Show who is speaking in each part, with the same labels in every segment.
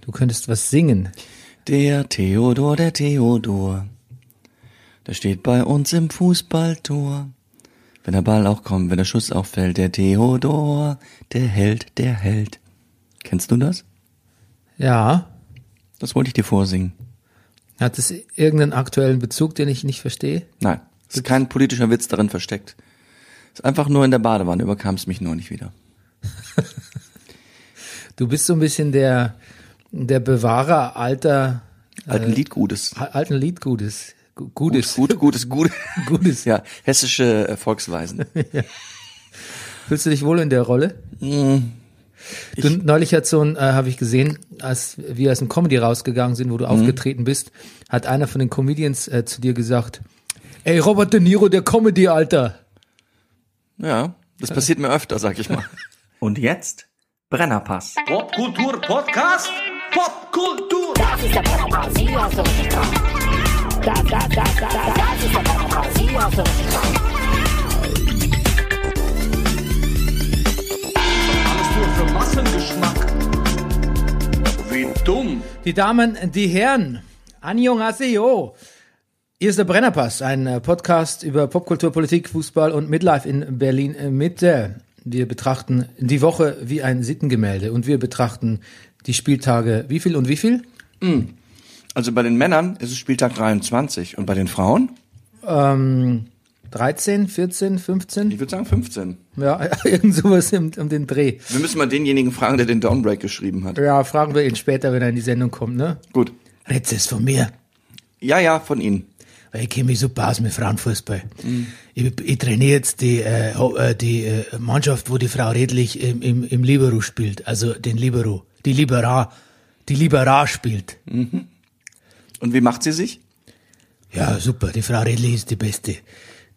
Speaker 1: Du könntest was singen.
Speaker 2: Der Theodor, der Theodor, der steht bei uns im Fußballtor. Wenn der Ball auch kommt, wenn der Schuss auch fällt, der Theodor, der Held, der Held. Kennst du das?
Speaker 1: Ja.
Speaker 2: Das wollte ich dir vorsingen.
Speaker 1: Hat es irgendeinen aktuellen Bezug, den ich nicht verstehe?
Speaker 2: Nein, es ist kein politischer Witz darin versteckt. Es ist einfach nur in der Badewanne, überkam es mich nur nicht wieder.
Speaker 1: Du bist so ein bisschen der, der Bewahrer alter,
Speaker 2: Alten Liedgutes.
Speaker 1: al- alten Liedgutes. Gu- Gutes.
Speaker 2: Gut, gutes, gut.
Speaker 1: Gutes.
Speaker 2: Ja, hessische äh, Volksweisen.
Speaker 1: Fühlst du dich wohl in der Rolle?
Speaker 2: Mhm.
Speaker 1: Du, neulich hat so ein, äh, habe ich gesehen, als wir aus dem Comedy rausgegangen sind, wo
Speaker 2: Mhm.
Speaker 1: du aufgetreten bist, hat einer von den Comedians äh, zu dir gesagt, ey, Robert De Niro, der Comedy, Alter.
Speaker 2: Ja, das passiert mir öfter, sag ich mal.
Speaker 3: Und jetzt Brennerpass.
Speaker 4: Popkultur Podcast. Popkultur. Alles nur für Massengeschmack. Wie dumm.
Speaker 1: Die Damen, die Herren, Annyeonghaseyo. Hier ist der Brennerpass, ein äh, Podcast über Popkultur, Politik, Fußball und Midlife in Berlin äh, Mitte. Wir betrachten die Woche wie ein Sittengemälde und wir betrachten die Spieltage wie viel und wie viel?
Speaker 2: Also bei den Männern ist es Spieltag 23 und bei den Frauen,
Speaker 1: Ähm, 13, 14, 15?
Speaker 2: ich würde sagen 15.
Speaker 1: Ja, irgend sowas im, um den Dreh.
Speaker 2: Wir müssen mal denjenigen fragen, der den Downbreak geschrieben hat.
Speaker 1: Ja, fragen wir ihn später, wenn er in die Sendung kommt, ne?
Speaker 2: Gut.
Speaker 1: Rätsel ist von mir.
Speaker 2: Ja, ja, von Ihnen.
Speaker 1: Weil ich kenne mich super aus mit Frauenfußball. Ich, ich trainiere jetzt die, äh, Ho- äh, die äh, Mannschaft, wo die Frau Redlich im, im, im Libero spielt. Also den Libero. Die Libera. Die Libera spielt.
Speaker 2: Und wie macht sie sich?
Speaker 1: Ja, super. Die Frau Redlich ist die Beste.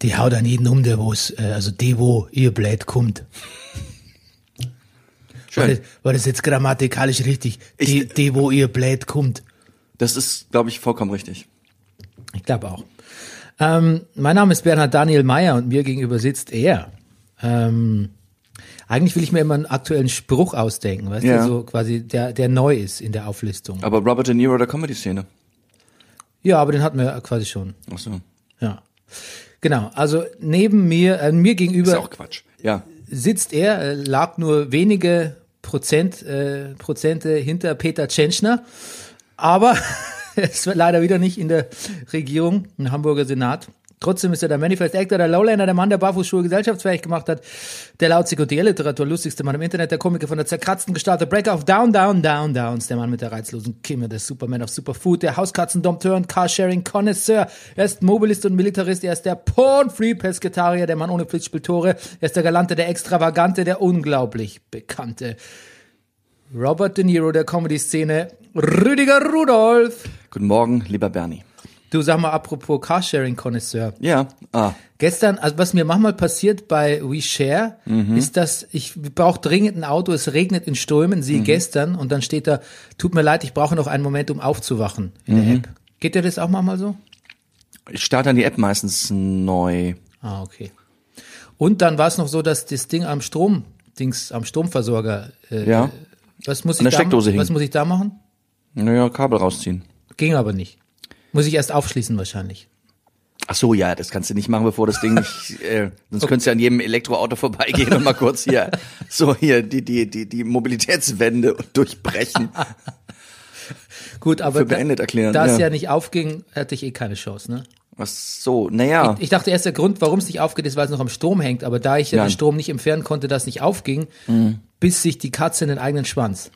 Speaker 1: Die haut an jeden um, der wo's, äh, also die, wo ihr blöd kommt. War das,
Speaker 2: Schön.
Speaker 1: war das jetzt grammatikalisch richtig? Die,
Speaker 2: Ich-
Speaker 1: die, wo ihr blöd kommt.
Speaker 2: Das ist, glaube ich, vollkommen richtig.
Speaker 1: Ich glaube auch. Ähm, mein Name ist Bernhard Daniel Meyer und mir gegenüber sitzt er. Ähm, eigentlich will ich mir immer einen aktuellen Spruch ausdenken, weißt
Speaker 2: Ja.
Speaker 1: du, so quasi der, der neu ist in der Auflistung.
Speaker 2: Aber Robert De Niro der Comedy-Szene.
Speaker 1: Ja, aber den hatten wir quasi schon.
Speaker 2: Ach so.
Speaker 1: Ja. Genau, also neben mir, äh, mir
Speaker 2: Ist ja
Speaker 1: gegenüber
Speaker 2: auch Quatsch. Ja.
Speaker 1: sitzt er, äh, lag nur wenige Prozent, äh, Prozente hinter Peter Tschentschner, aber es wird leider wieder nicht in der Regierung, im Hamburger Senat. Trotzdem ist er der Manifest Actor, der Lowlander, der Mann, der Barfußschuhe gesellschaftsfähig gemacht hat, der laut Sekundärliteratur lustigste Mann im Internet, der Komiker von der zerkratzten Gestalt, der Breaker of Down, Down, Down, Downs, der Mann mit der reizlosen Kimme, der Superman auf Superfood, der Hauskatzen-Dompteur und Carsharing-Connoisseur, er ist Mobilist und Militarist, er ist der Porn-Free-Pesketarier, der Mann ohne Pflichtspieltore, er ist der Galante, der Extravagante, der unglaublich Bekannte. Robert De Niro der Comedy-Szene, Rüdiger Rudolf.
Speaker 2: Guten Morgen, lieber Bernie.
Speaker 1: Du sag mal, apropos Carsharing-Connoisseur.
Speaker 2: Ja. Ah.
Speaker 1: Gestern, also was mir manchmal passiert bei WeShare,
Speaker 2: Mhm.
Speaker 1: ist, dass ich brauche dringend ein Auto, es regnet in Strömen,
Speaker 2: Mhm.
Speaker 1: siehe gestern, und dann steht da, tut mir leid, ich brauche noch einen Moment, um aufzuwachen in der
Speaker 2: Mhm.
Speaker 1: App. Geht dir das auch manchmal so?
Speaker 2: Ich starte dann die App meistens neu.
Speaker 1: Ah, okay. Und dann war es noch so, dass das Ding am Strom, Dings am Stromversorger, äh,
Speaker 2: Ja.
Speaker 1: was muss ich
Speaker 2: An der
Speaker 1: da
Speaker 2: Steckdose
Speaker 1: machen? Was
Speaker 2: hing.
Speaker 1: muss ich da machen?
Speaker 2: Naja, Kabel rausziehen.
Speaker 1: Ging aber nicht. Muss ich erst aufschließen wahrscheinlich.
Speaker 2: Ach so, ja, das kannst du nicht machen, bevor das Ding nicht, äh, sonst könntest du an jedem Elektroauto vorbeigehen und mal kurz hier, so hier, die, die, die, die Mobilitätswende durchbrechen.
Speaker 1: Gut, aber
Speaker 2: Für beendet erklären,
Speaker 1: da es
Speaker 2: ja.
Speaker 1: ja nicht aufging, hatte ich eh keine Chance, ne?
Speaker 2: Ach so, naja.
Speaker 1: Ich dachte erst, der Grund, warum es nicht aufgeht, ist, weil es noch am Strom hängt. Aber da ich ja, den
Speaker 2: Nein. Mhm.
Speaker 1: Strom nicht entfernen konnte, dass es nicht aufging, biss sich die Katze in den eigenen Schwanz.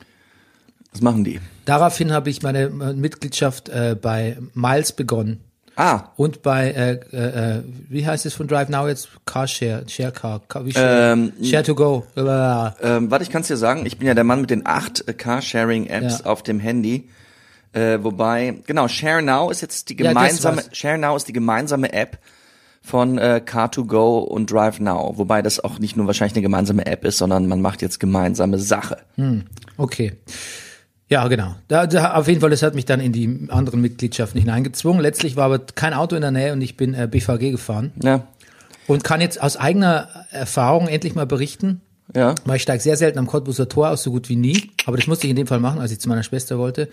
Speaker 2: Was machen die?
Speaker 1: Daraufhin habe ich meine äh, Mitgliedschaft äh, bei Miles begonnen.
Speaker 2: Ah,
Speaker 1: Und bei, äh, äh, äh, wie heißt es von Drive Now jetzt? Carshare, Share Car, Car wie share,
Speaker 2: Ähm,
Speaker 1: share to go. Äh, Blablabla.
Speaker 2: ähm, warte, ich kann's dir sagen, ich bin ja der Mann mit den acht äh, Carsharing-Apps
Speaker 1: Ja.
Speaker 2: auf dem Handy. Äh, wobei, genau, Share Now ist jetzt die
Speaker 1: Ja, das
Speaker 2: gemeinsame,
Speaker 1: war's.
Speaker 2: Share Now ist die gemeinsame App von äh, Car2Go und Drive Now. Wobei das auch nicht nur wahrscheinlich eine gemeinsame App ist, sondern man macht jetzt gemeinsame Sache.
Speaker 1: Hm. Okay. Ja, genau. Da, da, auf jeden Fall, das hat mich dann in die anderen Mitgliedschaften hineingezwungen. Letztlich war aber kein Auto in der Nähe und ich bin äh, BVG gefahren.
Speaker 2: Ja,
Speaker 1: Und kann jetzt aus eigener Erfahrung endlich mal berichten,
Speaker 2: Ja.
Speaker 1: Weil ich steige sehr selten am Cottbuser Tor aus, so gut wie nie. Aber das musste ich in dem Fall machen, als ich zu meiner Schwester wollte.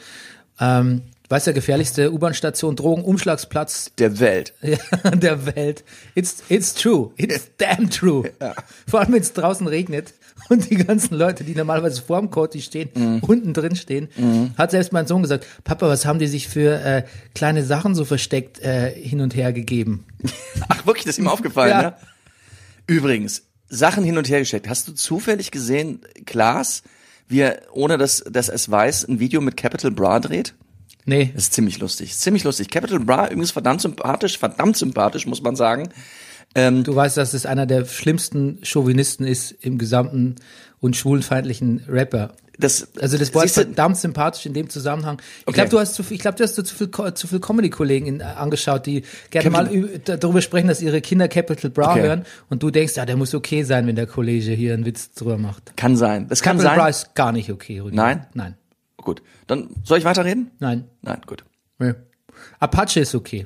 Speaker 1: Ähm, weißt du, gefährlichste U-Bahn-Station, Drogenumschlagsplatz
Speaker 2: Der Welt.
Speaker 1: der Welt. It's, it's true. It's damn true. Vor allem, wenn es draußen regnet und die ganzen Leute, die normalerweise vorm Cotti stehen, unten drin stehen, hat selbst mein Sohn gesagt, Papa, was haben die sich für äh, kleine Sachen so versteckt äh, hin und her gegeben?
Speaker 2: Ach, wirklich, das ist ihm aufgefallen,
Speaker 1: Ja.
Speaker 2: ne? Übrigens, Sachen hin und her gesteckt. Hast du zufällig gesehen, Klaas, wie er, ohne dass, dass er es weiß, ein Video mit Capital Bra dreht?
Speaker 1: Nee,
Speaker 2: Das ist ziemlich lustig. Ist ziemlich lustig. Capital Bra, übrigens verdammt sympathisch, verdammt sympathisch, muss man sagen.
Speaker 1: du weißt, dass es einer der schlimmsten Chauvinisten ist im gesamten und schwulenfeindlichen Rapper.
Speaker 2: Das,
Speaker 1: Also das Wort
Speaker 2: siehst du,
Speaker 1: verdammt sympathisch in dem Zusammenhang. Ich
Speaker 2: Okay.
Speaker 1: glaube, du hast zu viel, ich glaube, du hast zu viel, Co- zu viel Comedy-Kollegen in- äh, angeschaut, die gerne mal
Speaker 2: Capital-
Speaker 1: ü- da- darüber sprechen, dass ihre Kinder Capital Bra
Speaker 2: Okay.
Speaker 1: hören und du denkst, ja, der muss okay sein, wenn der Kollege hier einen Witz drüber macht.
Speaker 2: kann sein. Das kann
Speaker 1: Capital
Speaker 2: sein.
Speaker 1: Bra ist gar nicht okay. Rüdiger.
Speaker 2: Nein?
Speaker 1: Nein.
Speaker 2: Gut. Dann soll ich weiterreden?
Speaker 1: Nein.
Speaker 2: Nein, gut.
Speaker 1: Nee. Apache ist okay.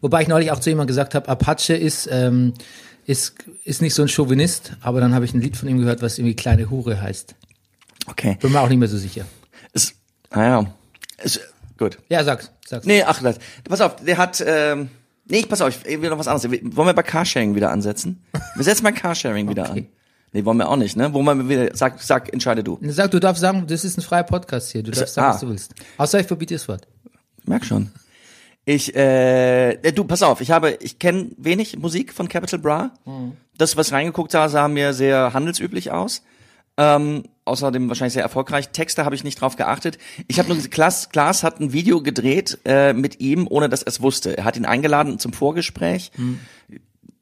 Speaker 1: Wobei ich neulich auch zu jemandem gesagt habe, Apache ist, ähm, ist, ist nicht so ein Chauvinist, aber dann habe ich ein Lied von ihm gehört, was irgendwie kleine Hure heißt.
Speaker 2: Okay.
Speaker 1: Bin mir auch nicht mehr so sicher.
Speaker 2: Es, naja. Es, gut.
Speaker 1: Ja, sag's, sag's.
Speaker 2: Nee, ach, Leute. pass auf, der hat, ähm, nee, ich- pass auf, ich will noch was anderes. Wir- Wollen wir bei Carsharing wieder ansetzen? Wir setzen mal Carsharing wieder an. Nee, wollen wir auch nicht, ne? Wo man wieder, sag, sag, entscheide du.
Speaker 1: Sag, du darfst sagen, das ist ein freier Podcast hier. Du darfst sagen,
Speaker 2: ah.
Speaker 1: was du willst. Außer ich verbiete das Wort.
Speaker 2: Merk schon. Ich, äh, äh, du, pass auf, ich habe, ich kenne wenig Musik von Capital Bra. Das, was ich reingeguckt habe, sah mir sehr handelsüblich aus. Ähm, außerdem wahrscheinlich sehr erfolgreich. Texte habe ich nicht drauf geachtet. Ich habe nur gesehen, Klaas, Klaas hat ein Video gedreht äh, mit ihm, ohne dass er es wusste. Er hat ihn eingeladen zum Vorgespräch.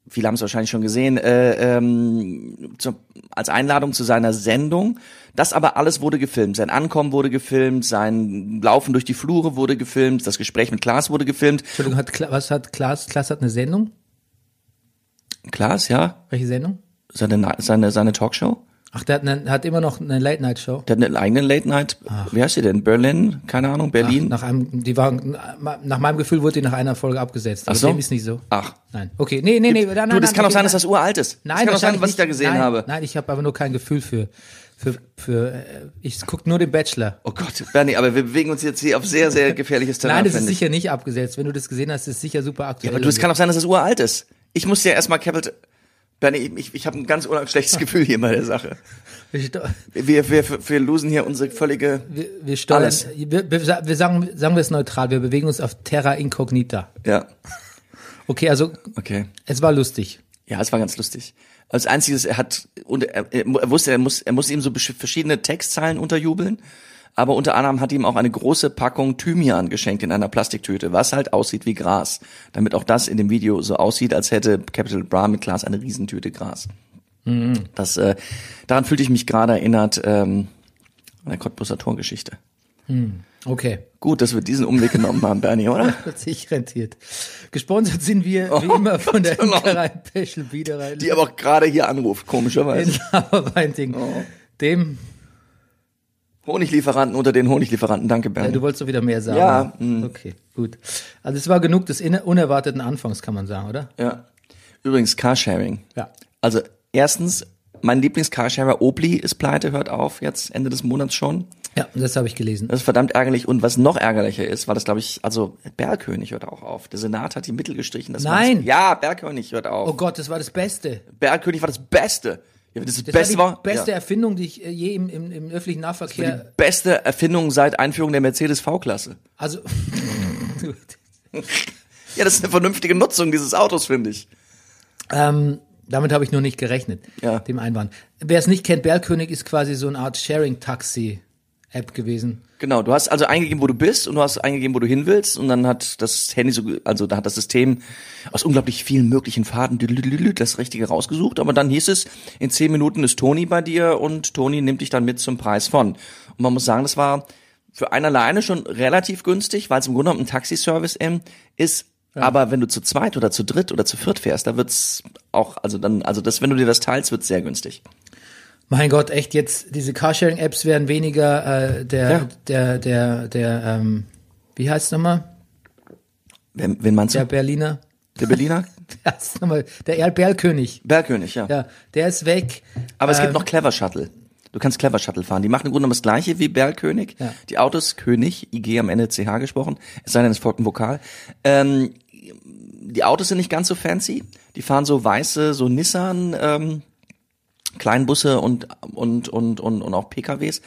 Speaker 2: Viele haben es wahrscheinlich schon gesehen, äh, ähm, zum, als Einladung zu seiner Sendung. Das aber alles wurde gefilmt. Sein Ankommen wurde gefilmt, sein Laufen durch die Flure wurde gefilmt, das Gespräch mit Klaas wurde gefilmt.
Speaker 1: Entschuldigung, hat, Kla- was hat Klaas? Klaas hat eine Sendung?
Speaker 2: Klaas, ja,
Speaker 1: Welche Sendung?
Speaker 2: seine, Na- seine, seine Talkshow.
Speaker 1: Ach, der hat, eine, hat immer noch eine Late-Night-Show.
Speaker 2: Der hat eine eigene Late Night. Wie heißt die denn? Berlin? Keine Ahnung,
Speaker 1: Nach,
Speaker 2: Berlin.
Speaker 1: nach einem, die waren, nach meinem Gefühl wurde die nach einer Folge abgesetzt. Aber
Speaker 2: Ach so.
Speaker 1: dem ist nicht so.
Speaker 2: Ach.
Speaker 1: Nein. Okay, nee, nee, nee. Nein,
Speaker 2: du,
Speaker 1: nein,
Speaker 2: das
Speaker 1: nein,
Speaker 2: kann auch
Speaker 1: okay,
Speaker 2: sein, dass
Speaker 1: nein.
Speaker 2: das uralt ist.
Speaker 1: Nein,
Speaker 2: das kann auch sein,
Speaker 1: wahrscheinlich
Speaker 2: was ich da
Speaker 1: nicht.
Speaker 2: gesehen
Speaker 1: nein,
Speaker 2: habe.
Speaker 1: Nein, ich habe aber nur kein Gefühl für, für, für äh, ich guck nur den Bachelor.
Speaker 2: Oh Gott, Bernie, aber wir bewegen uns jetzt hier auf sehr, sehr gefährliches Terrain.
Speaker 1: Nein, das ist
Speaker 2: finde ich.
Speaker 1: sicher nicht abgesetzt. Wenn du das gesehen hast, ist es sicher super aktuell. Also,
Speaker 2: Ja, aber du, es kann auch sein, dass das uralt ist. Ich muss ja erstmal Capital. Bernie, ich, ich habe ein ganz unangenehm schlechtes Gefühl hier bei der Sache.
Speaker 1: auch
Speaker 2: Wir, wir, wir losen hier unsere völlige.
Speaker 1: Wir, wir steuern,
Speaker 2: Alles.
Speaker 1: wir, wir, sa- wir sagen, sagen wir es neutral, wir bewegen uns auf Terra Incognita.
Speaker 2: Ja,
Speaker 1: Okay, also
Speaker 2: okay.
Speaker 1: es war lustig.
Speaker 2: Ja, es war ganz lustig. Als einziges, er hat, und er, er mu- er wusste, er muss, er muss ihm so besch- verschiedene Textzeilen unterjubeln. Aber unter anderem hat ihm auch eine große Packung Thymian geschenkt in einer Plastiktüte, was halt aussieht wie Gras. Damit auch das in dem Video so aussieht, als hätte Capital Bra mit Glas eine Riesentüte Gras. Das, äh, daran fühlte ich mich gerade erinnert, ähm, an der Cottbusser Torgeschichte.
Speaker 1: Okay,
Speaker 2: Gut, dass wir diesen Umweg genommen haben, Bernie, oder?
Speaker 1: hat sich rentiert. Gesponsert sind wir wie immer von der
Speaker 2: genau.
Speaker 1: Imkerei Peschel Biederei.
Speaker 2: Die aber auch gerade hier anruft, komischerweise.
Speaker 1: in Laberweinting.
Speaker 2: Oh.
Speaker 1: Dem,
Speaker 2: Honiglieferanten unter den Honiglieferanten, danke, Bernie.
Speaker 1: Äh, du wolltest doch wieder mehr sagen. Mhm.
Speaker 2: Ja, mm. mh.
Speaker 1: Okay, gut. Also es war genug des inne- unerwarteten Anfangs, kann man sagen, oder?
Speaker 2: Ja. Übrigens, Carsharing.
Speaker 1: Ja.
Speaker 2: Also erstens, mein Lieblings-Carsharer Obli ist pleite, hört auf jetzt Ende des Monats schon.
Speaker 1: Ja, das habe ich gelesen.
Speaker 2: Das ist verdammt ärgerlich. Und was noch ärgerlicher ist, war das, glaube ich, also Bergkönig hört auch auf. Der Senat hat die Mittel gestrichen. Das
Speaker 1: Nein.
Speaker 2: war's. Ja, Bergkönig hört auf.
Speaker 1: Oh Gott, das war das Beste.
Speaker 2: Bergkönig war das Beste. Ja, wenn das, das
Speaker 1: Das
Speaker 2: Beste
Speaker 1: war
Speaker 2: war.
Speaker 1: die beste
Speaker 2: ja.
Speaker 1: Erfindung, die ich äh, je im, im, im öffentlichen Nahverkehr
Speaker 2: Die beste Erfindung seit Einführung der Mercedes V-Klasse.
Speaker 1: Also,
Speaker 2: Ja, das ist eine vernünftige Nutzung dieses Autos, finde ich.
Speaker 1: ähm, damit habe ich nur nicht gerechnet,
Speaker 2: Ja.
Speaker 1: dem Einwand. Wer es nicht kennt, Bergkönig ist quasi so eine Art Sharing-Taxi-App gewesen.
Speaker 2: Genau, du hast also eingegeben, wo du bist und du hast eingegeben, wo du hin willst und dann hat das Handy so, ge- also da hat das System aus unglaublich vielen möglichen Fahrten düdelüdelüdel das Richtige rausgesucht, aber dann hieß es, in zehn Minuten ist Toni bei dir und Toni nimmt dich dann mit zum Preis von. Und man muss sagen, das war für einen alleine schon relativ günstig, weil es im Grunde genommen ein Taxiservice ähm, ist, aber wenn du zu zweit oder zu dritt oder zu viert fährst, da wird's auch, also dann, also das, wenn du dir das teilst, wird's sehr günstig.
Speaker 1: Mein Gott, echt jetzt, diese Carsharing-Apps werden weniger äh, der,
Speaker 2: Ja.
Speaker 1: der, der, der, ähm, wie heißt nochmal?
Speaker 2: Wen, wen meinst du?
Speaker 1: Der Berliner.
Speaker 2: Der Berliner
Speaker 1: Der ist nochmal- Der Erdbeerkönig.
Speaker 2: Bergkönig, ja.
Speaker 1: Ja, der ist weg.
Speaker 2: Aber es gibt noch Clever Shuttle. Du kannst Clever Shuttle fahren. Die machen im Grunde genommen das gleiche wie Bergkönig.
Speaker 1: Ja.
Speaker 2: Die Autos König, IG am Ende CH gesprochen, es sei denn, es folgt ein Vokal. Ähm, die Autos sind nicht ganz so fancy. Die fahren so weiße, so Nissan, ähm, Kleinbusse und, und, und, und, und auch PKWs.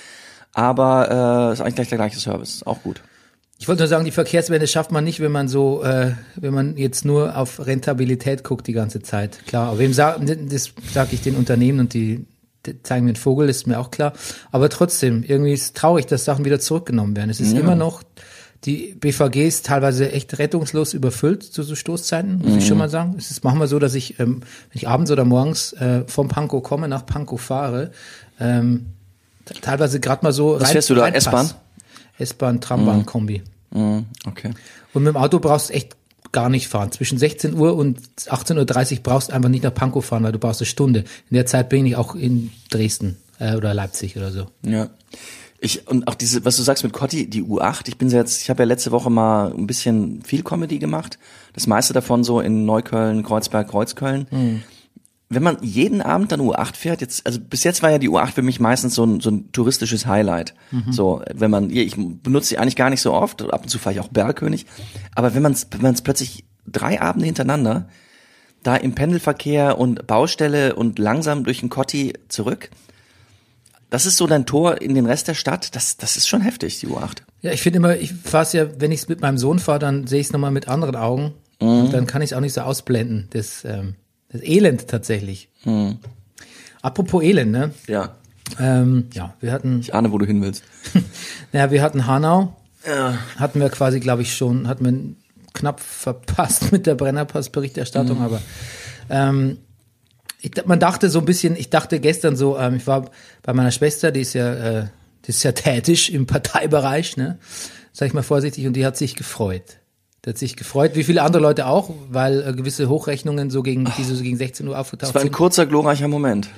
Speaker 2: Aber äh, ist eigentlich gleich der gleiche Service. Auch gut.
Speaker 1: Ich wollte nur sagen, die Verkehrswende schafft man nicht, wenn man so, äh, wenn man jetzt nur auf Rentabilität guckt die ganze Zeit. Klar, aber wem sa das sage ich den Unternehmen und die, die zeigen mir einen Vogel, ist mir auch klar. Aber trotzdem, irgendwie ist es traurig, dass Sachen wieder zurückgenommen werden. Es ist immer noch, die BVG ist teilweise echt rettungslos überfüllt zu so Stoßzeiten, muss
Speaker 2: Mhm.
Speaker 1: ich schon mal sagen. Es ist manchmal so, dass ich, ähm, wenn ich abends oder morgens äh, vom Pankow komme, nach Pankow fahre, ähm, te- teilweise gerade mal so
Speaker 2: Was fährst du da?
Speaker 1: reinpass.
Speaker 2: S-Bahn?
Speaker 1: S-Bahn, Trambahn-Kombi.
Speaker 2: Mhm, okay.
Speaker 1: Und mit dem Auto brauchst du echt gar nicht fahren. Zwischen 16 Uhr und 18.30 Uhr brauchst du einfach nicht nach Pankow fahren, weil du brauchst eine Stunde. In der Zeit bin ich auch in Dresden äh, oder Leipzig oder so.
Speaker 2: Ja. Ich, und auch diese, was du sagst mit Cotti, die U8, ich bin ja jetzt, ich habe ja letzte Woche mal ein bisschen viel Comedy gemacht. Das meiste davon so in Neukölln, Kreuzberg, Kreuzköln. Wenn man jeden Abend dann U8 fährt, jetzt, also bis jetzt war ja die U8 für mich meistens so ein, so ein touristisches Highlight. So, wenn man, ich benutze sie eigentlich gar nicht so oft, ab und zu fahre ich auch Bergkönig. Aber wenn man es wenn man's plötzlich drei Abende hintereinander, da im Pendelverkehr und Baustelle und langsam durch den Cotti zurück, das ist so dein Tor in den Rest der Stadt. Das, das ist schon heftig, die U8.
Speaker 1: Ja, ich finde immer, ich fahre ja, wenn ich es mit meinem Sohn fahre, dann sehe ich es nochmal mit anderen Augen. Und dann kann ich es auch nicht so ausblenden. Das, ähm, das Elend tatsächlich. Apropos Elend, ne?
Speaker 2: Ja.
Speaker 1: Ähm, ja, wir hatten,
Speaker 2: Ich ahne, wo du hin willst.
Speaker 1: naja, wir hatten Hanau. Hatten wir quasi, glaube ich, schon, hatten wir knapp verpasst mit der Brennerpass-Berichterstattung, aber ähm, ich, man dachte so ein bisschen, ich dachte gestern so, ähm, ich war bei meiner Schwester, die ist ja, äh, die ist ja tätig im Parteibereich, ne? Sag ich mal vorsichtig, und die hat sich gefreut. Die hat sich gefreut, wie viele andere Leute auch, weil äh, gewisse Hochrechnungen so gegen, die so gegen 16 Uhr aufgetaucht
Speaker 2: Das war ein
Speaker 1: sind.
Speaker 2: kurzer, glorreicher Moment.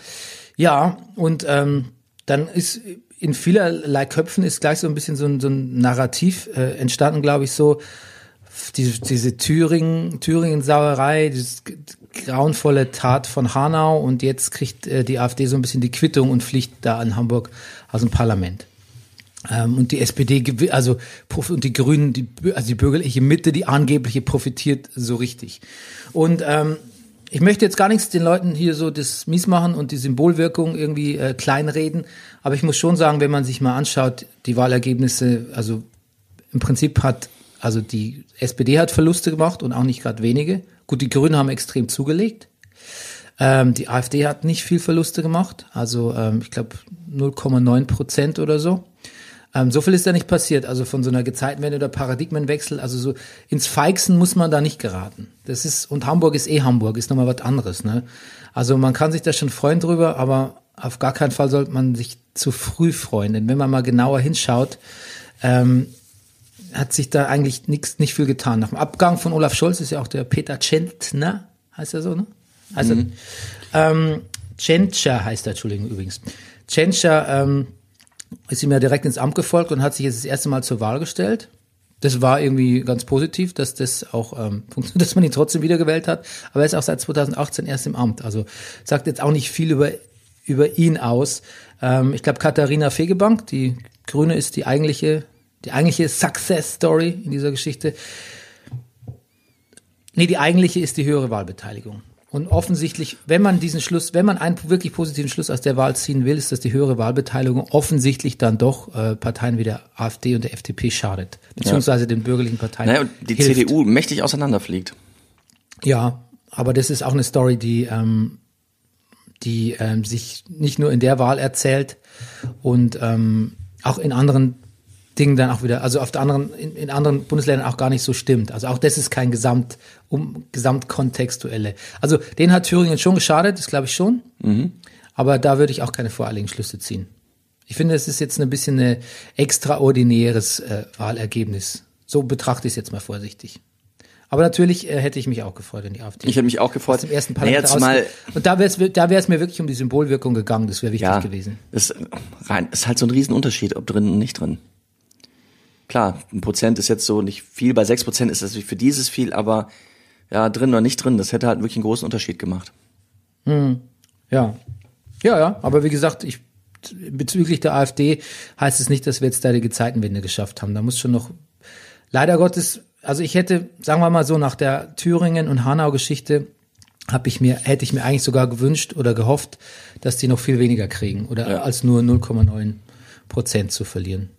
Speaker 1: Ja, und ähm, dann ist in vielerlei Köpfen ist gleich so ein bisschen so ein, so ein Narrativ äh, entstanden, glaube ich, so diese, diese Thüringen, Thüringen-Sauerei, dieses g- grauenvolle Tat von Hanau und jetzt kriegt äh, die AfD so ein bisschen die Quittung und fliegt da an Hamburg aus dem Parlament. Ähm, und die SPD, gewi- also prof- und die Grünen, die, bü- also die bürgerliche Mitte, die angebliche profitiert so richtig. Und ähm, ich möchte jetzt gar nichts den Leuten hier so das mies machen und die Symbolwirkung irgendwie äh, kleinreden, aber ich muss schon sagen, wenn man sich mal anschaut, die Wahlergebnisse, also im Prinzip hat, also die SPD hat Verluste gemacht und auch nicht gerade wenige. Gut, die Grünen haben extrem zugelegt. Ähm, die AfD hat nicht viel Verluste gemacht, also ähm, ich glaube 0,9 Prozent oder so. Ähm, so viel ist da nicht passiert. Also von so einer Gezeitenwende oder Paradigmenwechsel, also so ins Feixen muss man da nicht geraten. Das ist, und Hamburg ist eh Hamburg, ist nochmal was anderes, ne? Also man kann sich da schon freuen drüber, aber auf gar keinen Fall sollte man sich zu früh freuen. Denn wenn man mal genauer hinschaut, ähm, hat sich da eigentlich nichts, nicht viel getan. Nach dem Abgang von Olaf Scholz ist ja auch der Peter Tschentner, heißt er so, ne? Also, ähm, Tschentscher heißt er, Entschuldigung, übrigens. Tschentscher, ähm, ist ihm ja direkt ins Amt gefolgt und hat sich jetzt das erste Mal zur Wahl gestellt. Das war irgendwie ganz positiv, dass das auch ähm, funktioniert, dass man ihn trotzdem wiedergewählt hat. Aber er ist auch seit 2018 erst im Amt. Also sagt jetzt auch nicht viel über, über ihn aus. Ähm, ich glaube, Katharina Fegebank, die Grüne, ist die eigentliche, die eigentliche Success Story in dieser Geschichte. Nee, die eigentliche ist die höhere Wahlbeteiligung. Und offensichtlich, wenn man diesen Schluss, wenn man einen wirklich positiven Schluss aus der Wahl ziehen will, ist, dass die höhere Wahlbeteiligung offensichtlich dann doch äh, Parteien wie der AfD und der FDP schadet. Beziehungsweise den bürgerlichen Parteien.
Speaker 2: Naja, Ne, und die
Speaker 1: hilft.
Speaker 2: CDU mächtig auseinanderfliegt.
Speaker 1: Ja, aber das ist auch eine Story, die, ähm, die ähm, sich nicht nur in der Wahl erzählt und ähm, auch in anderen Dingen dann auch wieder, also auf der anderen, in, in anderen Bundesländern auch gar nicht so stimmt. Also auch das ist kein Gesamt, um, Gesamtkontextuelle. Also den hat Thüringen schon geschadet, das glaube ich schon. Aber da würde ich auch keine voreiligen Schlüsse ziehen. Ich finde, es ist jetzt ein bisschen ein extraordinäres äh, Wahlergebnis. So betrachte ich es jetzt mal vorsichtig. Aber natürlich äh, hätte ich mich auch gefreut, wenn die AfD
Speaker 2: Ich hätte mich auch gefreut.
Speaker 1: aus dem ersten
Speaker 2: naja,
Speaker 1: Parlament
Speaker 2: jetzt mal,
Speaker 1: rausgeht. Und da wäre es da wär's mir wirklich um die Symbolwirkung gegangen. Das wäre wichtig
Speaker 2: ja,
Speaker 1: gewesen.
Speaker 2: Ist, rein, ist halt so ein Riesenunterschied, ob drin und nicht drin. Klar, ein Prozent ist jetzt so nicht viel, bei sechs Prozent ist das für dieses viel, aber Ja, drin oder nicht drin, das hätte halt wirklich einen großen Unterschied gemacht.
Speaker 1: Ja. Ja, ja, aber wie gesagt, ich bezüglich der AfD heißt es nicht, dass wir jetzt da die Zeitenwende geschafft haben. Da muss schon noch leider Gottes, also ich hätte, sagen wir mal so, nach der Thüringen und Hanau Geschichte habe ich mir hätte ich mir eigentlich sogar gewünscht oder gehofft, dass die noch viel weniger kriegen oder
Speaker 2: Ja.
Speaker 1: als nur 0,9 Prozent zu verlieren,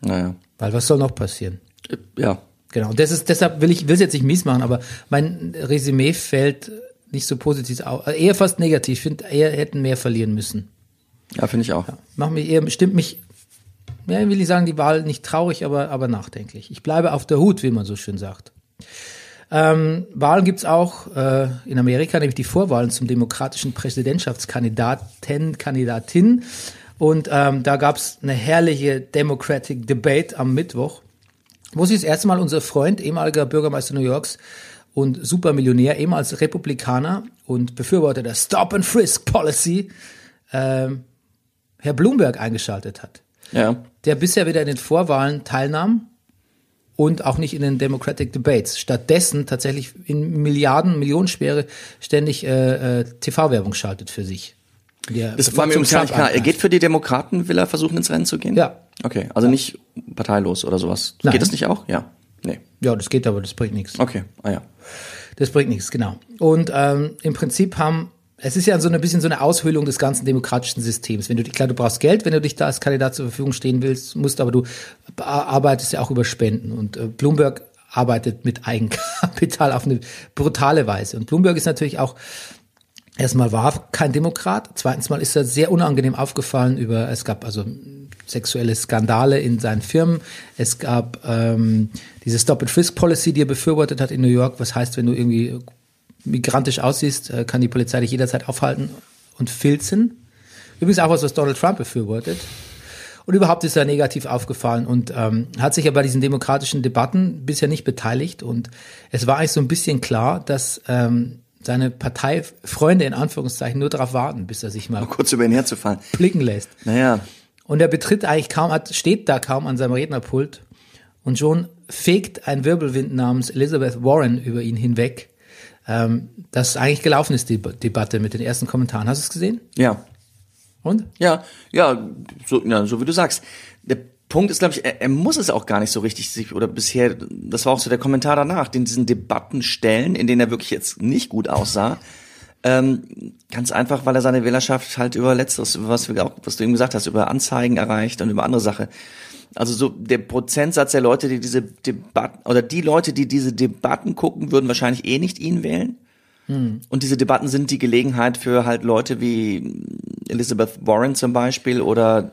Speaker 2: Naja.
Speaker 1: weil was soll noch passieren?
Speaker 2: Äh, Ja.
Speaker 1: Genau, und das ist, deshalb will ich will es jetzt nicht mies machen, aber mein Resümee fällt nicht so positiv auf, eher fast negativ. Ich finde, eher hätten mehr verlieren müssen.
Speaker 2: Ja, finde ich auch.
Speaker 1: Macht mich eher, stimmt mich, ja, will ich sagen, die Wahl nicht traurig, aber, aber nachdenklich. Ich bleibe auf der Hut, wie man so schön sagt. Ähm, Wahlen gibt's auch äh, in Amerika, nämlich die Vorwahlen zum demokratischen Präsidentschaftskandidaten, Kandidatin. Und ähm, da gab's eine herrliche Democratic Debate am Mittwoch muss ich das erste Mal unser Freund, ehemaliger Bürgermeister New Yorks und Supermillionär, ehemals Republikaner und Befürworter der Stop and Frisk Policy, ähm, Herr Bloomberg eingeschaltet hat,
Speaker 2: Ja.
Speaker 1: der bisher weder in den Vorwahlen teilnahm und auch nicht in den Democratic Debates. Stattdessen tatsächlich in Milliarden, Millionenschwere ständig äh, äh, TV-Werbung schaltet für sich. Ja,
Speaker 2: Das war mir
Speaker 1: zum
Speaker 2: übrigens gar
Speaker 1: Trump
Speaker 2: nicht klar. Er
Speaker 1: angreift.
Speaker 2: geht für die Demokraten, will er versuchen, ins Rennen zu gehen?
Speaker 1: Ja.
Speaker 2: Okay, also nicht parteilos oder sowas.
Speaker 1: Nein.
Speaker 2: Geht das nicht auch? Ja. Nee.
Speaker 1: Ja, das geht aber, das bringt nichts.
Speaker 2: Okay, ah ja.
Speaker 1: Das bringt nichts, genau. Und ähm, im Prinzip haben, es ist ja so ein bisschen so eine Aushöhlung des ganzen demokratischen Systems. Wenn du, klar, du brauchst Geld, wenn du dich da als Kandidat zur Verfügung stehen willst, musst, aber du arbeitest ja auch über Spenden. Und äh, Bloomberg arbeitet mit Eigenkapital auf eine brutale Weise. Und Bloomberg ist natürlich auch erstmal war er kein Demokrat, zweitens mal ist er sehr unangenehm aufgefallen über, es gab also sexuelle Skandale in seinen Firmen, es gab ähm, diese Stop-and-Frisk-Policy, die er befürwortet hat in New York, was heißt, wenn du irgendwie migrantisch aussiehst, äh, kann die Polizei dich jederzeit aufhalten und filzen. Übrigens auch was, was Donald Trump befürwortet. Und überhaupt ist er negativ aufgefallen und ähm, hat sich ja bei diesen demokratischen Debatten bisher nicht beteiligt. Und es war eigentlich so ein bisschen klar, dass ähm, seine Parteifreunde in Anführungszeichen nur darauf warten, bis er sich mal
Speaker 2: Um Kurz über ihn herzufallen.
Speaker 1: blicken lässt.
Speaker 2: Naja,
Speaker 1: Und er betritt eigentlich kaum, hat, steht da kaum an seinem Rednerpult und schon fegt ein Wirbelwind namens Elizabeth Warren über ihn hinweg. Ähm, das eigentlich gelaufen ist, die Be- Debatte mit den ersten Kommentaren. Hast du es gesehen?
Speaker 2: ja.
Speaker 1: Und?
Speaker 2: Ja, ja, so, ja, so wie du sagst. Der Punkt ist, glaube ich, er, er muss es auch gar nicht so richtig sich oder bisher, das war auch so der Kommentar danach, den diesen Debatten stellen, in denen er wirklich jetzt nicht gut aussah. Ähm, ganz einfach, weil er seine Wählerschaft halt über letzteres, über was, wir auch, was du eben gesagt hast, über Anzeigen erreicht und über andere Sache. Also so der Prozentsatz der Leute, die diese Debatten oder die Leute, die diese Debatten gucken, würden wahrscheinlich eh nicht ihn wählen. Und diese Debatten sind die Gelegenheit für halt Leute wie Elizabeth Warren zum Beispiel oder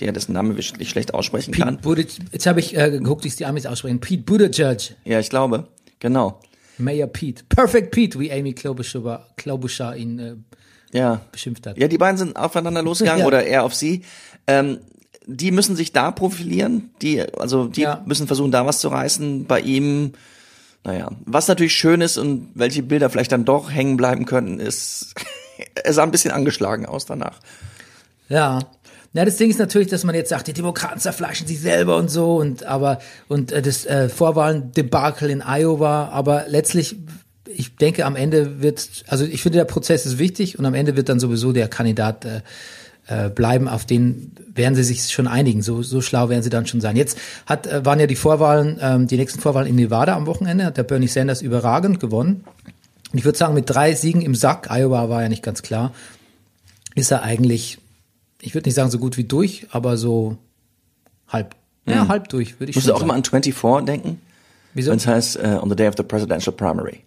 Speaker 2: der dessen Name wir nicht schlecht aussprechen
Speaker 1: Pete
Speaker 2: kann.
Speaker 1: Buttigieg, jetzt habe ich äh, geguckt, wie es die Amis aussprechen. Pete Buttigieg,
Speaker 2: Ja, ich glaube. Genau.
Speaker 1: Mayor Pete. Perfect Pete, wie Amy Klobuchar, Klobuchar ihn äh,
Speaker 2: Ja.
Speaker 1: beschimpft hat.
Speaker 2: Ja, die beiden sind aufeinander losgegangen
Speaker 1: Ja.
Speaker 2: oder er auf sie. Ähm, die müssen sich da profilieren, die, also die
Speaker 1: Ja.
Speaker 2: müssen versuchen, da was zu reißen. Bei ihm, naja, was natürlich schön ist und welche Bilder vielleicht dann doch hängen bleiben könnten, ist, er sah ein bisschen angeschlagen aus danach.
Speaker 1: Ja. Na, das Ding ist natürlich, dass man jetzt sagt, die Demokraten zerfleischen sich selber und so und aber und äh, das äh, Vorwahlendebakel in Iowa, aber letztlich ich denke am Ende wird also ich finde der Prozess ist wichtig und am Ende wird dann sowieso der Kandidat äh, äh, bleiben, auf den werden sie sich schon einigen. So, so schlau werden sie dann schon sein. Jetzt hat, äh, waren ja die Vorwahlen, ähm, die nächsten Vorwahlen in Nevada am Wochenende, hat der Bernie Sanders überragend gewonnen. Und ich würde sagen, mit drei Siegen im Sack, Iowa war ja nicht ganz klar, ist er eigentlich, ich würde nicht sagen so gut wie durch, aber so halb. Ja, halb durch, würde ich
Speaker 2: Musst
Speaker 1: schon
Speaker 2: du Hm. auch
Speaker 1: sagen.
Speaker 2: immer an 24 denken?
Speaker 1: Wieso?
Speaker 2: Wenn es heißt, äh, on the day of the presidential primary.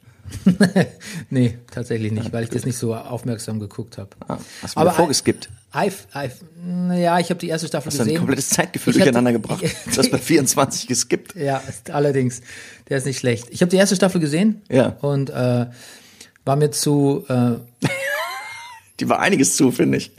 Speaker 1: nee, tatsächlich nicht, weil ich das nicht so aufmerksam geguckt habe.
Speaker 2: Ah, hast du mir vorgeskippt.
Speaker 1: I, I, ja, ich habe die erste Staffel
Speaker 2: Hast du ein
Speaker 1: gesehen.
Speaker 2: komplettes Zeitgefühl
Speaker 1: Ich hatte-
Speaker 2: durcheinander gebracht. Du hast bei 24 geskippt.
Speaker 1: Ja, ist- allerdings, der ist nicht schlecht. Ich habe die erste Staffel gesehen
Speaker 2: Ja.
Speaker 1: und äh, war mir zu, äh,
Speaker 2: Die war einiges zu, finde ich.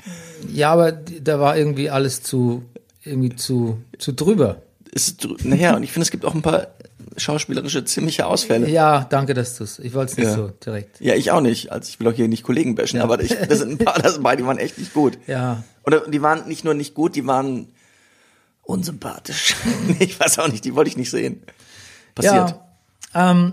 Speaker 1: ja, aber d- da war irgendwie alles zu, irgendwie zu, zu drüber.
Speaker 2: Ist, dr- naja, und ich finde, es gibt auch ein paar schauspielerische ziemliche Ausfälle.
Speaker 1: Ja, danke, dass du es, ich wollte es nicht
Speaker 2: Ja.
Speaker 1: so direkt.
Speaker 2: Ja, ich auch nicht. Also ich will auch hier nicht Kollegen bashen, aber ich, das sind ein paar das dabei, die waren echt nicht gut.
Speaker 1: Ja.
Speaker 2: Oder die waren nicht nur nicht gut, die waren unsympathisch. ich weiß auch nicht, die wollte ich nicht sehen. Passiert.
Speaker 1: Ja, ähm,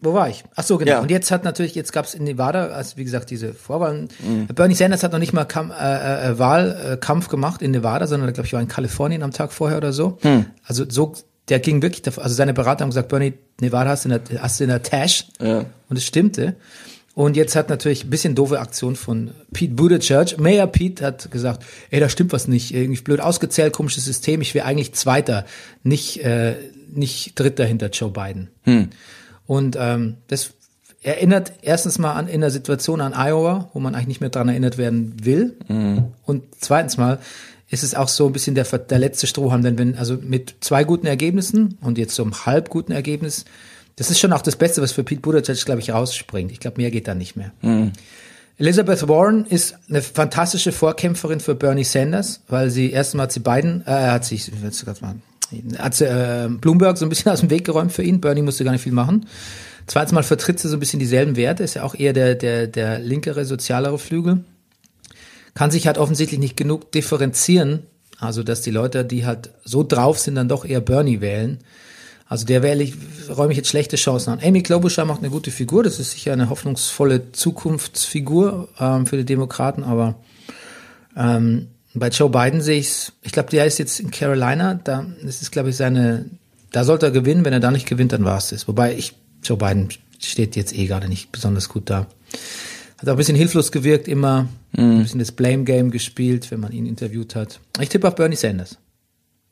Speaker 1: Wo war ich? Ach so, genau.
Speaker 2: Ja.
Speaker 1: Und jetzt hat natürlich, jetzt gab es in Nevada, also wie gesagt, diese Vorwahlen. Bernie Sanders hat noch nicht mal Kam äh, äh, Wahlkampf gemacht in Nevada, sondern glaube ich war in Kalifornien am Tag vorher oder so. Also so, der ging wirklich, davon- also seine Berater haben gesagt, Bernie, Nevada hast du in der, hast du in der Tasche.
Speaker 2: Ja.
Speaker 1: Und es stimmte. Und jetzt hat natürlich ein bisschen doofe Aktion von Pete Buttigieg. Mayor Pete hat gesagt, ey, da stimmt was nicht. Irgendwie blöd ausgezählt, komisches System. Ich wäre eigentlich Zweiter, nicht, äh, nicht Dritter hinter Joe Biden. Und ähm, das erinnert erstens mal an in der Situation an Iowa, wo man eigentlich nicht mehr dran erinnert werden will. Und zweitens mal ist es auch so ein bisschen der, ver- der letzte Strohhalm, denn wenn also mit zwei guten Ergebnissen und jetzt so einem halb guten Ergebnis, das ist schon auch das Beste, was für Pete Buttigieg glaube ich rausspringt. Ich glaube, mehr geht da nicht mehr. Elizabeth Warren ist eine fantastische Vorkämpferin für Bernie Sanders, weil sie erstmal hat sie beiden, äh, hat sich, ich will's grad mal, hat sie, äh, Bloomberg so ein bisschen aus dem Weg geräumt für ihn. Bernie musste gar nicht viel machen. Zweitens mal vertritt sie so ein bisschen dieselben Werte, ist ja auch eher der, der, der linkere, sozialere Flügel kann sich halt offensichtlich nicht genug differenzieren, also dass die Leute, die halt so drauf sind, dann doch eher Bernie wählen. Also der wähle ich, räume ich jetzt schlechte Chancen an. Amy Klobuchar macht eine gute Figur, das ist sicher eine hoffnungsvolle Zukunftsfigur ähm, für die Demokraten, aber ähm, bei Joe Biden sehe ich es, ich glaube, der ist jetzt in Carolina, da das ist, glaube ich, seine, da sollte er gewinnen, wenn er da nicht gewinnt, dann war es das. Wobei ich, Joe Biden steht jetzt eh gerade nicht besonders gut da. Hat auch ein bisschen hilflos gewirkt immer,
Speaker 2: Mhm.
Speaker 1: ein bisschen das Blame Game gespielt, wenn man ihn interviewt hat. Ich tippe auf Bernie Sanders.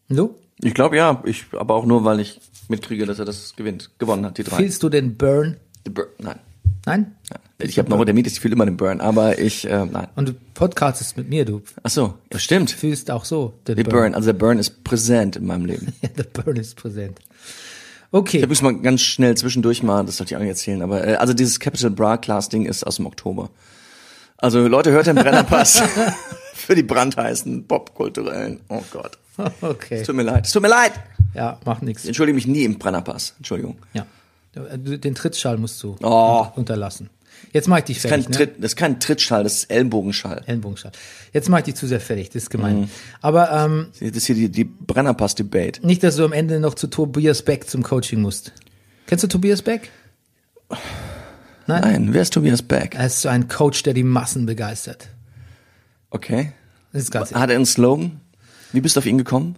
Speaker 1: Und Du?
Speaker 2: Ich glaube ja, ich, aber auch nur, weil ich mitkriege, dass er das gewinnt, gewonnen hat, die drei.
Speaker 1: Fühlst du den Burn?
Speaker 2: Die Bur- nein.
Speaker 1: Nein?
Speaker 2: Ich habe Neurodermitis, ich fühle immer den Burn, aber ich, äh, nein.
Speaker 1: Und du podcastest mit mir, du
Speaker 2: Ach so, ja, stimmt.
Speaker 1: fühlst auch so den
Speaker 2: Die Burn, also der Burn ist präsent in meinem Leben.
Speaker 1: Ja, der Burn ist präsent.
Speaker 2: Ich
Speaker 1: Okay,
Speaker 2: muss mal ganz schnell zwischendurch mal, das sollte ich auch nicht erzählen, aber äh, also dieses Capital Bra Class Ding ist aus dem Oktober. Also Leute, hört den Brennerpass für die brandheißen Popkulturellen. Oh Gott.
Speaker 1: okay.
Speaker 2: Es tut mir leid. Es tut mir leid.
Speaker 1: Ja, macht nichts.
Speaker 2: Ich entschuldige mich nie im Brennerpass. Entschuldigung.
Speaker 1: Ja. Du- Den Trittschall musst du
Speaker 2: Oh.
Speaker 1: un- unterlassen. Jetzt mach ich dich
Speaker 2: Das ist
Speaker 1: fertig.
Speaker 2: kein,
Speaker 1: ne?
Speaker 2: Tritt, das ist kein Trittschall, das ist Ellenbogenschall.
Speaker 1: Ellenbogenschall. Jetzt mach ich dich zu sehr fertig, das ist
Speaker 2: Mhm.
Speaker 1: gemein. Aber ähm,
Speaker 2: Das ist hier die, die Brennerpass-Debate.
Speaker 1: nicht, dass du am Ende noch zu Tobias Beck zum Coaching musst. Kennst du Tobias Beck?
Speaker 2: Nein, wer ist Tobias Beck?
Speaker 1: Er ist so ein Coach, der die Massen begeistert.
Speaker 2: Okay.
Speaker 1: Das ist ganz
Speaker 2: Hat er einen Slogan? Wie bist du auf ihn gekommen?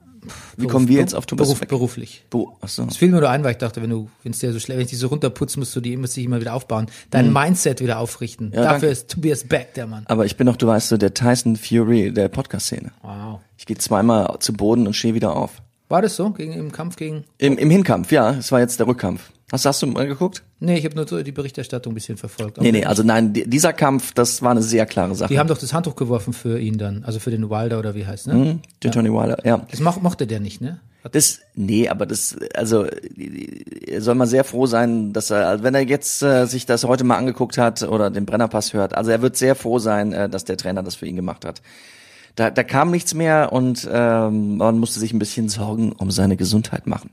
Speaker 2: Wie kommen wir jetzt auf Tobias
Speaker 1: Beruf,
Speaker 2: Beck?
Speaker 1: Beruflich.
Speaker 2: Bo ach so.
Speaker 1: Es fiel mir nur ein, weil ich dachte, wenn du, wenn es dir so schlecht, wenn ich dich so runterputzt, musst du die musst du dich immer wieder aufbauen, dein Mindset wieder aufrichten.
Speaker 2: Mhm. Ja,
Speaker 1: Dafür
Speaker 2: danke.
Speaker 1: ist Tobias Beck der Mann.
Speaker 2: Aber ich bin doch, du weißt so, der Tyson Fury der Podcast-Szene.
Speaker 1: Wow.
Speaker 2: Ich gehe zweimal zu Boden und stehe wieder auf.
Speaker 1: War das so gegen im Kampf gegen?
Speaker 2: Im, Im Hinkampf, ja, es war jetzt der Rückkampf. Hast, hast du mal geguckt?
Speaker 1: Nee, ich habe nur so die Berichterstattung ein bisschen verfolgt.
Speaker 2: Nee, nee, also nein, di- dieser Kampf, das war eine sehr klare Sache.
Speaker 1: Die haben doch das Handtuch geworfen für ihn dann, also für den Wilder oder wie heißt, ne?
Speaker 2: Der Johnny Wilder, ja.
Speaker 1: Das mach, mochte der nicht, ne? Hat-
Speaker 2: Das, nee, aber das, also, er soll man sehr froh sein, dass er, also wenn er jetzt äh, sich das heute mal angeguckt hat oder den Brennerpass hört, also er wird sehr froh sein, äh, dass der Trainer das für ihn gemacht hat. Da, da kam nichts mehr und ähm, man musste sich ein bisschen Sorgen um seine Gesundheit machen.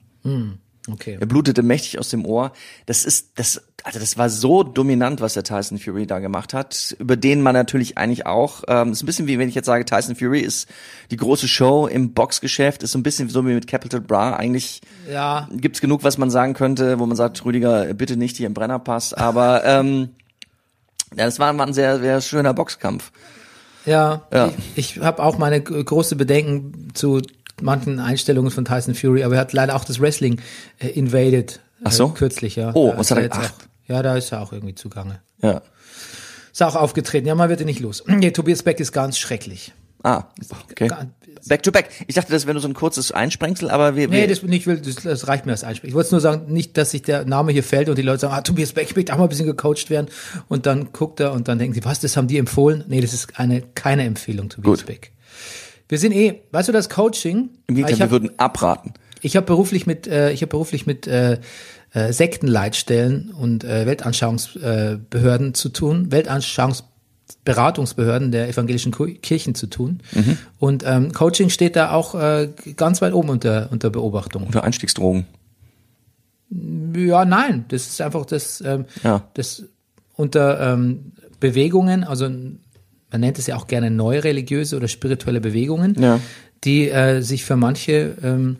Speaker 1: Okay.
Speaker 2: Er blutete mächtig aus dem Ohr. Das ist, das, also das war so dominant, was der Tyson Fury da gemacht hat, über den man natürlich eigentlich auch, ähm, ist ein bisschen wie wenn ich jetzt sage, Tyson Fury ist die große Show im Boxgeschäft, ist so ein bisschen so wie mit Capital Bra. Eigentlich
Speaker 1: Ja,
Speaker 2: gibt's genug, was man sagen könnte, wo man sagt, Rüdiger, bitte nicht hier im Brennerpass, aber ähm, ja, das war, war ein sehr, sehr schöner Boxkampf.
Speaker 1: ja.
Speaker 2: Ja.
Speaker 1: Ich, ich habe auch meine g- große Bedenken zu manchen Einstellungen von Tyson Fury, aber er hat leider auch das Wrestling äh, invaded.
Speaker 2: Ach so?
Speaker 1: Äh, kürzlich, ja.
Speaker 2: Oh,
Speaker 1: Da
Speaker 2: was
Speaker 1: ist
Speaker 2: hat er
Speaker 1: jetzt
Speaker 2: gemacht?
Speaker 1: auch- Ja, da ist er auch irgendwie zugange.
Speaker 2: Ja.
Speaker 1: Ist auch aufgetreten. Ja, man wird ihn nicht los. Nee, Tobias Beck ist ganz schrecklich.
Speaker 2: Ah, okay.
Speaker 1: gar-
Speaker 2: Back to back. Ich dachte, das wäre nur so ein kurzes Einsprengsel, aber wir,
Speaker 1: Nee,
Speaker 2: wir
Speaker 1: das, ich will, das, das reicht mir als Einspiel. Ich wollte nur sagen, nicht, dass sich der Name hier fällt und die Leute sagen, ah, Tobias Beck, ich möchte auch mal ein bisschen gecoacht werden. Und dann guckt er und dann denken sie, was, das haben die empfohlen? Nee, das ist eine, keine Empfehlung, Tobias
Speaker 2: Gut.
Speaker 1: Beck. Wir sind eh, weißt du, das Coaching?
Speaker 2: im Gegenteil,
Speaker 1: ich
Speaker 2: wir
Speaker 1: habe
Speaker 2: würden abraten.
Speaker 1: hab beruflich mit, äh, ich habe beruflich mit äh, äh, Sektenleitstellen und äh, Weltanschauungsbehörden äh, Behörden zu tun, Weltanschauungsberatungsbehörden der evangelischen Ku- Kirchen zu tun.
Speaker 2: Mhm.
Speaker 1: Und ähm, Coaching steht da auch äh, ganz weit oben unter, unter Beobachtung.
Speaker 2: Unter Einstiegsdrogen.
Speaker 1: Ja, nein, das ist einfach das, ähm,
Speaker 2: Ja.
Speaker 1: das unter ähm, Bewegungen, also man nennt es ja auch gerne neureligiöse oder spirituelle Bewegungen,
Speaker 2: Ja.
Speaker 1: die äh, sich für manche ähm,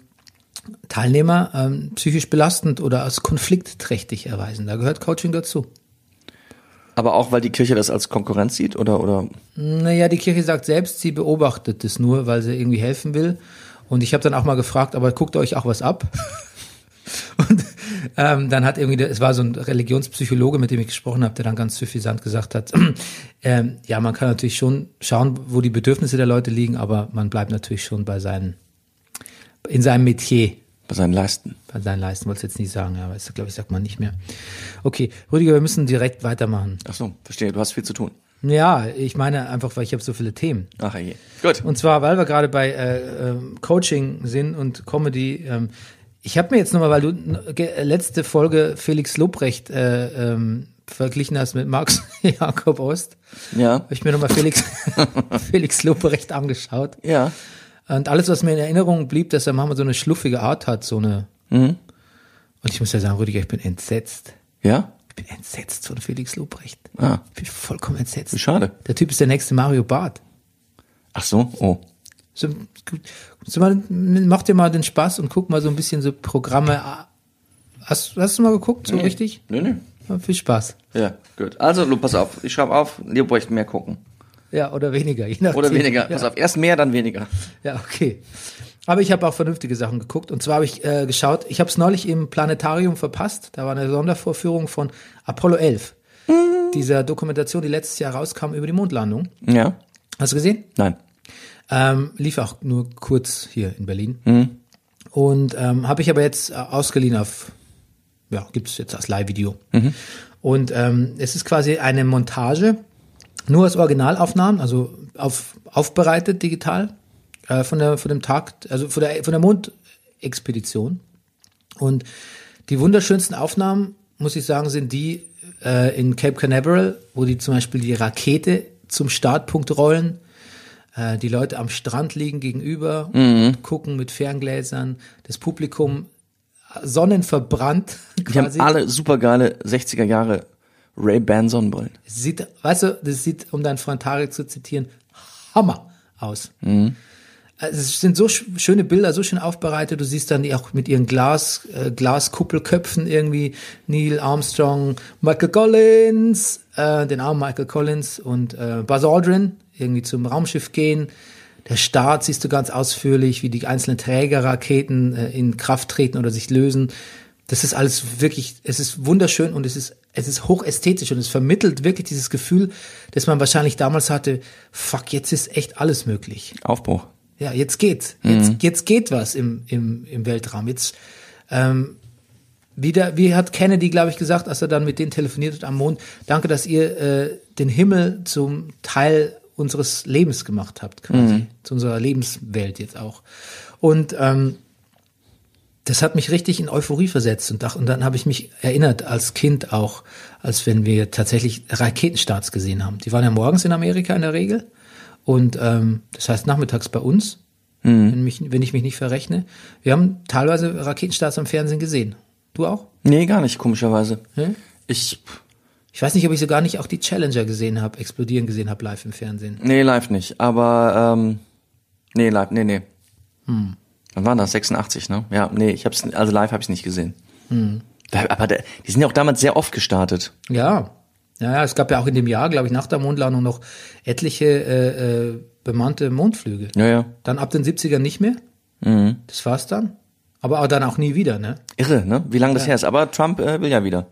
Speaker 1: Teilnehmer ähm, psychisch belastend oder als konfliktträchtig erweisen. Da gehört Coaching dazu.
Speaker 2: Aber auch, weil die Kirche das als Konkurrenz sieht, oder? oder?
Speaker 1: Naja, die Kirche sagt selbst, sie beobachtet es nur, weil sie irgendwie helfen will. Und ich habe dann auch mal gefragt, aber guckt euch auch was ab? Und ähm, dann hat irgendwie, der- es war so ein Religionspsychologe, mit dem ich gesprochen habe, der dann ganz suffisant gesagt hat, ähm, ja, man kann natürlich schon schauen, wo die Bedürfnisse der Leute liegen, aber man bleibt natürlich schon bei seinen, in seinem Metier,
Speaker 2: Bei seinen Leisten.
Speaker 1: bei seinen Leisten, wollte ich jetzt nicht sagen, ja, aber das, glaube ich, sagt man nicht mehr. Okay, Rüdiger, wir müssen direkt weitermachen.
Speaker 2: Ach so, verstehe, du hast viel zu tun.
Speaker 1: Ja, ich meine einfach, weil ich habe so viele Themen.
Speaker 2: Ach je. Gut.
Speaker 1: Und zwar, weil wir gerade bei äh, ähm, Coaching sind und Comedy. Ähm, ich habe mir jetzt nochmal, weil du n- ge- äh, letzte Folge Felix Lobrecht äh, ähm, verglichen hast mit Max Jakob Ost,
Speaker 2: ja.
Speaker 1: habe ich mir nochmal Felix, Felix Lobrecht angeschaut.
Speaker 2: Ja.
Speaker 1: Und alles, was mir in Erinnerung blieb, dass er manchmal so eine schluffige Art hat, so eine.
Speaker 2: Mhm.
Speaker 1: Und ich muss ja sagen, Rüdiger, ich bin entsetzt.
Speaker 2: Ja?
Speaker 1: Ich bin entsetzt von Felix Lobrecht.
Speaker 2: Ah.
Speaker 1: Ich bin vollkommen entsetzt.
Speaker 2: Wie schade.
Speaker 1: Der Typ ist der nächste Mario Barth.
Speaker 2: Ach so, oh.
Speaker 1: So, so mal, mach dir mal den Spaß und guck mal so ein bisschen so Programme. a- Hast, hast du mal geguckt, so richtig?
Speaker 2: Nö, nö.
Speaker 1: Ja, viel Spaß.
Speaker 2: Ja, gut. Also, Lu, pass auf. Ich schreibe auf, Liebrecht mehr gucken.
Speaker 1: Ja, oder weniger. Je nachdem.
Speaker 2: Oder weniger.
Speaker 1: Ja,
Speaker 2: Pass auf, erst mehr, dann weniger.
Speaker 1: ja okay. Aber ich habe auch vernünftige Sachen geguckt. Und zwar habe ich äh, geschaut, ich habe es neulich im Planetarium verpasst. Da war eine Sondervorführung von Apollo 11.
Speaker 2: Mhm.
Speaker 1: Dieser Dokumentation, die letztes Jahr rauskam über die Mondlandung.
Speaker 2: Ja?
Speaker 1: Hast du gesehen?
Speaker 2: Nein.
Speaker 1: Ähm, lief auch nur kurz hier in Berlin. Und ähm, habe ich aber jetzt äh, ausgeliehen auf, ja, gibt's jetzt als Leihvideo. Und ähm, es ist quasi eine Montage, nur aus Originalaufnahmen, also auf, aufbereitet digital äh, von, der, von dem Tag, also von der, von der Mondexpedition. Und die wunderschönsten Aufnahmen, muss ich sagen, sind die äh, in Cape Canaveral, wo die zum Beispiel die Rakete zum Startpunkt rollen äh, die Leute am Strand liegen gegenüber,
Speaker 2: Mhm.
Speaker 1: und gucken mit Ferngläsern, das Publikum sonnenverbrannt
Speaker 2: Die haben
Speaker 1: quasi.
Speaker 2: alle supergeile 60er Jahre Ray-Ban Sonnenbrillen.
Speaker 1: Sieht, weißt du, das sieht, um dein Frontari zu zitieren, Hammer aus. Also es sind so sch schöne Bilder, so schön aufbereitet. Du siehst dann die auch mit ihren Glas, äh, Glaskuppelköpfen irgendwie Neil Armstrong, Michael Collins, äh, den armen Michael Collins und äh, Buzz Aldrin irgendwie zum Raumschiff gehen. Der Start siehst du ganz ausführlich, wie die einzelnen Trägerraketen äh, in Kraft treten oder sich lösen. Das ist alles wirklich, es ist wunderschön und es ist, es ist hochästhetisch und es vermittelt wirklich dieses Gefühl, das man wahrscheinlich damals hatte, fuck, jetzt ist echt alles möglich
Speaker 2: Aufbruch.
Speaker 1: ja, jetzt geht's. Jetzt, jetzt geht was im, im, im Weltraum. Jetzt, ähm, wieder, wie hat Kennedy, glaube ich, gesagt, als er dann mit denen telefoniert hat am Mond, danke, dass ihr äh, den Himmel zum Teil unseres Lebens gemacht habt, quasi. Zu unserer Lebenswelt jetzt auch. Und ähm, das hat mich richtig in Euphorie versetzt und, dach, und dann habe ich mich erinnert als Kind auch, als wenn wir tatsächlich Raketenstarts gesehen haben. Die waren ja morgens in Amerika in der Regel und ähm, das heißt nachmittags bei uns, wenn, mich, wenn ich mich nicht verrechne. Wir haben teilweise Raketenstarts am Fernsehen gesehen. Du auch?
Speaker 2: Nee, gar nicht, komischerweise.
Speaker 1: Hä?
Speaker 2: Ich, pff,
Speaker 1: Ich weiß nicht, ob ich sogar nicht auch die Challenger gesehen habe, explodieren gesehen habe live im Fernsehen.
Speaker 2: nee, live nicht. Aber, ähm, nee, live, nee, nee. Hm. Wann war das? 86, ne? Ja, nee, ich hab's, also live habe ich nicht gesehen. Hm. Aber der, die sind ja auch damals sehr oft gestartet.
Speaker 1: Ja. Ja, ja, es gab ja auch in dem Jahr, glaube ich, nach der Mondlandung noch etliche äh, äh, bemannte Mondflüge.
Speaker 2: Ja, ja.
Speaker 1: Dann ab den 70ern nicht mehr.
Speaker 2: Mhm.
Speaker 1: Das war's dann. Aber auch dann auch nie wieder, ne?
Speaker 2: Irre, ne? Wie lange das her ist. Aber Trump äh, will ja wieder.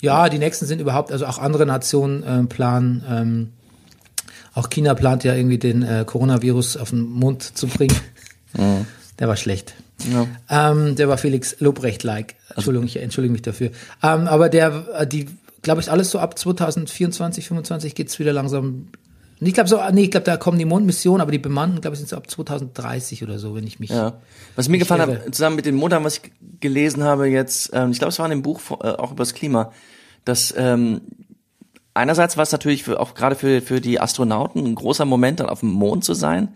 Speaker 1: Ja, die nächsten sind überhaupt, also auch andere Nationen ähm, planen, ähm, auch China plant ja irgendwie den äh, Coronavirus auf den Mond zu bringen.
Speaker 2: Mhm.
Speaker 1: Der war schlecht. Ähm, der war Felix Lobrecht-like. Entschuldigung, ich entschuldige mich dafür. Ähm, aber der, äh, die, glaube ich, alles so ab 2024, 25 geht's wieder langsam. Ich glaube so, nee, ich glaube, da kommen die Mondmissionen, aber die bemannten, glaube ich, sind so ab 2030 oder so, wenn ich mich.
Speaker 2: Ja. Was mir gefallen
Speaker 1: irre.
Speaker 2: hat, zusammen mit den Modern, was ich g- gelesen habe jetzt, ähm, ich glaube, es war in dem Buch vor- äh, auch über das Klima, dass ähm, einerseits war es natürlich für, auch gerade für, für die Astronauten ein großer Moment, dann auf dem Mond zu sein,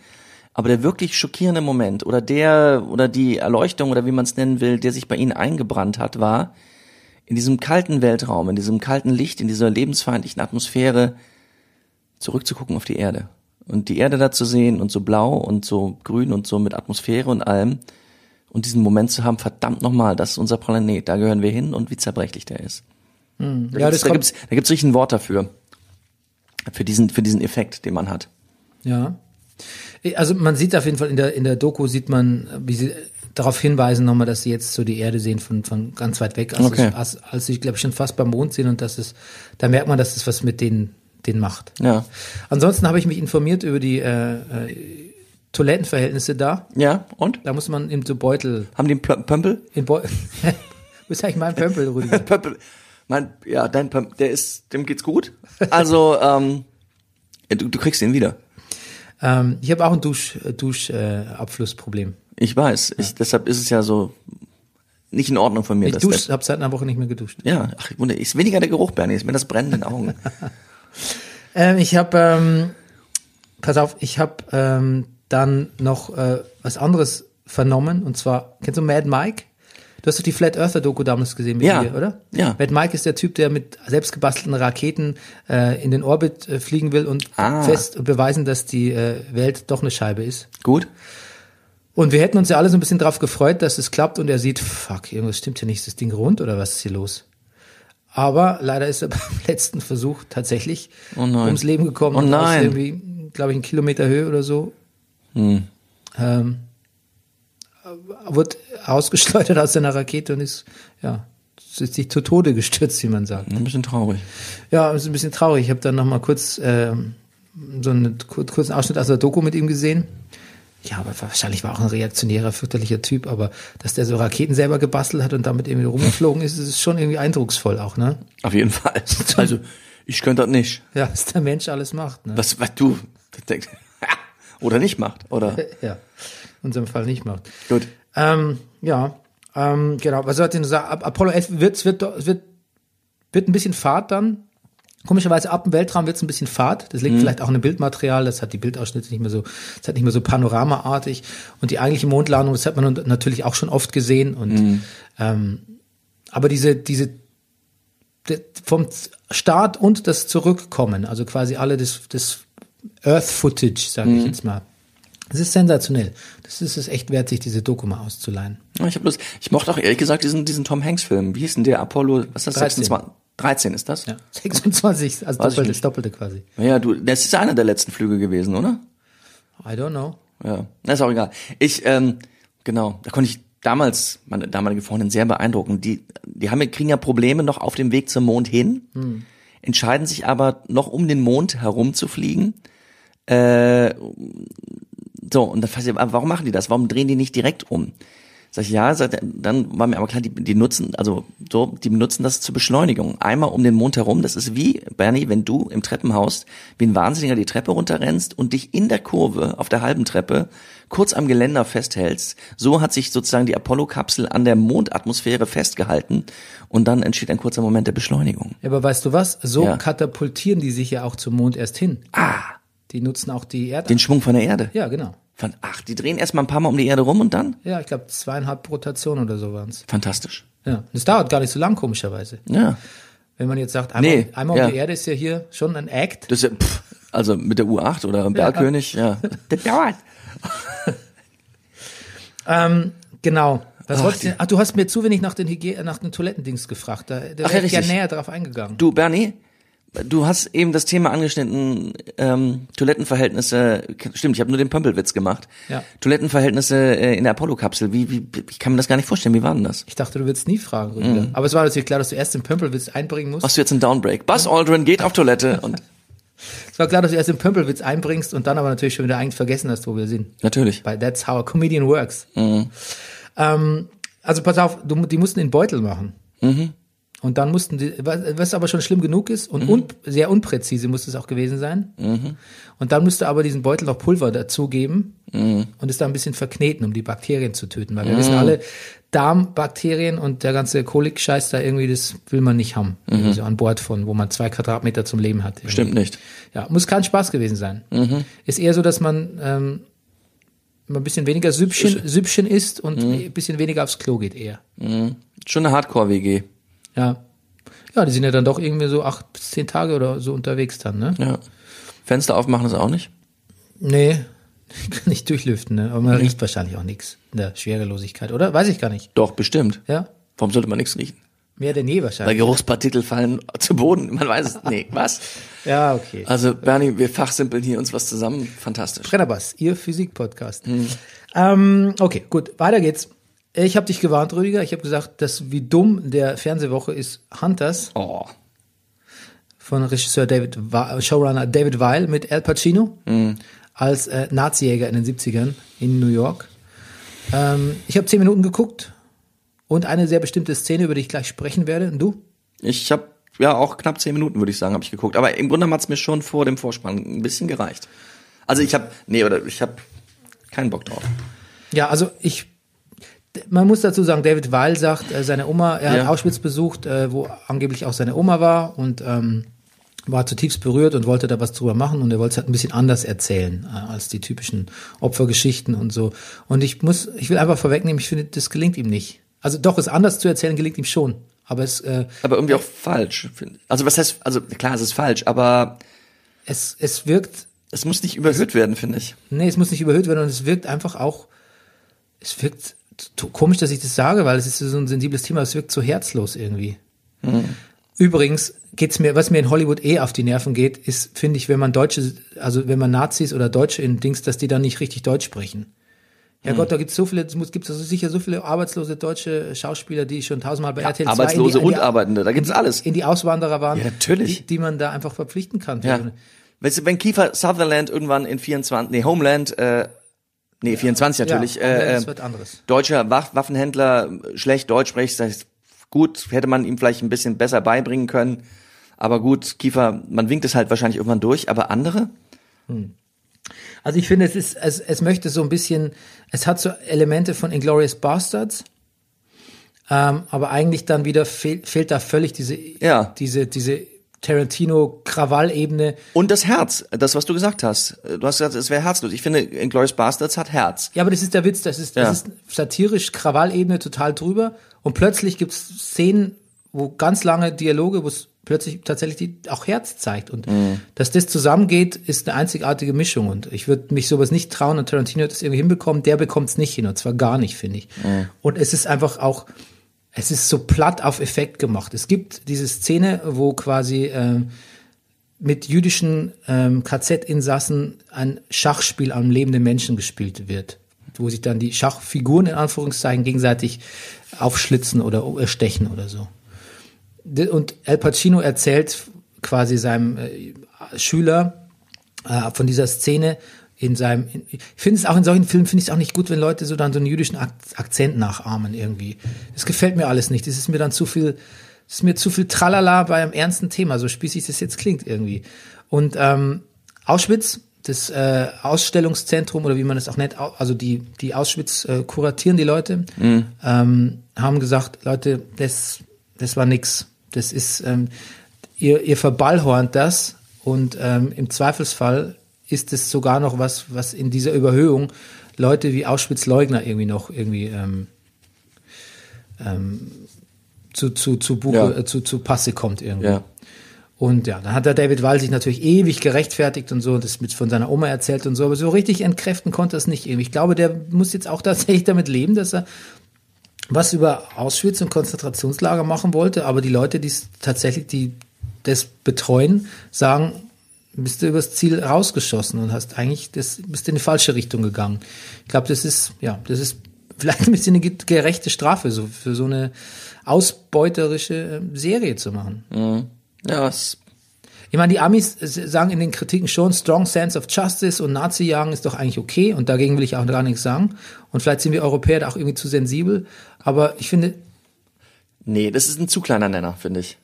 Speaker 2: aber der wirklich schockierende Moment oder der oder die Erleuchtung oder wie man es nennen will, der sich bei ihnen eingebrannt hat, war in diesem kalten Weltraum, in diesem kalten Licht, in dieser lebensfeindlichen Atmosphäre zurückzugucken auf die Erde und die Erde da zu sehen und so blau und so grün und so mit Atmosphäre und allem und diesen Moment zu haben, verdammt nochmal, das ist unser Planet, da gehören wir hin und wie zerbrechlich der ist. Da
Speaker 1: Ja,
Speaker 2: gibt's,
Speaker 1: das
Speaker 2: da
Speaker 1: kommt,
Speaker 2: gibt's, da gibt's richtig ein Wort dafür. Für diesen, für diesen Effekt, den man hat.
Speaker 1: ja. Also man sieht auf jeden Fall in der, in der Doku sieht man, wie sie darauf hinweisen nochmal, dass sie jetzt so die Erde sehen von, von ganz weit weg, als,
Speaker 2: Okay.
Speaker 1: es- als, als sie, glaube ich, schon fast beim Mond sind und das ist, da merkt man, dass das was mit denen, denen macht.
Speaker 2: Ja.
Speaker 1: Ansonsten habe ich mich informiert über die äh, äh, Toilettenverhältnisse da.
Speaker 2: Ja, und?
Speaker 1: Da muss man in so Beutel,
Speaker 2: Haben die einen Plö- Pömpel?
Speaker 1: in Beutel, wo ist eigentlich mein Pömpel, Rüdiger?
Speaker 2: Pömpel. Mein, ja, dein Pömpel, der ist, dem geht's gut. Also, ähm, ja, du, du kriegst ihn wieder.
Speaker 1: Ähm, ich habe auch ein Dusch, Duschabflussproblem. Äh, Abflussproblem.
Speaker 2: Ich weiß. Ich, deshalb ist es ja so nicht in Ordnung von mir.
Speaker 1: ich
Speaker 2: dass
Speaker 1: dusch, habe seit einer Woche nicht mehr geduscht.
Speaker 2: der, ja, ach, ich wundere, ist weniger der Geruch, Bernie, ist mir das Brennen in den Augen.
Speaker 1: Ähm, ich habe, ähm, pass auf, ich habe ähm, dann noch äh, was anderes vernommen und zwar, kennst du Mad Mike? Du hast doch die Flat Earther Doku damals gesehen mit
Speaker 2: Ja.
Speaker 1: mir, oder?
Speaker 2: Ja.
Speaker 1: Mad Mike ist der Typ, der mit selbstgebastelten Raketen äh, in den Orbit äh, fliegen will und
Speaker 2: Ah.
Speaker 1: fest beweisen, dass die äh, Welt doch eine Scheibe ist.
Speaker 2: gut?
Speaker 1: Und wir hätten uns ja alle so ein bisschen drauf gefreut, dass es klappt und er sieht, fuck, irgendwas stimmt hier nicht, ist das Ding rund oder was ist hier los? Aber leider ist er beim letzten Versuch tatsächlich
Speaker 2: Oh nein.
Speaker 1: ums Leben gekommen.
Speaker 2: Oh
Speaker 1: und aus
Speaker 2: nein.
Speaker 1: Irgendwie, glaube ich, einen Kilometer Höhe oder so. Ähm, äh, wurde ausgeschleudert aus seiner Rakete und ist, ja, ist sich zu Tode gestürzt, wie man sagt.
Speaker 2: Ein bisschen traurig.
Speaker 1: Ja, ist ein bisschen traurig. Ich habe dann nochmal kurz ähm, so einen kur- kurzen Ausschnitt aus der Doku mit ihm gesehen. Ja, aber wahrscheinlich war auch ein reaktionärer, fürchterlicher Typ, aber dass der so Raketen selber gebastelt hat und damit irgendwie rumgeflogen ist, ist schon irgendwie eindrucksvoll auch, ne?
Speaker 2: Auf jeden Fall. Also, ich könnte das nicht.
Speaker 1: Ja, was der Mensch alles macht, ne?
Speaker 2: Was, was du, oder nicht macht, oder?
Speaker 1: Ja, in unserem Fall nicht macht.
Speaker 2: Gut.
Speaker 1: Ähm, ja, ähm, genau. Was sollte ich denn sagen? Ab- Apollo 11 wird, wird, wird, wird ein bisschen Fahrt dann. Komischerweise ab dem Weltraum wird es ein bisschen Fahrt. Das liegt vielleicht auch an dem Bildmaterial. Das hat die Bildausschnitte nicht mehr so, das hat nicht mehr so panoramaartig. Und die eigentliche Mondlandung, das hat man nun- natürlich auch schon oft gesehen. Und ähm, aber diese, diese d- vom Z- Start und das Zurückkommen, also quasi alle das, das Earth-Footage, sage ich jetzt mal. Das ist sensationell. Das ist es echt wert, sich diese Doku mal auszuleihen.
Speaker 2: Ja, Ich hab bloß, ich mochte auch ehrlich gesagt diesen, diesen Tom Hanks Film. Wie hieß denn der Apollo? Was ist das?
Speaker 1: 13.
Speaker 2: 26? 13 ist das?
Speaker 1: Ja. 26, also
Speaker 2: Weiß ich
Speaker 1: doppelte, das
Speaker 2: nicht.
Speaker 1: Doppelte quasi.
Speaker 2: Ja, du, das ist einer der letzten Flüge gewesen, oder?
Speaker 1: I don't know.
Speaker 2: Ja, na, ist auch egal. Ich, ähm, genau, da konnte ich damals, meine damalige Freundin sehr beeindrucken. Die, die haben, ja- kriegen ja Probleme noch auf dem Weg zum Mond hin, entscheiden sich aber noch um den Mond herum zu fliegen. Äh, so, und dann frage ich, aber warum machen die das? Warum drehen die nicht direkt um? Sag ich, ja, sagt er, dann war mir aber klar, die, die nutzen, also so, die benutzen das zur Beschleunigung. Einmal um den Mond herum, das ist wie, Bernie, wenn du im Treppenhaus wie ein Wahnsinniger die Treppe runterrennst und dich in der Kurve auf der halben Treppe kurz am Geländer festhältst. So hat sich sozusagen die Apollo-Kapsel an der Mondatmosphäre festgehalten und dann entsteht ein kurzer Moment der Beschleunigung.
Speaker 1: Ja, aber weißt du was? So
Speaker 2: Ja.
Speaker 1: katapultieren die sich ja auch zum Mond erst hin. Ah. Die nutzen auch die Erde.
Speaker 2: Den Schwung von der Erde.
Speaker 1: ja, genau.
Speaker 2: Von, ach, die drehen erstmal ein paar Mal um die Erde rum und dann?
Speaker 1: Ja, ich glaube zweieinhalb Rotationen oder so waren's.
Speaker 2: Fantastisch.
Speaker 1: Ja. Und es dauert gar nicht so lang, komischerweise.
Speaker 2: Ja.
Speaker 1: Wenn man jetzt sagt, einmal,
Speaker 2: Nee,
Speaker 1: einmal
Speaker 2: ja.
Speaker 1: um die Erde ist ja hier schon ein Act.
Speaker 2: Das ist ja, pff, also mit der U8 oder Bergkönig, ja. Das dauert.
Speaker 1: Ähm, genau. Was
Speaker 2: Ach,
Speaker 1: Ach, wolltest
Speaker 2: die-
Speaker 1: du? Ach, du hast mir zu wenig nach den, Hygie nach den Toilettendings gefragt. Da, da
Speaker 2: Ach ja,
Speaker 1: wäre ich ja
Speaker 2: richtig.
Speaker 1: näher drauf eingegangen.
Speaker 2: Du, Bernie, du hast eben das Thema angeschnitten, ähm, Toilettenverhältnisse, stimmt, ich habe nur den Pömpelwitz gemacht.
Speaker 1: Ja.
Speaker 2: Toilettenverhältnisse äh, in der Apollo-Kapsel, wie, wie, ich kann mir das gar nicht vorstellen, wie war denn das?
Speaker 1: Ich dachte, du willst nie fragen, Rüdiger.
Speaker 2: Mhm.
Speaker 1: Aber es war natürlich klar, dass du erst den Pömpelwitz einbringen musst.
Speaker 2: Machst du jetzt einen Downbreak? Buzz Aldrin geht auf Toilette und
Speaker 1: Es war klar, dass du erst den Pömpelwitz einbringst und dann aber natürlich schon wieder eigentlich vergessen hast, wo wir sind.
Speaker 2: natürlich.
Speaker 1: Weil that's how a comedian works. Ähm, also pass auf, du, mu- die mussten den Beutel machen. Und dann mussten die, was, was aber schon schlimm genug ist und un, sehr unpräzise muss es auch gewesen sein. Und dann musste aber diesen Beutel noch Pulver dazugeben und es da ein bisschen verkneten, um die Bakterien zu töten. Weil wir wissen alle, Darmbakterien und der ganze Kolik-Scheiß da irgendwie, das will man nicht haben. Also an Bord von, wo man zwei Quadratmeter zum Leben hat. Irgendwie.
Speaker 2: Stimmt nicht.
Speaker 1: Ja, muss kein Spaß gewesen sein. Ist eher so, dass man ähm, immer ein bisschen weniger Süppchen, Süppchen isst und ein bisschen weniger aufs Klo geht eher.
Speaker 2: Mhm. Schon eine Hardcore-WG.
Speaker 1: Ja. Ja, die sind ja dann doch irgendwie so acht bis zehn Tage oder so unterwegs dann, ne?
Speaker 2: Ja. Fenster aufmachen ist auch nicht.
Speaker 1: Nee. Kann nicht durchlüften, ne? aber man riecht wahrscheinlich auch nichts in der Schwerelosigkeit, oder? Weiß ich gar nicht.
Speaker 2: Doch, bestimmt.
Speaker 1: Ja?
Speaker 2: Warum sollte man nichts riechen?
Speaker 1: Mehr denn je
Speaker 2: Weil
Speaker 1: wahrscheinlich.
Speaker 2: Geruchspartikel fallen zu Boden. Man weiß es nicht. Was?
Speaker 1: Ja, okay.
Speaker 2: Also, Bernie, wir fachsimpeln hier uns was zusammen. Fantastisch.
Speaker 1: Brennerpass, Ihr Physik-Podcast. Ähm, okay, gut, weiter geht's. Ich habe dich gewarnt, Rüdiger. Ich habe gesagt, dass wie dumm der Fernsehwoche ist Hunters
Speaker 2: Oh.
Speaker 1: von Regisseur David, Wa- Showrunner David Weil mit Al Pacino als äh, Nazi-Jäger in den 70ern in New York. Ähm, ich habe zehn Minuten geguckt und eine sehr bestimmte Szene, über die ich gleich sprechen werde. Und du?
Speaker 2: Ich habe ja auch knapp zehn Minuten, würde ich sagen, habe ich geguckt. Aber im Grunde hat's mir schon vor dem Vorspann ein bisschen gereicht. Also ich habe, nee, oder ich habe keinen Bock drauf.
Speaker 1: Ja, also ich, d- man muss dazu sagen, David Weil sagt, äh, seine Oma, er
Speaker 2: Ja.
Speaker 1: hat Auschwitz besucht, äh, wo angeblich auch seine Oma war und ähm, war zutiefst berührt und wollte da was drüber machen und er wollte es halt ein bisschen anders erzählen äh, als die typischen Opfergeschichten und so. Und ich muss, ich will einfach vorwegnehmen, ich finde, das gelingt ihm nicht. Also doch, es anders zu erzählen gelingt ihm schon, aber es, äh,
Speaker 2: Aber irgendwie auch falsch. finde ich. Also was heißt, also klar, es ist falsch, aber
Speaker 1: es, es wirkt
Speaker 2: es muss nicht überhöht werden, finde ich.
Speaker 1: Nee, es muss nicht überhöht werden und es wirkt einfach auch, es wirkt t- komisch, dass ich das sage, weil es ist so ein sensibles Thema, es wirkt so herzlos irgendwie.
Speaker 2: Mhm.
Speaker 1: Übrigens geht's mir, was mir in Hollywood eh auf die Nerven geht, ist, finde ich, wenn man Deutsche, also wenn man Nazis oder Deutsche in Dings, dass die dann nicht richtig Deutsch sprechen.
Speaker 2: Mhm.
Speaker 1: Ja Gott, da gibt's so viele, es muss- gibt's also sicher so viele arbeitslose deutsche Schauspieler, die schon tausendmal bei RTL 2 in die-
Speaker 2: Arbeitslose
Speaker 1: in die-
Speaker 2: und Arbeitende, da gibt's alles.
Speaker 1: in die Auswanderer waren,
Speaker 2: Ja, natürlich.
Speaker 1: Die, die man da einfach verpflichten kann.
Speaker 2: Ja. Weißt du, wenn Kiefer Sutherland irgendwann in 24, nee, Homeland, äh, nee, 24 natürlich,
Speaker 1: Ja,
Speaker 2: äh,
Speaker 1: das
Speaker 2: äh,
Speaker 1: wird anderes.
Speaker 2: deutscher Waff Waffenhändler äh, schlecht Deutsch spricht, das heißt, gut, hätte man ihm vielleicht ein bisschen besser beibringen können. Aber gut, Kiefer, man winkt es halt wahrscheinlich irgendwann durch, aber andere?
Speaker 1: Also ich finde, es ist, es, es möchte so ein bisschen, es hat so Elemente von Inglorious Bastards, ähm, aber eigentlich dann wieder fehl, fehlt da völlig diese,
Speaker 2: Ja.
Speaker 1: diese, diese Tarantino-Krawall-Ebene.
Speaker 2: Und das Herz, das, was du gesagt hast. Du hast gesagt, es wäre herzlos. Ich finde, Inglourious Bastards hat Herz.
Speaker 1: Ja, aber das ist der Witz, das ist, das
Speaker 2: Ja.
Speaker 1: ist satirisch, Krawall-Ebene total drüber und plötzlich gibt es Szenen, wo ganz lange Dialoge, wo es plötzlich tatsächlich die, auch Herz zeigt und dass das zusammengeht, ist eine einzigartige Mischung und ich würde mich sowas nicht trauen und Tarantino hat das irgendwie hinbekommen, der bekommt es nicht hin und zwar gar nicht, finde ich. Und es ist einfach auch, es ist so platt auf Effekt gemacht. Es gibt diese Szene, wo quasi ähm, mit jüdischen ähm, KZ-Insassen ein Schachspiel am lebenden Menschen gespielt wird, wo sich dann die Schachfiguren in Anführungszeichen gegenseitig aufschlitzen oder erstechen oder so. D- Und Al Pacino erzählt quasi seinem äh, Schüler äh, von dieser Szene in seinem, in, ich finde es auch in solchen Filmen, finde ich es auch nicht gut, wenn Leute so dann so einen jüdischen Ak Akzent nachahmen irgendwie. Das gefällt mir alles nicht. Das ist mir dann zu viel, das ist mir zu viel Tralala bei einem ernsten Thema, so spießig das jetzt klingt irgendwie. Und ähm, Auschwitz, das äh, Ausstellungszentrum oder wie man es auch nennt, au- also die, die Auschwitz äh, kuratieren die Leute, ähm, haben gesagt, Leute, das, das war nix. Das ist, ähm, ihr, ihr verballhornt das und ähm, im Zweifelsfall ist es sogar noch was, was in dieser Überhöhung Leute wie Auschwitz-Leugner irgendwie noch irgendwie ähm, ähm, zu, zu, zu, Buche,
Speaker 2: Ja.
Speaker 1: äh, zu, zu Passe kommt irgendwie.
Speaker 2: Ja.
Speaker 1: Und ja, dann hat der David Wall sich natürlich ewig gerechtfertigt und so, und das mit von seiner Oma erzählt und so, aber so richtig entkräften konnte er es nicht irgendwie. Ich glaube, der muss jetzt auch tatsächlich damit leben, dass er was über Auschwitz und Konzentrationslager machen wollte, aber die Leute, die es tatsächlich, die das betreuen, sagen, bist du übers Ziel rausgeschossen und hast eigentlich, das bist in die falsche Richtung gegangen. Ich glaube, das ist, ja, das ist vielleicht ein bisschen eine ge- gerechte Strafe, so für so eine ausbeuterische äh, Serie zu machen.
Speaker 2: Ja, es,
Speaker 1: Ich meine, die Amis äh, sagen in den Kritiken schon, strong sense of justice und Nazi-Jagen ist doch eigentlich okay und dagegen will ich auch gar nichts sagen. Und vielleicht sind wir Europäer da auch irgendwie zu sensibel, aber ich finde,
Speaker 2: nee, das ist ein zu kleiner Nenner, finde ich.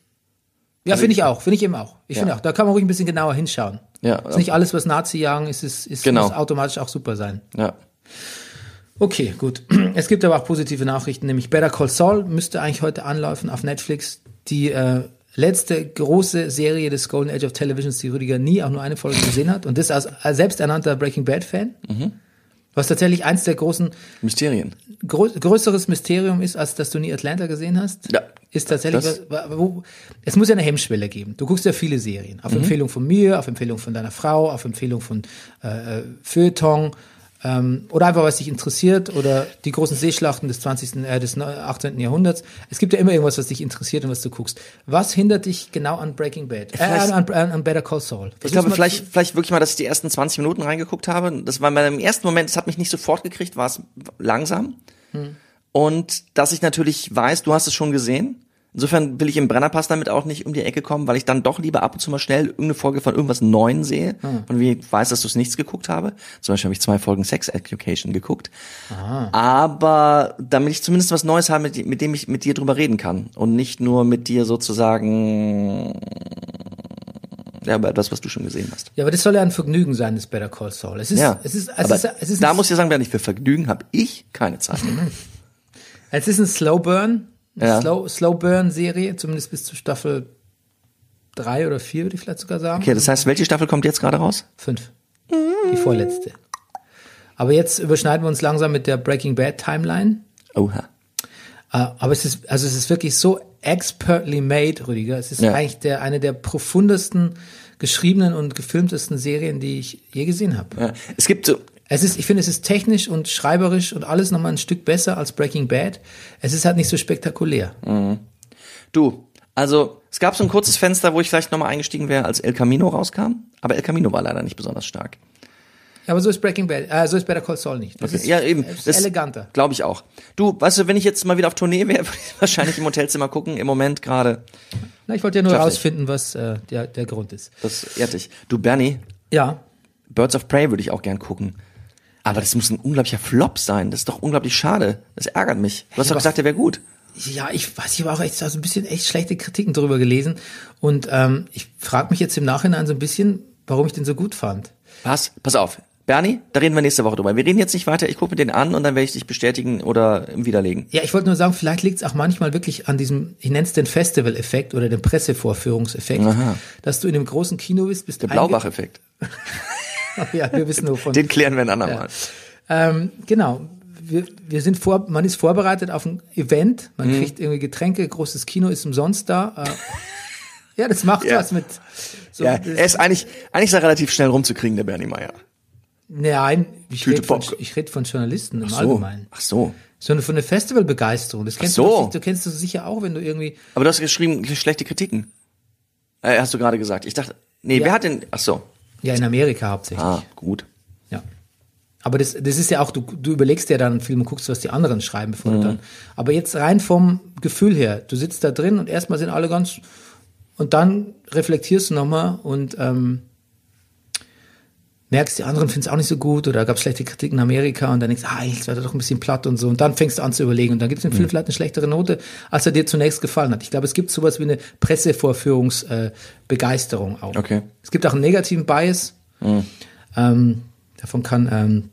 Speaker 1: ja, finde ich auch, finde ich eben auch. Ich
Speaker 2: Also
Speaker 1: finde
Speaker 2: Ja.
Speaker 1: auch, da kann man ruhig ein bisschen genauer hinschauen.
Speaker 2: Ja,
Speaker 1: ist nicht alles, was Nazi-Jagen ist, ist, ist
Speaker 2: Genau.
Speaker 1: muss automatisch auch super sein.
Speaker 2: Ja.
Speaker 1: Okay, gut. Es gibt aber auch positive Nachrichten, nämlich Better Call Saul müsste eigentlich heute anlaufen auf Netflix. Die äh, letzte große Serie des Golden Age of Televisions, die Rüdiger nie auch nur eine Folge gesehen hat. Und das als als selbsternannter Breaking Bad-Fan. Was tatsächlich eins der großen,
Speaker 2: Mysterien.
Speaker 1: grö größeres Mysterium ist, als dass du nie Atlanta gesehen hast.
Speaker 2: Ja.
Speaker 1: Ist tatsächlich,
Speaker 2: Das-
Speaker 1: was- wo, es muss ja eine Hemmschwelle geben. Du guckst ja viele
Speaker 2: Mhm.
Speaker 1: Serien. Auf Empfehlung von mir, auf Empfehlung von deiner Frau, auf Empfehlung von äh, äh, Feuilleton, Ähm, oder einfach, was dich interessiert oder die großen Seeschlachten des 20., äh, des 18. Jahrhunderts. Es gibt ja immer irgendwas, was dich interessiert und was du guckst. Was hindert dich genau an Breaking Bad? Äh,
Speaker 2: Vielleicht-
Speaker 1: an, an, an Better Call Saul?
Speaker 2: Ich
Speaker 1: Versuch's
Speaker 2: glaube,
Speaker 1: mal
Speaker 2: vielleicht, vielleicht wirklich mal, dass ich die ersten 20 Minuten reingeguckt habe. Das war im ersten Moment, es hat mich nicht sofort gekriegt, war es langsam. Und dass ich natürlich weiß, du hast es schon gesehen. Insofern will ich im Brennerpass damit auch nicht um die Ecke kommen, weil ich dann doch lieber ab und zu mal schnell irgendeine Folge von irgendwas Neuen sehe und wie ich weiß, dass du es nichts geguckt habe. Zum Beispiel habe ich zwei Folgen Sex Education geguckt. Aber damit ich zumindest was Neues habe, mit, mit dem ich mit dir drüber reden kann und nicht nur mit dir sozusagen ja, aber etwas, was du schon gesehen hast.
Speaker 1: Ja, aber das soll ja ein Vergnügen sein, das Better Call Saul. Es ist,
Speaker 2: Ja,
Speaker 1: es ist, es
Speaker 2: aber
Speaker 1: ist, es ist, Mhm.
Speaker 2: da
Speaker 1: ein,
Speaker 2: muss ich sagen, wenn ich für Vergnügen habe, ich keine Zeit.
Speaker 1: es ist ein Slow Burn, eine
Speaker 2: Ja.
Speaker 1: Slow, Slow Burn Serie, zumindest bis zu Staffel drei oder vier, würde ich vielleicht sogar sagen.
Speaker 2: Okay, das heißt, welche Staffel kommt jetzt gerade raus?
Speaker 1: Fünf. Die vorletzte. Aber jetzt überschneiden wir uns langsam mit der Breaking Bad Timeline.
Speaker 2: Oha.
Speaker 1: Äh, Aber es ist, also es ist wirklich so expertly made, Rüdiger. Es ist
Speaker 2: Ja.
Speaker 1: eigentlich der, eine der profundesten geschriebenen und gefilmtesten Serien, die ich je gesehen habe.
Speaker 2: Ja, Es gibt so,
Speaker 1: Es ist, ich finde, es ist technisch und schreiberisch und alles nochmal ein Stück besser als Breaking Bad. Es ist halt nicht so spektakulär.
Speaker 2: du, also es gab so ein kurzes Fenster, wo ich vielleicht nochmal eingestiegen wäre, als El Camino rauskam, aber El Camino war leider nicht besonders stark.
Speaker 1: Aber so ist Breaking Bad, äh, so ist Better Call Saul nicht. Das ist,
Speaker 2: ja, eben.
Speaker 1: es ist eleganter.
Speaker 2: Glaube ich auch. Du, weißt du, wenn ich jetzt mal wieder auf Tournee wäre, würde ich wahrscheinlich im Hotelzimmer gucken, im Moment gerade.
Speaker 1: Na, ich wollte ja nur
Speaker 2: Schaff's
Speaker 1: herausfinden, was äh, der, der Grund ist.
Speaker 2: Das ehrt dich. Du, Bernie,
Speaker 1: Ja,
Speaker 2: Birds of Prey würde ich auch gern gucken. Aber das muss ein unglaublicher Flop sein. Das ist doch unglaublich schade. Das ärgert mich. Du hast doch
Speaker 1: aber-
Speaker 2: gesagt, der wäre gut.
Speaker 1: Ja, ich weiß, ich habe auch echt so ein bisschen echt schlechte Kritiken drüber gelesen. Und ähm, ich frage mich jetzt im Nachhinein so ein bisschen, warum ich den so gut fand.
Speaker 2: Was? Pass auf. Bernie, da reden wir nächste Woche drüber. Wir reden jetzt nicht weiter. Ich gucke mir den an und dann werde ich dich bestätigen oder widerlegen.
Speaker 1: Ja, ich wollte nur sagen, vielleicht liegt es auch manchmal wirklich an diesem, ich nenne es den Festival-Effekt oder den Pressevorführungseffekt, dass du in einem großen Kino bist, bist
Speaker 2: Der
Speaker 1: einge-
Speaker 2: Blaubach-Effekt.
Speaker 1: Ja, wir wissen wovon.
Speaker 2: Den klären wir ein andermal.
Speaker 1: Ähm, genau. Wir, wir sind vor, man ist vorbereitet auf ein Event, man
Speaker 2: Mhm.
Speaker 1: kriegt irgendwie Getränke, großes Kino ist umsonst da. Äh, ja, das macht
Speaker 2: Ja.
Speaker 1: was mit. So,
Speaker 2: Ja.
Speaker 1: das-
Speaker 2: er ist eigentlich, eigentlich ist er relativ schnell rumzukriegen, der Bernie Meier.
Speaker 1: Nein, ich
Speaker 2: Tüte
Speaker 1: rede von,
Speaker 2: Bock.
Speaker 1: ich red von Journalisten im
Speaker 2: So.
Speaker 1: Allgemeinen.
Speaker 2: Ach so.
Speaker 1: Sondern von der Festivalbegeisterung. Das kennst
Speaker 2: Ach so.
Speaker 1: du, doch- du kennst du sicher auch, wenn du irgendwie.
Speaker 2: Aber du hast geschrieben, schlechte Kritiken. Äh, hast du gerade gesagt. Ich dachte, nee, wer hat denn, ach so.
Speaker 1: Ja, in Amerika hauptsächlich.
Speaker 2: Ah, gut.
Speaker 1: Ja. Aber das, das ist ja auch, du, du überlegst ja dann einen Film und guckst, was die anderen schreiben, bevor
Speaker 2: Mhm.
Speaker 1: du dann. Aber jetzt rein vom Gefühl her, du sitzt da drin und erstmal sind alle ganz. Und dann reflektierst du nochmal und ähm, merkst, die anderen finden es auch nicht so gut oder gab es schlechte Kritiken in Amerika und dann denkst du, ah, jetzt war er doch ein bisschen platt und so. Und dann fängst du an zu überlegen und dann gibt es dem Film vielleicht eine schlechtere Note, als er dir zunächst gefallen hat. Ich glaube, es gibt sowas wie eine Pressevorführungsbegeisterung äh, Begeisterung auch.
Speaker 2: Okay. Mhm.
Speaker 1: Es gibt auch einen negativen Bias. Ähm, davon kann ähm,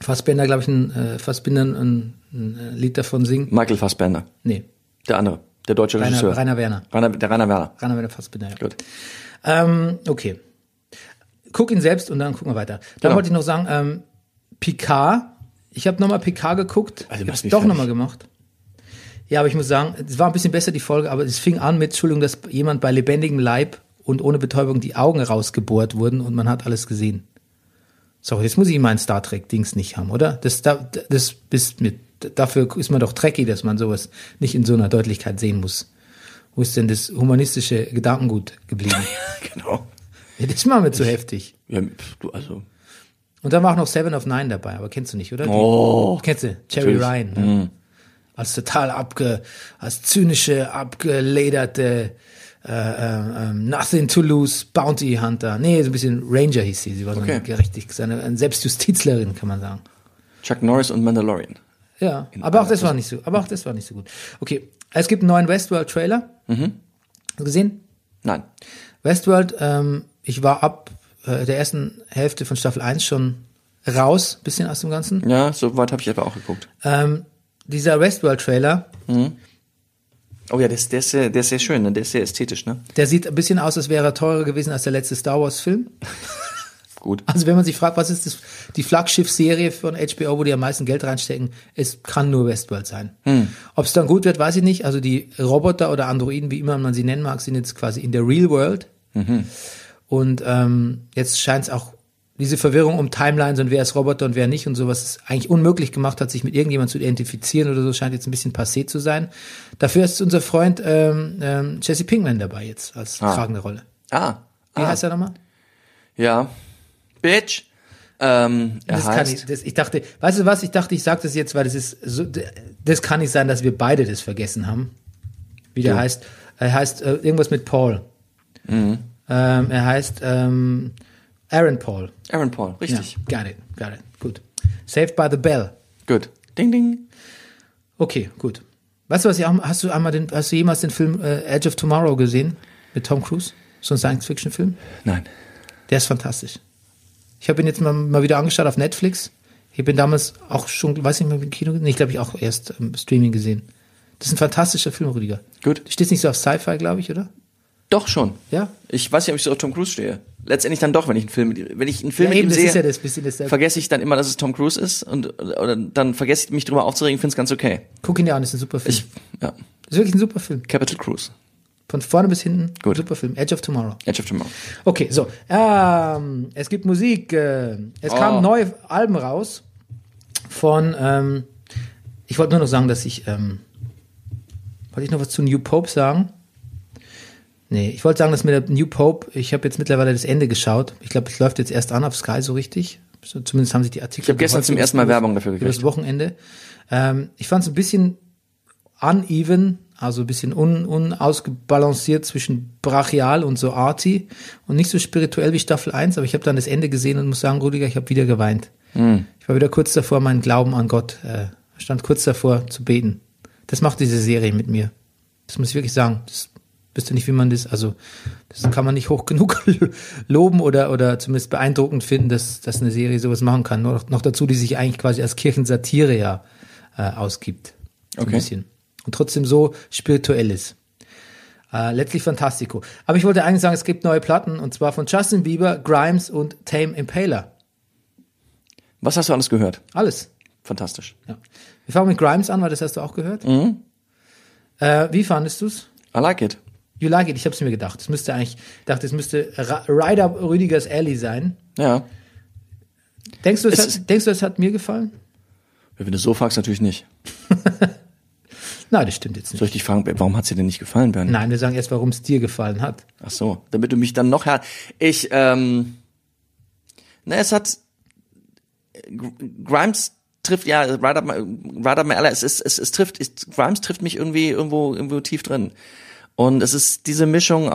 Speaker 1: Fassbender, glaube ich, ein, äh, Fassbinder ein, ein äh, Lied davon singen.
Speaker 2: Michael Fassbender.
Speaker 1: Nee,
Speaker 2: Der andere. Der deutsche
Speaker 1: Rainer-
Speaker 2: Regisseur.
Speaker 1: Rainer Werner.
Speaker 2: Rainer, der Rainer Werner.
Speaker 1: Rainer Werner Fassbinder. Ja.
Speaker 2: Gut.
Speaker 1: Ähm, okay. Guck ihn selbst und dann gucken wir weiter. Dann
Speaker 2: Genau.
Speaker 1: wollte ich noch sagen, ähm, Picard. Ich habe nochmal Picard geguckt.
Speaker 2: Also,
Speaker 1: Also,
Speaker 2: du
Speaker 1: ich
Speaker 2: machst
Speaker 1: habe
Speaker 2: mich
Speaker 1: doch
Speaker 2: fertig.
Speaker 1: nochmal gemacht. Ja, aber ich muss sagen, es war ein bisschen besser die Folge, aber es fing an mit, Entschuldigung, dass jemand bei lebendigem Leib und ohne Betäubung die Augen rausgebohrt wurden und man hat alles gesehen. Sorry, jetzt muss ich mein Star Trek-Dings nicht haben, oder? Das, da, das bist mit, dafür ist man doch trekkie, dass man sowas nicht in so einer Deutlichkeit sehen muss. Wo ist denn das humanistische Gedankengut geblieben?
Speaker 2: Genau.
Speaker 1: Ja, das war mir zu heftig.
Speaker 2: Ja, pf, du, also.
Speaker 1: Und dann war auch noch Seven of Nine dabei, aber kennst du nicht, oder? Die-
Speaker 2: Oh.
Speaker 1: Kennst du? Cherry
Speaker 2: Natürlich. Mhm.
Speaker 1: Ryan. Ne? Als total abge, als zynische, abgelederte, äh, äh, äh, nothing to lose Bounty Hunter. Nee, so ein bisschen Ranger hieß sie. Sie war so
Speaker 2: Okay.
Speaker 1: eine, gerechtig, eine, eine Selbstjustizlerin, kann man sagen.
Speaker 2: Chuck Norris und Mandalorian.
Speaker 1: Ja, aber auch das war nicht so, aber auch das war nicht so gut. Okay, es gibt einen neuen Westworld Trailer. Mhm. Hast du gesehen?
Speaker 2: Nein.
Speaker 1: Westworld, ähm, ich war ab äh, der ersten Hälfte von Staffel 1 schon raus, bisschen aus dem Ganzen.
Speaker 2: Ja, so weit habe ich etwa auch geguckt.
Speaker 1: Ähm, dieser Westworld-Trailer,
Speaker 2: Oh ja, der ist, der ist, sehr, der ist sehr schön, ne? der ist sehr ästhetisch, ne?
Speaker 1: der sieht ein bisschen aus, als wäre er teurer gewesen als der letzte Star Wars-Film.
Speaker 2: Gut.
Speaker 1: Also wenn man sich fragt, was ist das, die Flaggschiff-Serie von HBO, wo die am meisten Geld reinstecken, es kann nur Westworld sein. Ob es dann gut wird, weiß ich nicht. Also die Roboter oder Androiden, wie immer man sie nennen mag, sind jetzt quasi in der Real World. Und ähm, jetzt scheint es auch diese Verwirrung um Timelines und wer ist Roboter und wer nicht und sowas ist eigentlich unmöglich gemacht hat, sich mit irgendjemand zu identifizieren oder so, scheint jetzt ein bisschen passé zu sein. Dafür ist unser Freund ähm, ähm, Jesse Pinkman dabei jetzt als
Speaker 2: Ah.
Speaker 1: tragende Rolle.
Speaker 2: Ah.
Speaker 1: Wie
Speaker 2: ah.
Speaker 1: heißt er nochmal?
Speaker 2: Ja. Bitch. Ähm, er
Speaker 1: Das kann
Speaker 2: heißt.
Speaker 1: ich, das, ich dachte, weißt du was, ich dachte, ich sage das jetzt, weil das ist so, d- das kann nicht sein, dass wir beide das vergessen haben. Wie der
Speaker 2: Du. Mhm.
Speaker 1: heißt, er heißt äh, irgendwas mit Paul. Ähm, er heißt ähm, Aaron Paul.
Speaker 2: Aaron Paul,
Speaker 1: Ja,
Speaker 2: richtig.
Speaker 1: got it, got it, gut. Saved by the Bell.
Speaker 2: Gut. Ding, ding.
Speaker 1: Okay, gut. Weißt du, was ich auch, hast du einmal den, hast du jemals den Film äh, Edge of Tomorrow gesehen mit Tom Cruise? So ein Science-Fiction-Film?
Speaker 2: Nein.
Speaker 1: Der ist fantastisch. Ich habe ihn jetzt mal, mal wieder angeschaut auf Netflix. Ich bin damals auch schon, weiß nicht mehr, im Kino gesehen. Nee, ich glaube, ich auch erst im Streaming gesehen. Das ist ein fantastischer Film, Rüdiger.
Speaker 2: Gut.
Speaker 1: Du stehst nicht so auf Sci-Fi, glaube ich, oder?
Speaker 2: Doch schon.
Speaker 1: Ja.
Speaker 2: Ich weiß nicht, ob ich so auf Tom Cruise stehe. Letztendlich dann doch, wenn ich einen Film mit ihm, wenn ich einen
Speaker 1: ja,
Speaker 2: Film mit
Speaker 1: eben,
Speaker 2: ihm
Speaker 1: das
Speaker 2: sehe,
Speaker 1: ist ja das bisschen dasselbe.
Speaker 2: vergesse ich dann immer, dass es Tom Cruise ist und oder dann vergesse ich mich drüber aufzuregen, finde es ganz okay.
Speaker 1: Guck ihn dir an, ist ein super Film.
Speaker 2: Ich, ja,
Speaker 1: ist wirklich ein super Film.
Speaker 2: Capital Cruise,
Speaker 1: Von vorne bis hinten,
Speaker 2: Gut.
Speaker 1: super Film. Edge of Tomorrow.
Speaker 2: Edge of Tomorrow.
Speaker 1: Okay, so. Ähm, es gibt Musik. Äh, es
Speaker 2: Ah.
Speaker 1: kamen neue Alben raus von. Ähm, ich wollte nur noch sagen, dass ich. Ähm, wollte ich noch was zu New Pope sagen? Nee, ich wollte sagen, dass mir der New Pope, ich habe jetzt mittlerweile das Ende geschaut. Ich glaube, es läuft jetzt erst an auf Sky so richtig. So, Zumindest haben sich die Artikel. Ich
Speaker 2: hab gestern zum ersten Mal Werbung dafür gekriegt.
Speaker 1: Das Wochenende. Ähm, ich fand es ein bisschen uneven, also ein bisschen un, unausgebalanciert zwischen brachial und so arty und nicht so spirituell wie Staffel 1, aber ich habe dann das Ende gesehen und muss sagen, Rüdiger, ich habe wieder geweint. Ich war wieder kurz davor, meinen Glauben an Gott, äh, stand kurz davor zu beten. Das macht diese Serie mit mir. Das muss ich wirklich sagen. Das wisst ihr nicht, wie man das, also das kann man nicht hoch genug loben oder, oder zumindest beeindruckend finden, dass, dass eine Serie sowas machen kann. Noch, noch dazu, die sich eigentlich quasi als Kirchensatire ja äh, ausgibt. So
Speaker 2: Okay.
Speaker 1: Ein bisschen. Und trotzdem so spirituell ist. Äh, letztlich Fantastico. Aber ich wollte eigentlich sagen, es gibt neue Platten und zwar von Justin Bieber, Grimes und Tame Impaler.
Speaker 2: Was hast du alles gehört?
Speaker 1: Alles.
Speaker 2: Fantastisch.
Speaker 1: Ja. Wir fangen mit Grimes an, weil das hast du auch gehört.
Speaker 2: Mhm.
Speaker 1: Äh, wie fandest du's?
Speaker 2: I like it.
Speaker 1: You like it, ich hab's mir gedacht. Es müsste eigentlich, ich dachte, es müsste Ra- Ride Up Rüdigers Alley sein.
Speaker 2: Ja.
Speaker 1: Denkst du, es
Speaker 2: Es
Speaker 1: hat,
Speaker 2: ist-
Speaker 1: denkst du, es hat mir gefallen?
Speaker 2: Wenn du so fragst, natürlich nicht.
Speaker 1: Nein, das stimmt jetzt nicht.
Speaker 2: Soll ich dich fragen, warum hat es dir denn nicht gefallen, Bernie?
Speaker 1: Nein, wir sagen erst, warum es dir gefallen hat.
Speaker 2: Ach so, damit du mich dann noch her. Ich, ähm, na, es hat Gr- Grimes trifft ja Right Up My, right up my Alley. Es ist, es, es trifft, es, Grimes trifft mich irgendwie irgendwo irgendwo tief drin. Und es ist diese Mischung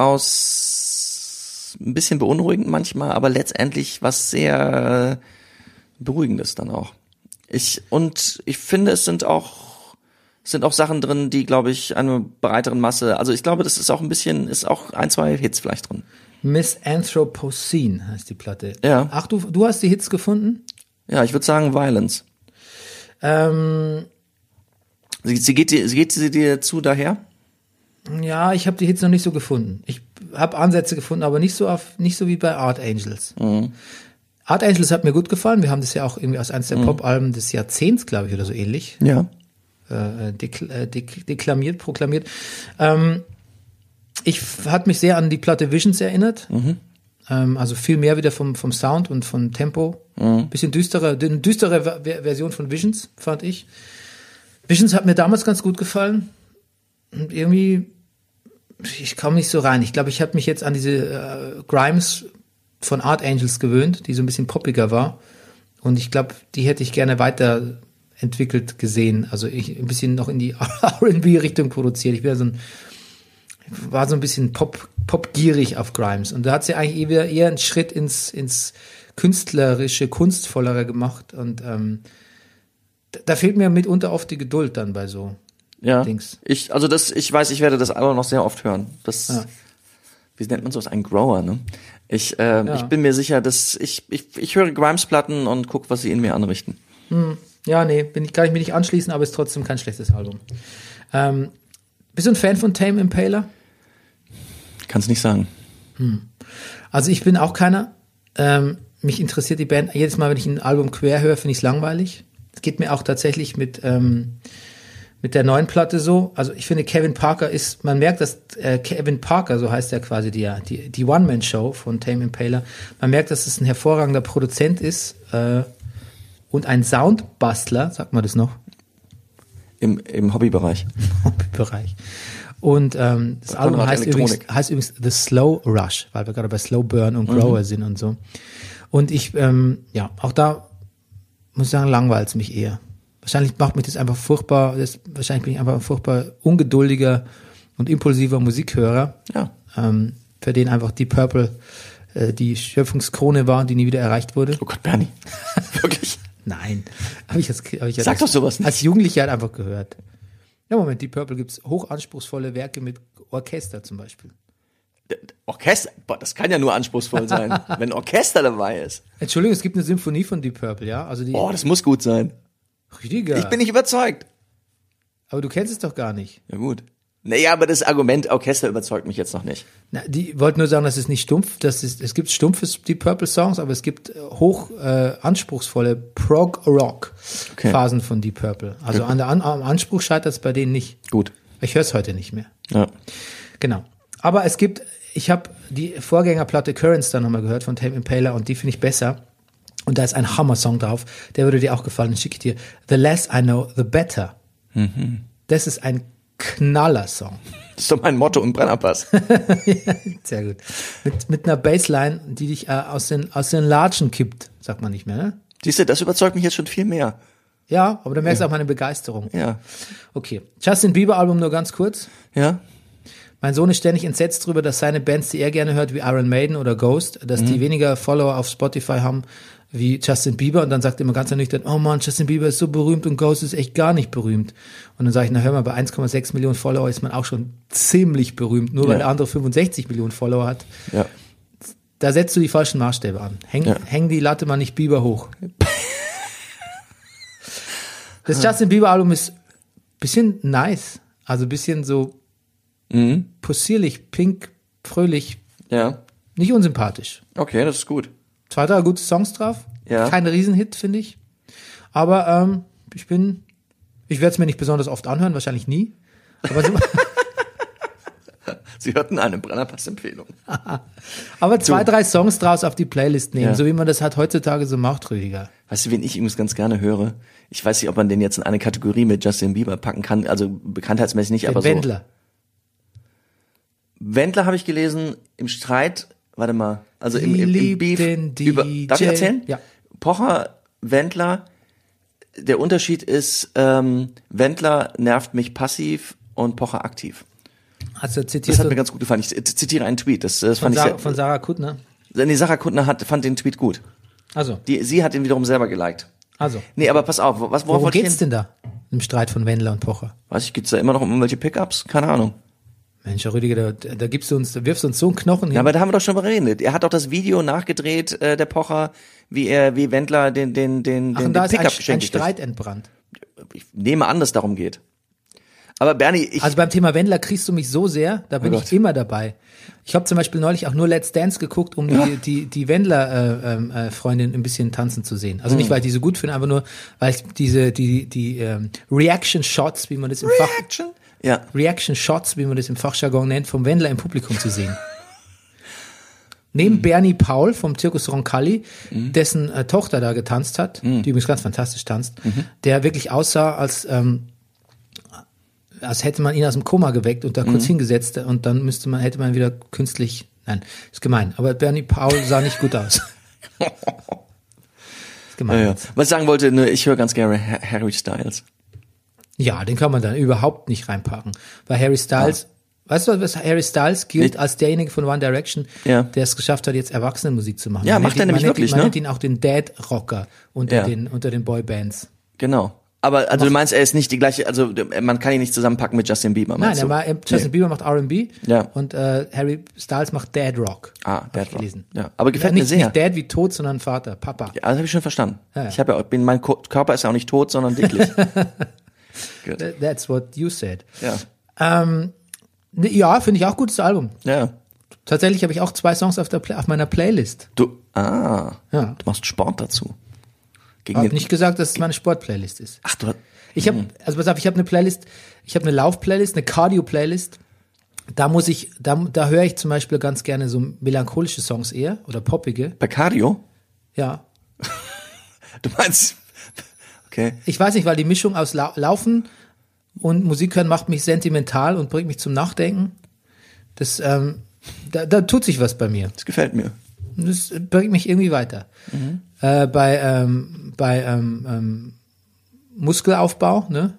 Speaker 2: aus ein bisschen beunruhigend manchmal, aber letztendlich was sehr beruhigendes dann auch. Ich und ich finde, es sind auch es sind auch Sachen drin, die, glaube ich, einer breiteren Masse. Also ich glaube, das ist auch ein bisschen, ist auch ein, zwei Hits vielleicht drin.
Speaker 1: Miss Anthropocene heißt die Platte.
Speaker 2: Ja.
Speaker 1: Ach, du, du hast die Hits gefunden?
Speaker 2: Ja, ich würde sagen Violence.
Speaker 1: Ähm,
Speaker 2: Sie, sie geht dir, sie geht sie dir zu daher?
Speaker 1: ja, ich habe die Hits noch nicht so gefunden. Ich habe Ansätze gefunden, aber nicht so auf, nicht so wie bei Art Angels. Art Angels hat mir gut gefallen. Wir haben das ja auch irgendwie aus eines der Pop-Alben des Jahrzehnts, glaube ich, oder so ähnlich.
Speaker 2: Ja.
Speaker 1: äh, dekl äh, dek deklamiert, proklamiert. Ähm, ich f- hat mich sehr an die Platte Visions erinnert. Ähm, also viel mehr wieder vom, vom Sound und vom Tempo. Bisschen düstere, dünn- düstere Ver- Ver- Version von Visions, fand ich. Visions hat mir damals ganz gut gefallen. Und irgendwie, ich kam nicht so rein. Ich glaube, ich habe mich jetzt an diese äh, Grimes von Art Angels gewöhnt, die so ein bisschen poppiger war. Und ich glaube, die hätte ich gerne weiterentwickelt gesehen. Also ich ein bisschen noch in die RB-Richtung produziert. Ich bin ja so ein, war so ein bisschen pop, popgierig auf Grimes. Und da hat sie eigentlich eher, eher einen Schritt ins, ins künstlerische, kunstvollere gemacht. Und ähm, da, da fehlt mir mitunter oft die Geduld dann bei so.
Speaker 2: Ja.
Speaker 1: Dings.
Speaker 2: Ich, also das, ich weiß, ich werde das Album noch sehr oft hören. Das,
Speaker 1: Ja.
Speaker 2: wie nennt man sowas? Ein Grower, ne? Ich, äh,
Speaker 1: Ja.
Speaker 2: ich bin mir sicher, dass ich, ich, ich höre Grimes-Platten und guck, was sie in mir anrichten.
Speaker 1: Ja, nee, bin ich, kann ich mir nicht anschließen, aber ist trotzdem kein schlechtes Album. Ähm, bist du ein Fan von Tame Impaler?
Speaker 2: Kann's nicht sagen.
Speaker 1: Also ich bin auch keiner. Ähm, mich interessiert die Band. Jedes Mal, wenn ich ein Album quer höre, finde ich es langweilig. Es geht mir auch tatsächlich mit, ähm, mit der neuen Platte so. Also ich finde, Kevin Parker ist, man merkt, dass äh, Kevin Parker, so heißt er quasi die, die, die One-Man-Show von Tame Impala, man merkt, dass es ein hervorragender Produzent ist äh, und ein Soundbastler, sagt man das noch,
Speaker 2: Im, im Hobbybereich.
Speaker 1: Bereich. Und ähm, das
Speaker 2: Konrad
Speaker 1: Album heißt übrigens,
Speaker 2: Elektronik.
Speaker 1: heißt übrigens The Slow Rush, weil wir gerade bei Slow Burn und Grower
Speaker 2: Mhm.
Speaker 1: sind und so. Und ich, ähm, ja, auch da muss ich sagen, langweilt es mich eher. Wahrscheinlich macht mich das einfach furchtbar, das, wahrscheinlich bin ich einfach ein furchtbar ungeduldiger und impulsiver Musikhörer,
Speaker 2: Ja.
Speaker 1: ähm, für den einfach die Purple äh, die Schöpfungskrone war, die nie wieder erreicht wurde.
Speaker 2: Oh Gott, Bernie. Wirklich.
Speaker 1: Nein, habe ich jetzt hab ich als-
Speaker 2: Sag doch sowas nicht.
Speaker 1: Als Jugendlicher halt einfach gehört. Ja, Moment, die Purple gibt's hochanspruchsvolle Werke mit Orchester zum Beispiel.
Speaker 2: D- d- Orchester, boah, das kann ja nur anspruchsvoll sein, wenn ein Orchester dabei ist.
Speaker 1: Entschuldigung, es gibt eine Symphonie von Deep Purple, ja? Also die
Speaker 2: Boah, das muss gut sein.
Speaker 1: richtige.
Speaker 2: Oh, Ich bin nicht überzeugt.
Speaker 1: aber du kennst es doch gar nicht.
Speaker 2: Ja gut. Naja, aber das Argument Orchester überzeugt mich jetzt noch nicht.
Speaker 1: Na, die wollten nur sagen, dass es nicht stumpf, dass es, es gibt stumpfes Deep Purple Songs, aber es gibt äh, hoch äh, anspruchsvolle Prog Rock
Speaker 2: Okay.
Speaker 1: Phasen von Deep Purple. Also an der an, am Anspruch scheitert es bei denen nicht.
Speaker 2: Gut.
Speaker 1: Ich höre es heute nicht mehr.
Speaker 2: Ja.
Speaker 1: Genau. Aber es gibt, ich habe die Vorgängerplatte Currents dann nochmal gehört von Tame Impala und die finde ich besser. Und da ist ein Hammer-Song drauf, der würde dir auch gefallen, den schicke ich dir. The Less I Know, The Better. Das ist ein Knaller-Song.
Speaker 2: Das ist doch mein Motto im Brennerpass.
Speaker 1: Sehr gut. Mit, mit einer Bassline, die dich äh, aus, den, aus den Latschen kippt, sagt man nicht mehr, ne?
Speaker 2: Siehst du, das überzeugt mich jetzt schon viel mehr.
Speaker 1: Ja, aber du merkst auch meine Begeisterung.
Speaker 2: Ja.
Speaker 1: Okay. Justin Bieber-Album nur ganz kurz.
Speaker 2: Ja?
Speaker 1: Mein Sohn ist ständig entsetzt darüber, dass seine Bands, die er gerne hört, wie Iron Maiden oder Ghost, dass
Speaker 2: Mhm.
Speaker 1: die weniger Follower auf Spotify haben wie Justin Bieber. Und dann sagt er immer ganz ernüchtert, oh Mann, Justin Bieber ist so berühmt und Ghost ist echt gar nicht berühmt. Und dann sage ich, na hör mal, bei 1,6 Millionen Follower ist man auch schon ziemlich berühmt, nur weil
Speaker 2: Ja.
Speaker 1: der andere 65 Millionen Follower hat.
Speaker 2: Ja.
Speaker 1: Da setzt du die falschen Maßstäbe an. Häng,
Speaker 2: Ja.
Speaker 1: häng die Latte mal nicht Bieber hoch. das Justin Bieber Album ist bisschen nice. Also bisschen so possierlich, pink, fröhlich,
Speaker 2: Mhm. Ja.
Speaker 1: nicht unsympathisch.
Speaker 2: Okay, das ist gut.
Speaker 1: Zwei, drei gute Songs drauf.
Speaker 2: Ja.
Speaker 1: Kein Riesenhit, finde ich. Aber ähm, ich bin, ich werde es mir nicht besonders oft anhören, wahrscheinlich nie. Aber, so,
Speaker 2: Sie hörten eine Brennerpass-Empfehlung.
Speaker 1: aber zwei, drei Songs draus auf die Playlist nehmen,
Speaker 2: Ja.
Speaker 1: so wie man das halt heutzutage so macht, Rüdiger.
Speaker 2: Weißt du, wen ich übrigens ganz gerne höre? Ich weiß nicht, ob man den jetzt in eine Kategorie mit Justin Bieber packen kann, also bekanntheitsmäßig nicht,
Speaker 1: Den
Speaker 2: aber
Speaker 1: Wendler.
Speaker 2: so. Wendler habe ich gelesen im Streit, warte mal, also im,
Speaker 1: Sie
Speaker 2: im, im
Speaker 1: liebt
Speaker 2: Beef
Speaker 1: den
Speaker 2: über Darf ich
Speaker 1: DJ?
Speaker 2: erzählen?
Speaker 1: Ja.
Speaker 2: Pocher, Wendler, der Unterschied ist, ähm, Wendler nervt mich passiv und Pocher aktiv.
Speaker 1: Also
Speaker 2: Das
Speaker 1: zitiert
Speaker 2: hat mir
Speaker 1: von,
Speaker 2: ganz gut gefallen. Ich z- zitiere einen Tweet, das, das fand ich
Speaker 1: Sarah,
Speaker 2: sehr,
Speaker 1: von Sarah Kuttner.
Speaker 2: Nee, Sarah Kuttner hat, fand den Tweet gut.
Speaker 1: Also,
Speaker 2: Die, sie hat ihn wiederum selber geliked.
Speaker 1: also.
Speaker 2: Nee, aber pass auf, was
Speaker 1: Worum
Speaker 2: wollte ich
Speaker 1: geht's
Speaker 2: hin?
Speaker 1: denn da? Im Streit von Wendler und Pocher.
Speaker 2: Weiß ich, gibt's da immer noch irgendwelche Pickups? Keine Ahnung.
Speaker 1: Mensch, Herr Rüdiger, da, da gibst du uns, da wirfst du uns so einen Knochen hin.
Speaker 2: Ja, aber da haben wir doch schon beredet. Er hat doch das Video nachgedreht, äh, der Pocher, wie er, wie Wendler den, den, den,
Speaker 1: Ach,
Speaker 2: den,
Speaker 1: und da
Speaker 2: den
Speaker 1: ist ein,
Speaker 2: Pickup
Speaker 1: ein
Speaker 2: geschenkt hat.
Speaker 1: Streit entbrannt.
Speaker 2: Ich nehme an, dass darum geht. Aber Bernie, ich,
Speaker 1: Also beim Thema Wendler kriegst du mich so sehr, da bin
Speaker 2: Oh
Speaker 1: ich
Speaker 2: Gott.
Speaker 1: immer dabei. Ich habe zum Beispiel neulich auch nur Let's Dance geguckt, um die, die, die Wendler-Freundin äh, Freundin ein bisschen tanzen zu sehen. Also
Speaker 2: Hm.
Speaker 1: nicht, weil ich die so gut finde, einfach nur, weil ich diese, die, die ähm, Reaction-Shots, wie man das im Fach,
Speaker 2: Action? Ja.
Speaker 1: Reaction Shots, wie man das im Fachjargon nennt, vom Wendler im Publikum zu sehen.
Speaker 2: Mhm.
Speaker 1: Neben Bernie Paul vom Zirkus Roncalli, dessen äh, Tochter da getanzt hat,
Speaker 2: Mhm.
Speaker 1: die übrigens ganz fantastisch tanzt, der wirklich aussah, als, ähm, als hätte man ihn aus dem Koma geweckt und da kurz
Speaker 2: Mhm.
Speaker 1: hingesetzt und dann müsste man, hätte man wieder künstlich. Nein, ist gemein. Aber Bernie Paul sah nicht gut aus. ist gemein.
Speaker 2: Ja, ja. Was ich sagen wollte, ne, ich höre ganz gerne Ha- Harry Styles.
Speaker 1: Ja, den kann man dann überhaupt nicht reinpacken. Weil Harry Styles, weißt du, was Harry Styles gilt
Speaker 2: Nee.
Speaker 1: als derjenige von One Direction,
Speaker 2: Ja.
Speaker 1: der es geschafft hat, jetzt Erwachsenenmusik zu machen.
Speaker 2: Ja,
Speaker 1: Man
Speaker 2: macht
Speaker 1: nennt
Speaker 2: er
Speaker 1: ihn-
Speaker 2: nämlich
Speaker 1: man nennt ihn-
Speaker 2: wirklich,
Speaker 1: Man
Speaker 2: ne?
Speaker 1: nennt ihn auch den Dad Rocker unter
Speaker 2: Ja.
Speaker 1: den, unter den Boybands.
Speaker 2: Genau. Aber, also du meinst, er ist nicht die gleiche, also d- man kann ihn nicht zusammenpacken mit Justin Bieber,
Speaker 1: Nein,
Speaker 2: meinst
Speaker 1: er
Speaker 2: du?
Speaker 1: war, äh, Justin Bieber macht R&B
Speaker 2: Ja.
Speaker 1: und äh, Harry Styles macht Dad Rock.
Speaker 2: Ah,
Speaker 1: Hab
Speaker 2: Dad
Speaker 1: ich
Speaker 2: Rock.
Speaker 1: gelesen.
Speaker 2: Ja, aber gefällt mir
Speaker 1: nicht,
Speaker 2: sehr.
Speaker 1: Nicht Dad wie tot, sondern Vater, Papa.
Speaker 2: Ja, das habe ich schon verstanden.
Speaker 1: ja.
Speaker 2: Ich habe ja, auch- bin, mein Ko- Körper ist ja auch nicht tot, sondern dicklich.
Speaker 1: Th- That's what you said.
Speaker 2: ja.
Speaker 1: Ähm, ne, ja, finde ich auch gutes Album.
Speaker 2: Ja.
Speaker 1: Tatsächlich habe ich auch zwei Songs auf, der Pla auf meiner Playlist.
Speaker 2: Du, ah,
Speaker 1: Ja. Ah,
Speaker 2: du machst Sport dazu. Gegen
Speaker 1: Ich
Speaker 2: den,
Speaker 1: habe nicht gesagt, dass es meine Sportplaylist ist.
Speaker 2: ach, du,
Speaker 1: Ich habe, also pass auf, ich habe eine Playlist, ich habe eine Lauf-Playlist, eine Cardio-Playlist. Da muss ich, da, da höre ich zum Beispiel ganz gerne so melancholische Songs eher oder poppige.
Speaker 2: Bei Cardio?
Speaker 1: Ja,
Speaker 2: Du meinst, okay.
Speaker 1: ich weiß nicht, weil die Mischung aus Lau Laufen und Musik hören macht mich sentimental und bringt mich zum Nachdenken. Das, ähm, da, da tut sich was bei mir.
Speaker 2: Das gefällt mir.
Speaker 1: Und Das bringt mich irgendwie weiter. Äh, bei ähm, bei ähm, ähm, Muskelaufbau ne,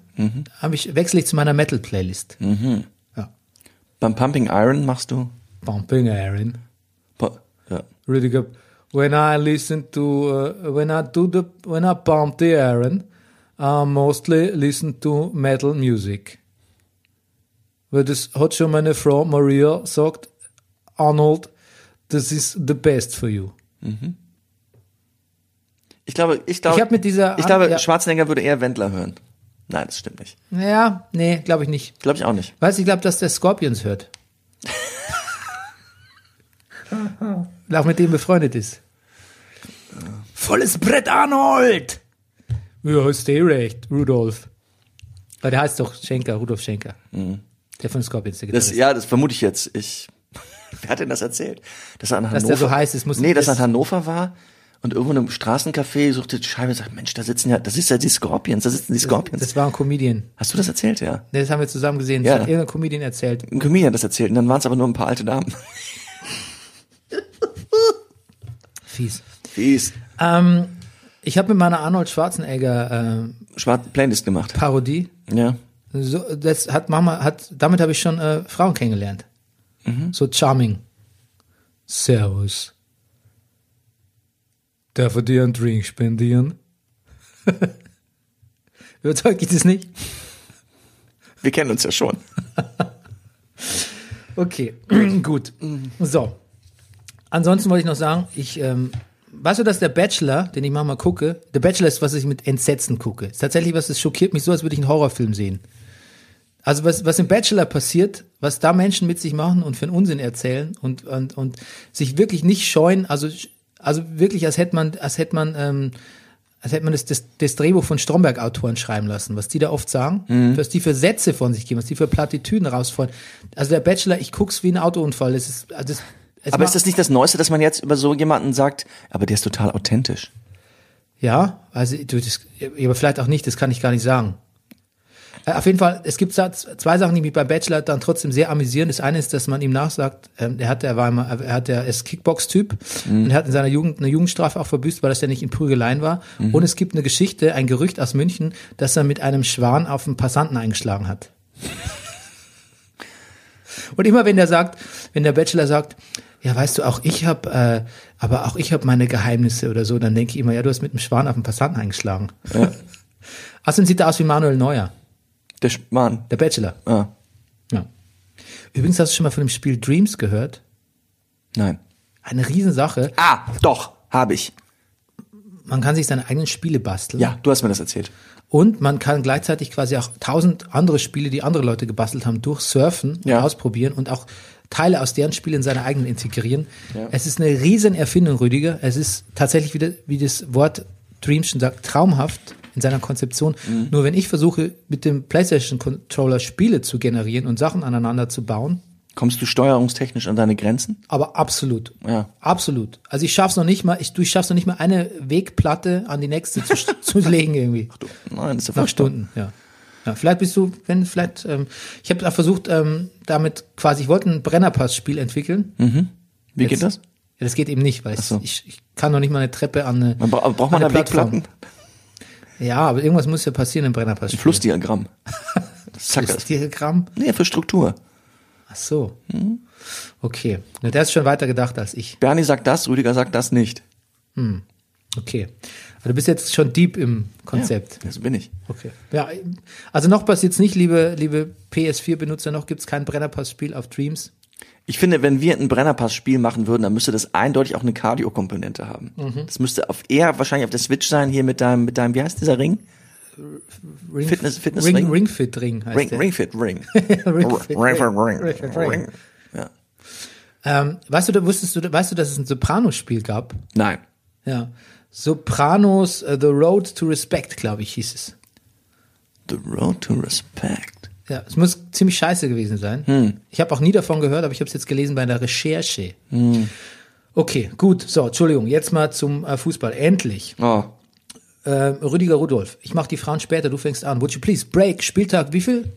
Speaker 1: hab ich, wechsle ich zu meiner Metal-Playlist. Ja.
Speaker 2: Beim Pumping Iron machst du.
Speaker 1: Bumping Aaron.
Speaker 2: Po- Ja.
Speaker 1: Rüdiger, when I listen to, uh, when I do the, when I pump the iron, I mostly listen to metal music. Weil das hat schon meine Frau Maria gesagt, Arnold, das ist the best for you.
Speaker 2: Ich glaube, ich glaube,
Speaker 1: Ich hab mit dieser-
Speaker 2: ich glaube,
Speaker 1: ja.
Speaker 2: Schwarzenegger würde eher Wendler hören. Nein, das stimmt nicht.
Speaker 1: Ja, nee, glaube ich nicht.
Speaker 2: Glaube ich auch nicht.
Speaker 1: Weißt du, ich glaube, dass der Scorpions hört. Und auch mit dem befreundet ist. Volles Brett, Arnold! Ja, hast eh recht, Rudolf. Aber der heißt doch Schenker, Rudolf Schenker. Der von Scorpions, der
Speaker 2: Mhm. Das,
Speaker 1: Gitarrist.
Speaker 2: ja, das vermute ich jetzt. Ich, wer hat denn das erzählt? Dass er an Hannover,
Speaker 1: Dass der so heiß ist, muss-
Speaker 2: nee, dass er
Speaker 1: das-
Speaker 2: an Hannover war und irgendwo in einem Straßencafé suchte die Scheibe und sagt, Mensch, da sitzen ja, das ist ja die Scorpions, da sitzen die Scorpions.
Speaker 1: Das war ein Comedian.
Speaker 2: Hast du das erzählt, ja?
Speaker 1: Ne, Das haben wir zusammen gesehen. Das
Speaker 2: Ja.
Speaker 1: hat irgendein Comedian erzählt.
Speaker 2: Ein Comedian hat das erzählt und dann waren es aber nur ein paar alte Damen.
Speaker 1: Fies.
Speaker 2: Fies.
Speaker 1: Ähm, ich habe mit meiner Arnold Schwarzenegger äh,
Speaker 2: Schwarz Playlist gemacht.
Speaker 1: Parodie
Speaker 2: Ja.
Speaker 1: So, das hat Mama, hat, damit habe ich schon äh, Frauen kennengelernt. So charming. Servus. Darf ich dir einen Drink spendieren? Überzeugt dich das nicht?
Speaker 2: Wir kennen uns ja schon.
Speaker 1: Okay, gut. So. Ansonsten wollte ich noch sagen, ich, ähm, weißt du, dass der Bachelor, den ich manchmal gucke, der Bachelor ist, was ich mit Entsetzen gucke. Ist tatsächlich was, das schockiert mich so, als würde ich einen Horrorfilm sehen. Also was, was im Bachelor passiert, was da Menschen mit sich machen und für einen Unsinn erzählen und, und, und sich wirklich nicht scheuen, also, sch- also wirklich, als hätte man, als hätte man, ähm, als hätte man das, das, das Drehbuch von Stromberg-Autoren schreiben lassen, was die da oft sagen,
Speaker 2: Mhm.
Speaker 1: was die für Sätze von sich geben, was die für Plattitüden rausfallen. Also der Bachelor, ich guck's wie ein Autounfall. Das ist, also das, es
Speaker 2: Aber
Speaker 1: ma-
Speaker 2: ist das nicht das Neueste, dass man jetzt über so jemanden sagt, aber der ist total authentisch?
Speaker 1: Ja, also du, das, aber vielleicht auch nicht, das kann ich gar nicht sagen. Äh, Auf jeden Fall, es gibt da z- zwei Sachen, die mich beim Bachelor dann trotzdem sehr amüsieren. Das eine ist, dass man ihm nachsagt, ähm, er hat, er war immer, er hat, er ist Kickbox-Typ und er hat in seiner Jugend eine Jugendstrafe auch verbüßt, weil das ja nicht in Prügeleien war. Und es gibt eine Geschichte, ein Gerücht aus München, dass er mit einem Schwan auf einen Passanten eingeschlagen hat. Und immer wenn der sagt, wenn der Bachelor sagt, ja, weißt du, auch ich habe, äh, aber auch ich habe meine Geheimnisse oder so, dann denke ich immer, ja, du hast mit einem Schwan auf einen Passanten eingeschlagen. Außerdem sieht er aus wie Manuel Neuer,
Speaker 2: Der Schmarrn.
Speaker 1: der Bachelor.
Speaker 2: Ah,
Speaker 1: Ja. Übrigens hast du schon mal von dem Spiel Dreams gehört.
Speaker 2: nein.
Speaker 1: Eine Riesensache.
Speaker 2: Ah, doch, habe ich.
Speaker 1: Man kann sich seine eigenen Spiele basteln.
Speaker 2: Ja, du hast mir das erzählt.
Speaker 1: Und man kann gleichzeitig quasi auch tausend andere Spiele, die andere Leute gebastelt haben, durchsurfen und
Speaker 2: Ja.
Speaker 1: ausprobieren und auch Teile aus deren Spielen in seine eigenen integrieren. Es ist eine riesen Erfindung, Rüdiger. Es ist tatsächlich wieder, wie das Wort Dream schon sagt, traumhaft in seiner Konzeption.
Speaker 2: Mhm.
Speaker 1: Nur wenn ich versuche, mit dem PlayStation Controller Spiele zu generieren und Sachen aneinander zu bauen,
Speaker 2: Kommst du steuerungstechnisch an deine Grenzen?
Speaker 1: aber absolut.
Speaker 2: Ja.
Speaker 1: Absolut. Also ich schaff's noch nicht mal, ich, du, ich schaff's noch nicht mal eine Wegplatte an die nächste zu, zu legen irgendwie.
Speaker 2: Du, nein, das ist ja
Speaker 1: Nach
Speaker 2: furchtbar.
Speaker 1: Stunden, ja. ja. Vielleicht bist du, wenn vielleicht, ähm, ich habe da versucht, ähm, damit quasi, ich wollte ein Brennerpass-Spiel entwickeln.
Speaker 2: Wie Hm, geht das?
Speaker 1: Ja, das geht eben nicht, weil ich,
Speaker 2: so.
Speaker 1: ich, ich kann noch nicht mal eine Treppe an eine.
Speaker 2: Man bra aber braucht
Speaker 1: an
Speaker 2: man da
Speaker 1: eine Plattform.
Speaker 2: Wegplatten?
Speaker 1: Ja, aber irgendwas muss ja passieren im Brennerpass.
Speaker 2: Ein Flussdiagramm. Das sagt das.
Speaker 1: Diagramm.
Speaker 2: Nee, für Struktur.
Speaker 1: Ach so.
Speaker 2: Hm.
Speaker 1: Okay. Na, der ist schon weiter gedacht als ich.
Speaker 2: Bernie sagt das, Rüdiger sagt das nicht.
Speaker 1: Okay. Aber du bist jetzt schon deep im Konzept.
Speaker 2: Ja, das bin ich.
Speaker 1: Okay. Ja, also noch passiert's nicht, liebe, liebe PS4-Benutzer, noch gibt's kein Brennerpass-Spiel auf Dreams.
Speaker 2: Ich finde, wenn wir ein Brennerpass-Spiel machen würden, dann müsste das eindeutig auch eine Cardio-Komponente haben. Das müsste auf eher wahrscheinlich auf der Switch sein, hier mit deinem, mit deinem, wie heißt dieser Ring?
Speaker 1: Ring,
Speaker 2: Fitness- Fitness
Speaker 1: Ring,
Speaker 2: Ring?
Speaker 1: Ringfit Ring heißt
Speaker 2: Ring,
Speaker 1: der.
Speaker 2: Ringfit, Ring.
Speaker 1: Ringfit Ring.
Speaker 2: Ringfit,
Speaker 1: Ringfit Ring.
Speaker 2: Ring. Ja.
Speaker 1: Ähm, weißt du, da wusstest du, weißt du, dass es ein Sopranos-Spiel gab?
Speaker 2: Nein.
Speaker 1: Ja. Sopranos äh, The Road to Respect, glaube ich, hieß es.
Speaker 2: The Road to Respect.
Speaker 1: Ja, es muss ziemlich scheiße gewesen sein.
Speaker 2: Hm.
Speaker 1: Ich habe auch nie davon gehört, aber ich habe es jetzt gelesen bei einer Recherche.
Speaker 2: Hm.
Speaker 1: Okay, gut. So, Entschuldigung, jetzt mal zum äh, Fußball. Endlich.
Speaker 2: Oh,
Speaker 1: Äh, Rüdiger Rudolf, ich mache die Frauen später, du fängst an. Would you please break? Spieltag wie viel?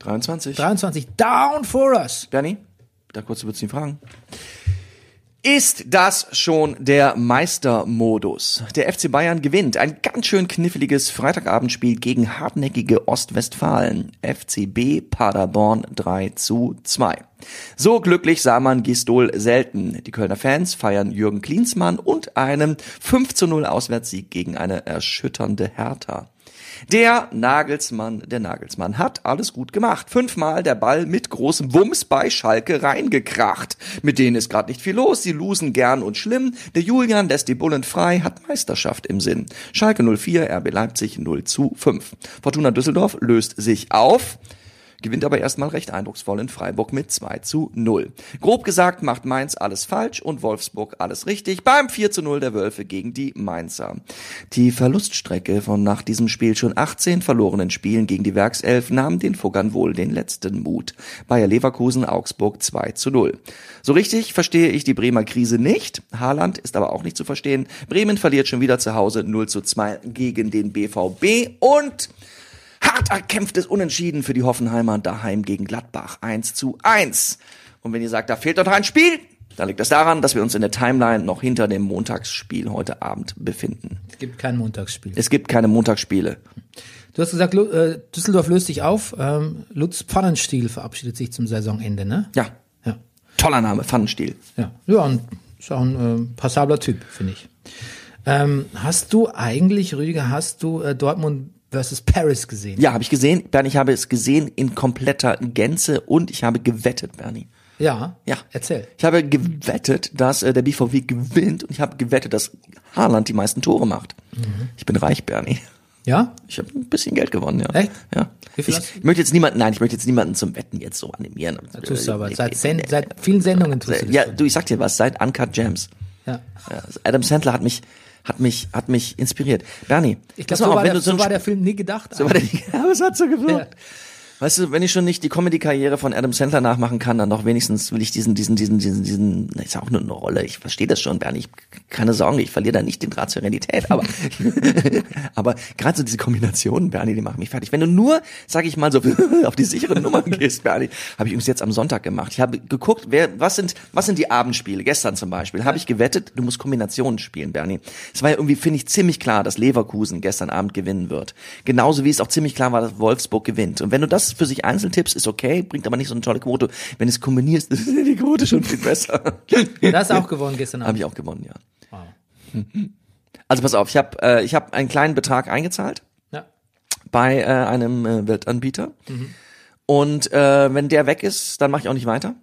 Speaker 2: 23.
Speaker 1: 23. Down for us.
Speaker 2: Bernie, da kurz über die Fragen. Ist das schon der Meistermodus? Der FC Bayern gewinnt ein ganz schön kniffliges Freitagabendspiel gegen hartnäckige Ostwestfalen. FCB Paderborn 3 zu 2. So glücklich sah man Gistol selten. Die Kölner Fans feiern Jürgen Klinsmann und einen 5 zu 0 Auswärtssieg gegen eine erschütternde Hertha. Der Nagelsmann, der Nagelsmann hat alles gut gemacht. Fünfmal der Ball mit großem Wumms bei Schalke reingekracht. Mit denen ist gerade nicht viel los, sie losen gern und schlimm. Der Julian lässt die Bullen frei, hat Meisterschaft im Sinn. Schalke 04, RB Leipzig 0 zu 5. Fortuna Düsseldorf löst sich auf gewinnt aber erstmal recht eindrucksvoll in Freiburg mit 2 zu 0. Grob gesagt macht Mainz alles falsch und Wolfsburg alles richtig beim 4 zu 0 der Wölfe gegen die Mainzer. Die Verluststrecke von nach diesem Spiel schon 18 verlorenen Spielen gegen die Werkself nahm den Fuggern wohl den letzten Mut. Bayer Leverkusen Augsburg 2 zu 0. So richtig verstehe ich die Bremer Krise nicht. Haaland ist aber auch nicht zu verstehen. Bremen verliert schon wieder zu Hause 0 zu 2 gegen den BVB und Hart erkämpftes Unentschieden für die Hoffenheimer daheim gegen Gladbach 1 zu 1. Und wenn ihr sagt, da fehlt doch noch ein Spiel, dann liegt das daran, dass wir uns in der Timeline noch hinter dem Montagsspiel heute Abend befinden.
Speaker 1: Es gibt kein Montagsspiel.
Speaker 2: Es gibt keine Montagsspiele.
Speaker 1: Du hast gesagt, Lu- äh, Düsseldorf löst sich auf. Ähm, Lutz Pfannenstiel verabschiedet sich zum Saisonende, ne?
Speaker 2: Ja,
Speaker 1: Ja.
Speaker 2: toller Name, Pfannenstiel.
Speaker 1: Ja, ja und ist auch ein ähm, passabler Typ, finde ich. Ähm, hast du eigentlich, Rüdiger, hast du äh, Dortmund versus Paris gesehen?
Speaker 2: Ja, habe ich gesehen. Bernie, ich habe es gesehen in kompletter Gänze und ich habe gewettet, Bernie.
Speaker 1: Ja.
Speaker 2: Ja.
Speaker 1: Erzähl.
Speaker 2: Ich habe gewettet, dass äh, der BVB gewinnt und ich habe gewettet, dass Haaland die meisten Tore macht. Ich bin reich, Bernie.
Speaker 1: Ja?
Speaker 2: Ich habe ein bisschen Geld gewonnen, ja.
Speaker 1: Echt?
Speaker 2: Ja.
Speaker 1: Wie viel
Speaker 2: ich
Speaker 1: hast
Speaker 2: möchte jetzt niemanden, nein, ich möchte jetzt niemanden zum Wetten jetzt so animieren. Das
Speaker 1: Tust du aber. Seit, Sen seit vielen Sendungen tust du das.
Speaker 2: ja, du, ich sag dir was, seit Uncut Gems.
Speaker 1: ja.
Speaker 2: Ja, Adam Sandler hat mich, hat mich, hat mich inspiriert. Bernie,
Speaker 1: Ich
Speaker 2: pass
Speaker 1: glaube, so,
Speaker 2: mal auf,
Speaker 1: war
Speaker 2: wenn
Speaker 1: der-
Speaker 2: du
Speaker 1: so
Speaker 2: ein
Speaker 1: war
Speaker 2: Sp-
Speaker 1: der Film nie gedacht.
Speaker 2: so war der, ja, was hat so gewirkt? Weißt du, wenn ich schon nicht die Comedy-Karriere von Adam Sandler nachmachen kann, dann doch wenigstens will ich diesen, diesen, diesen, diesen, diesen, na, ist ja auch nur eine Rolle. Ich verstehe das schon, Bernie. Ich, keine Sorge, ich verliere da nicht den Draht zur Realität. Aber, aber gerade so diese Kombinationen, Bernie, die machen mich fertig. Wenn du nur, sag ich mal, so auf die sichere Nummer gehst, Bernie, habe ich übrigens jetzt am Sonntag gemacht. Ich habe geguckt, wer, was sind, was sind die Abendspiele? Gestern zum Beispiel habe ich gewettet, du musst Kombinationen spielen, Bernie. Es war ja irgendwie, finde ich, ziemlich klar, dass Leverkusen gestern Abend gewinnen wird. Genauso wie es auch ziemlich klar war, dass Wolfsburg gewinnt. Und wenn du das für sich einzeln tippst, ist okay, bringt aber nicht so eine tolle Quote. Wenn du es kombinierst, ist die Quote schon viel besser.
Speaker 1: Da hast du auch gewonnen gestern
Speaker 2: Habe
Speaker 1: Abend.
Speaker 2: ich auch gewonnen, ja. Also pass auf, ich habe äh, ich hab einen kleinen Betrag eingezahlt
Speaker 1: Ja.
Speaker 2: bei äh, einem äh, Wettanbieter. Und äh, wenn der weg ist, dann mache ich auch nicht weiter.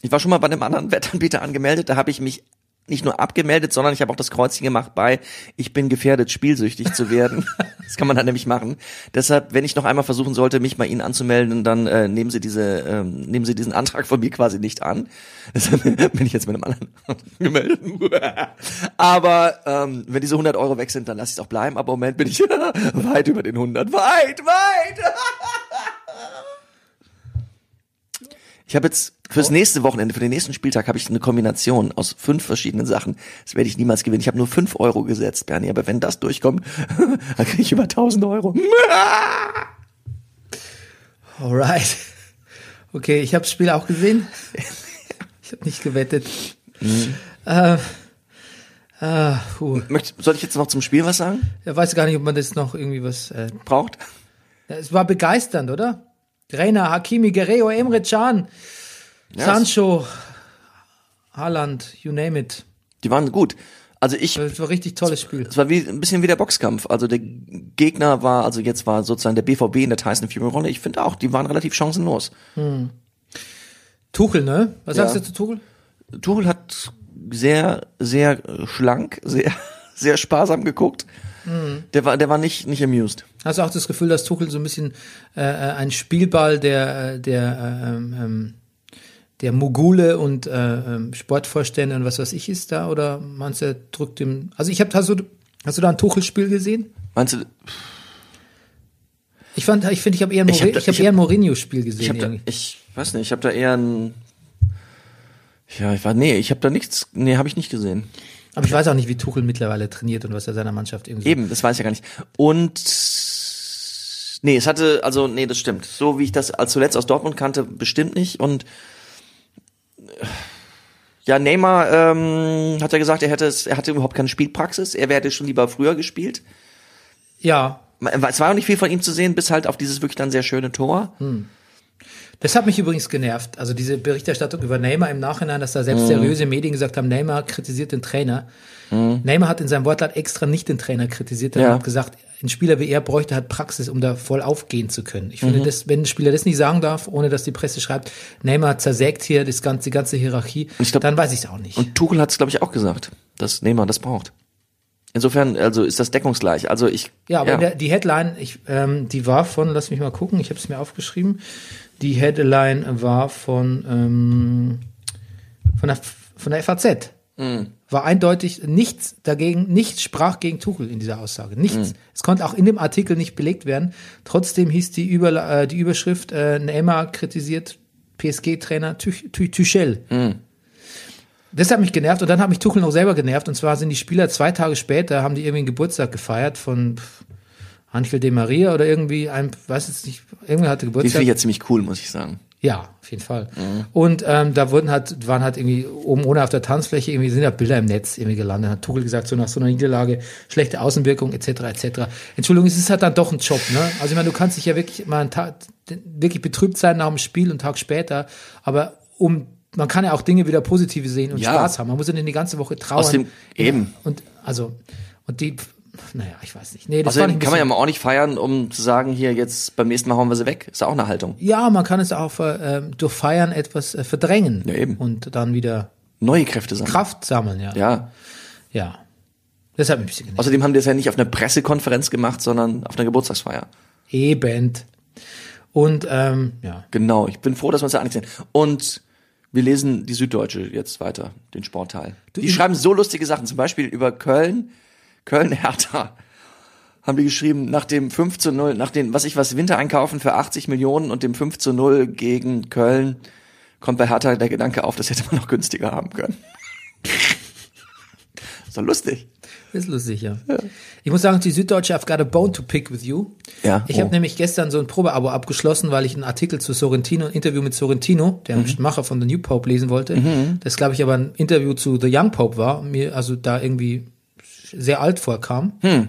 Speaker 2: Ich war schon mal bei einem anderen Wettanbieter angemeldet, da habe ich mich nicht nur abgemeldet, sondern ich habe auch das Kreuzchen gemacht bei ich bin gefährdet, spielsüchtig zu werden. das kann man dann nämlich machen. Deshalb, wenn ich noch einmal versuchen sollte, mich bei Ihnen anzumelden, dann äh, nehmen Sie diese, ähm, nehmen Sie diesen Antrag von mir quasi nicht an. Deshalb bin ich jetzt mit einem anderen angemeldet. Aber ähm, wenn diese 100 Euro weg sind, dann lasse ich es auch bleiben. Aber im Moment bin ich weit über den 100. Weit, weit! Ich habe jetzt fürs nächste Wochenende, für den nächsten Spieltag, habe ich eine Kombination aus fünf verschiedenen Sachen. Das werde ich niemals gewinnen. Ich habe nur fünf Euro gesetzt, Bernie. Aber wenn das durchkommt, dann kriege ich über 1000 Euro.
Speaker 1: Alright. Okay, ich habe das Spiel auch gesehen. Ich habe nicht gewettet.
Speaker 2: Mhm.
Speaker 1: Äh, äh, puh.
Speaker 2: Möcht, soll ich jetzt noch zum Spiel was sagen?
Speaker 1: Ich weiß gar nicht, ob man das noch irgendwie was. Äh,
Speaker 2: Braucht?
Speaker 1: es war begeisternd, oder? Rainer, Hakimi, Guerrero, Emre Can,
Speaker 2: Ja,
Speaker 1: Sancho, Haaland, you name it.
Speaker 2: Die waren gut. Also ich,
Speaker 1: Es war ein richtig tolles Spiel.
Speaker 2: es war wie, ein bisschen wie der Boxkampf. Also der Gegner war, also jetzt war sozusagen der BVB in der Tyson Fury Rolle. Ich finde auch, die waren relativ chancenlos.
Speaker 1: Tuchel, ne? Was
Speaker 2: Ja.
Speaker 1: sagst du zu Tuchel?
Speaker 2: Tuchel hat sehr, sehr äh, schlank, sehr, sehr sparsam geguckt. Der war, der war nicht, nicht amused.
Speaker 1: Hast du auch das Gefühl, dass Tuchel so ein bisschen äh, äh, ein Spielball der, äh, der, äh, ähm, ähm, der Mogule und äh, ähm, Sportvorstände und was weiß ich ist da? Oder meinst du, er drückt ihm. Also, ich habe. Hast du, hast du da ein Tuchel-Spiel gesehen?
Speaker 2: Meinst du,
Speaker 1: Ich fand, ich finde, ich habe eher ein,
Speaker 2: Ich hab
Speaker 1: Mourinho-
Speaker 2: da-
Speaker 1: ich hab
Speaker 2: ich hab-
Speaker 1: eher ein Mourinho-Spiel
Speaker 2: Ich
Speaker 1: gesehen.
Speaker 2: hab da,
Speaker 1: irgendwie.
Speaker 2: ich weiß nicht, ich habe da eher ein Ja, ich war nee, ich habe da nichts, nee, habe ich nicht gesehen.
Speaker 1: Aber ich weiß auch nicht, wie Tuchel mittlerweile trainiert und was er seiner Mannschaft irgendwie.
Speaker 2: Eben, das weiß ich ja gar nicht. Und nee, es hatte also nee, das stimmt. So wie ich das als zuletzt aus Dortmund kannte, bestimmt nicht und ja, Neymar ähm, hat ja gesagt, er hätte es, er hatte überhaupt keine Spielpraxis, er hätte schon lieber früher gespielt.
Speaker 1: Ja,
Speaker 2: Es war auch nicht viel von ihm zu sehen, bis halt auf dieses wirklich dann sehr schöne Tor.
Speaker 1: Das hat mich übrigens genervt. Also diese Berichterstattung über Neymar im Nachhinein, dass da selbst
Speaker 2: Mhm.
Speaker 1: seriöse Medien gesagt haben, Neymar kritisiert den Trainer. Neymar hat in seinem Wortlaut extra nicht den Trainer kritisiert, sondern
Speaker 2: Mhm. Ja.
Speaker 1: hat gesagt, ein Spieler wie er bräuchte halt Praxis, um da voll aufgehen zu können. Ich
Speaker 2: Mhm.
Speaker 1: finde, das, wenn ein Spieler das nicht sagen darf, ohne dass die Presse schreibt, Neymar zersägt hier das ganze, die ganze Hierarchie,
Speaker 2: Ich glaub-
Speaker 1: dann weiß ich es auch nicht.
Speaker 2: Und Tuchel hat es, glaube ich, auch gesagt, dass Neymar das braucht. Insofern, also ist das deckungsgleich. Also ich.
Speaker 1: Ja, aber Der, die Headline, ich, ähm, die war von, lass mich mal gucken, ich habe es mir aufgeschrieben. Die Headline war von ähm, von der F- von der FAZ. War eindeutig nichts dagegen, nichts sprach gegen Tuchel in dieser Aussage. Nichts. Es konnte auch in dem Artikel nicht belegt werden. Trotzdem hieß die, Überla äh, die Überschrift, äh, Neymar kritisiert PSG-Trainer Tuch- Tu- Tuchel. Das hat mich genervt und dann hat mich Tuchel noch selber genervt. Und zwar sind die Spieler zwei Tage später, haben die irgendwie einen Geburtstag gefeiert von pff, Angel de Maria oder irgendwie einem, weiß jetzt nicht, irgendwer hatte
Speaker 2: die
Speaker 1: Geburtstag.
Speaker 2: finde ich ja ziemlich cool, muss ich sagen.
Speaker 1: Ja, auf jeden Fall. Und ähm, da wurden halt, waren halt irgendwie oben ohne auf der Tanzfläche, irgendwie sind da Bilder im Netz irgendwie gelandet. Hat Tuchel gesagt, so nach so einer Niederlage, schlechte Außenwirkung, etc. etc. Entschuldigung, es ist halt dann doch ein Job, ne? Also ich meine, du kannst dich ja wirklich mal einen Tag, wirklich betrübt sein nach dem Spiel und einen Tag später, aber um man kann ja auch Dinge wieder positive sehen und
Speaker 2: Ja.
Speaker 1: Spaß haben. Man muss ja nicht die ganze Woche trauern.
Speaker 2: Aus dem- eben.
Speaker 1: Und also, und die, naja, ich weiß nicht. Nee, das fand ich
Speaker 2: Außerdem
Speaker 1: ein
Speaker 2: kann man ja
Speaker 1: bisschen-
Speaker 2: mal auch nicht feiern, um zu sagen, hier jetzt beim nächsten Mal hauen wir sie weg. Ist ja auch eine Haltung.
Speaker 1: ja, man kann es auch äh, ähm, durch Feiern etwas äh, verdrängen
Speaker 2: Ja, eben.
Speaker 1: und dann wieder
Speaker 2: Neue Kräfte sammeln.
Speaker 1: Kraft sammeln, ja. Ja.
Speaker 2: Ja.
Speaker 1: Das hat mich ein bisschen genervt.
Speaker 2: Außerdem haben die es ja nicht auf einer Pressekonferenz gemacht, sondern auf einer Geburtstagsfeier.
Speaker 1: Eben. Und ähm, ja.
Speaker 2: Genau. Ich bin froh, dass wir uns da einig sind. Und wir lesen die Süddeutsche jetzt weiter, den Sportteil. Die schreiben so lustige Sachen, zum Beispiel über Köln, Köln-Hertha. Haben die geschrieben, nach dem 5 zu 0, nach dem, was ich was, Wintereinkaufen für 80 Millionen und dem 5 zu 0 gegen Köln, kommt bei Hertha der Gedanke auf, das hätte man noch günstiger haben können. ist doch lustig.
Speaker 1: Ist lustig, ja. Ich muss sagen, die Süddeutsche, I've got a bone to pick with you.
Speaker 2: Ja,
Speaker 1: Ich habe
Speaker 2: oh.
Speaker 1: nämlich gestern so ein Probeabo abgeschlossen, weil ich einen Artikel zu Sorrentino, ein Interview mit Sorrentino, dem
Speaker 2: Mhm.
Speaker 1: Macher von The New Pope, lesen wollte. Das, glaube ich, aber ein Interview zu The Young Pope war, und mir also da irgendwie sehr alt vorkam.
Speaker 2: Hm.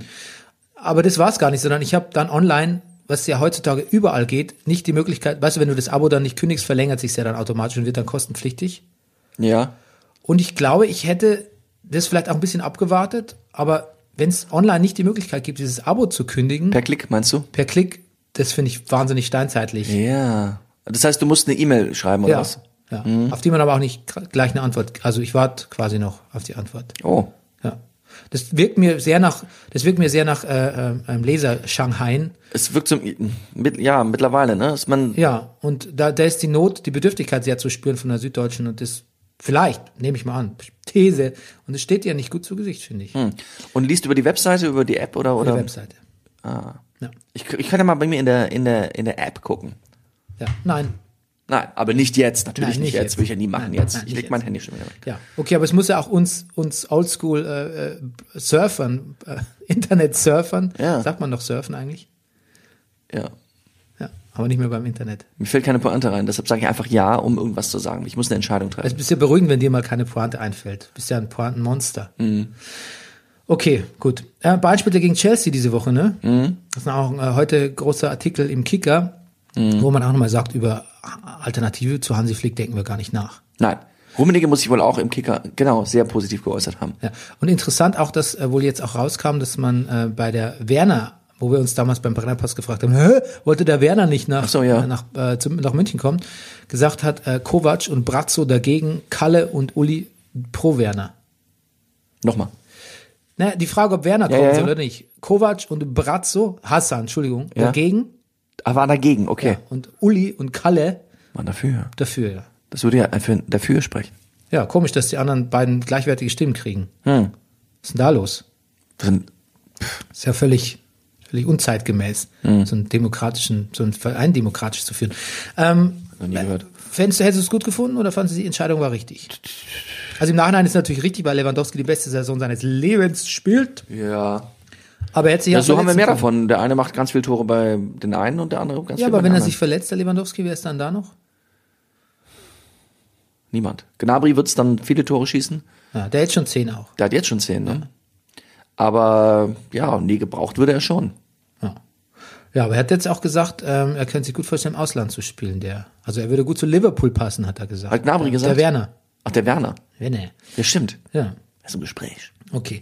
Speaker 1: Aber das war es gar nicht, sondern ich habe dann online, was ja heutzutage überall geht, nicht die Möglichkeit, weißt du, wenn du das Abo dann nicht kündigst, verlängert sich ja dann automatisch und wird dann kostenpflichtig.
Speaker 2: Ja.
Speaker 1: Und ich glaube, ich hätte das vielleicht auch ein bisschen abgewartet, aber wenn es online nicht die Möglichkeit gibt, dieses Abo zu kündigen, per,
Speaker 2: Per Klick, meinst du?
Speaker 1: Klick, das finde ich wahnsinnig steinzeitlich.
Speaker 2: Ja. Das heißt, du musst eine E-Mail schreiben oder
Speaker 1: ja.
Speaker 2: was?
Speaker 1: ja. Auf die man aber auch nicht gra- gleich eine Antwort, also ich warte quasi noch auf die Antwort.
Speaker 2: Oh.
Speaker 1: Ja. Das wirkt mir sehr nach, das wirkt mir sehr nach äh, äh, einem Leser Shanghai.
Speaker 2: Es wirkt so, mit, ja, mittlerweile, ne? Ist man,
Speaker 1: Ja, und da, da ist die Not, die Bedürftigkeit sehr zu spüren von der Süddeutschen und das vielleicht, nehme ich mal an, These. Und es steht ihr nicht gut zu Gesicht, finde ich.
Speaker 2: Hm. Und liest über die Webseite, über die App oder
Speaker 1: Die
Speaker 2: oder?
Speaker 1: Webseite.
Speaker 2: Ich, ich kann ja mal bei mir in der in der in der App gucken.
Speaker 1: Ja, nein,
Speaker 2: Nein, aber nicht jetzt, natürlich
Speaker 1: Nein,
Speaker 2: nicht
Speaker 1: nicht
Speaker 2: jetzt,
Speaker 1: jetzt.
Speaker 2: will ich ja nie machen
Speaker 1: Nein,
Speaker 2: jetzt.
Speaker 1: nein,
Speaker 2: ich
Speaker 1: nicht
Speaker 2: leg mein
Speaker 1: jetzt.
Speaker 2: Handy schon wieder weg.
Speaker 1: Ja, okay, aber es muss ja auch uns, uns Oldschool äh, äh, Surfern, äh, Internet-Surfern,
Speaker 2: Ja.
Speaker 1: sagt man noch Surfen eigentlich?
Speaker 2: Ja.
Speaker 1: Ja, aber nicht mehr beim Internet.
Speaker 2: Mir fällt keine Pointe rein, deshalb sage ich einfach ja, um irgendwas zu sagen. Ich muss eine Entscheidung
Speaker 1: Es
Speaker 2: treffen.
Speaker 1: ist ja beruhigend, wenn dir mal keine Pointe einfällt. Du bist ja ein Pointenmonster. Okay, gut. Äh, Beispiel gegen Chelsea diese Woche, ne? Das ist auch äh, heute großer Artikel im Kicker, wo man auch nochmal sagt, über Alternative zu Hansi Flick denken wir gar nicht nach.
Speaker 2: Nein. Rummenigge muss sich wohl auch im Kicker genau sehr positiv geäußert haben.
Speaker 1: Ja. Und interessant auch, dass äh, wohl jetzt auch rauskam, dass man äh, bei der Werner, wo wir uns damals beim Brennerpass gefragt haben, Hä? wollte der Werner nicht nach,
Speaker 2: so, ja.
Speaker 1: äh, nach, äh, zum, nach München kommen, gesagt hat, äh, Kovac und Brazzo dagegen, Kalle und Uli pro Werner.
Speaker 2: Nochmal.
Speaker 1: Naja, die Frage, ob Werner
Speaker 2: Ja,
Speaker 1: kommen
Speaker 2: ja,
Speaker 1: soll
Speaker 2: ja.
Speaker 1: oder nicht. Kovac und Brazzo, Hassan, Entschuldigung,
Speaker 2: Ja.
Speaker 1: dagegen
Speaker 2: Aber Ah, war dagegen, okay.
Speaker 1: und Uli und Kalle
Speaker 2: War dafür.
Speaker 1: dafür. Ja.
Speaker 2: Das würde ja einfach dafür sprechen.
Speaker 1: ja, komisch, dass die anderen beiden gleichwertige Stimmen kriegen.
Speaker 2: Hm.
Speaker 1: Was ist denn da los?
Speaker 2: Das sind-
Speaker 1: Ist ja völlig, völlig unzeitgemäß,
Speaker 2: Mhm.
Speaker 1: so einen demokratischen, so einen Verein demokratisch zu führen. Ähm,
Speaker 2: Noch nie gehört.
Speaker 1: Fändest du, hättest du es gut gefunden oder fandest du die Entscheidung war richtig? Also im Nachhinein ist es natürlich richtig, weil Lewandowski die beste Saison seines Lebens spielt,
Speaker 2: Ja.
Speaker 1: aber er hätte sich
Speaker 2: ja
Speaker 1: auch
Speaker 2: Also so haben wir
Speaker 1: verletzen
Speaker 2: mehr
Speaker 1: können.
Speaker 2: davon. Der eine macht ganz viel Tore bei den einen und der andere ganz
Speaker 1: Ja,
Speaker 2: viel bei
Speaker 1: aber
Speaker 2: den
Speaker 1: wenn er
Speaker 2: anderen.
Speaker 1: sich verletzt, der Lewandowski, wer ist dann da noch?
Speaker 2: Niemand. Gnabry wird's dann viele Tore schießen.
Speaker 1: Ja, der hätte schon zehn auch.
Speaker 2: Der hat jetzt schon zehn, ne? Aber ja, nie gebraucht würde er schon.
Speaker 1: Ja. ja, aber er hat jetzt auch gesagt, ähm, er könnte sich gut vorstellen, im Ausland zu spielen. Der, also er würde gut zu Liverpool passen, hat er gesagt.
Speaker 2: Hat Gnabry
Speaker 1: der,
Speaker 2: gesagt?
Speaker 1: Der Werner.
Speaker 2: Ach, der Werner.
Speaker 1: Werner.
Speaker 2: Ja, stimmt.
Speaker 1: Ja,
Speaker 2: Das ist im Gespräch.
Speaker 1: okay.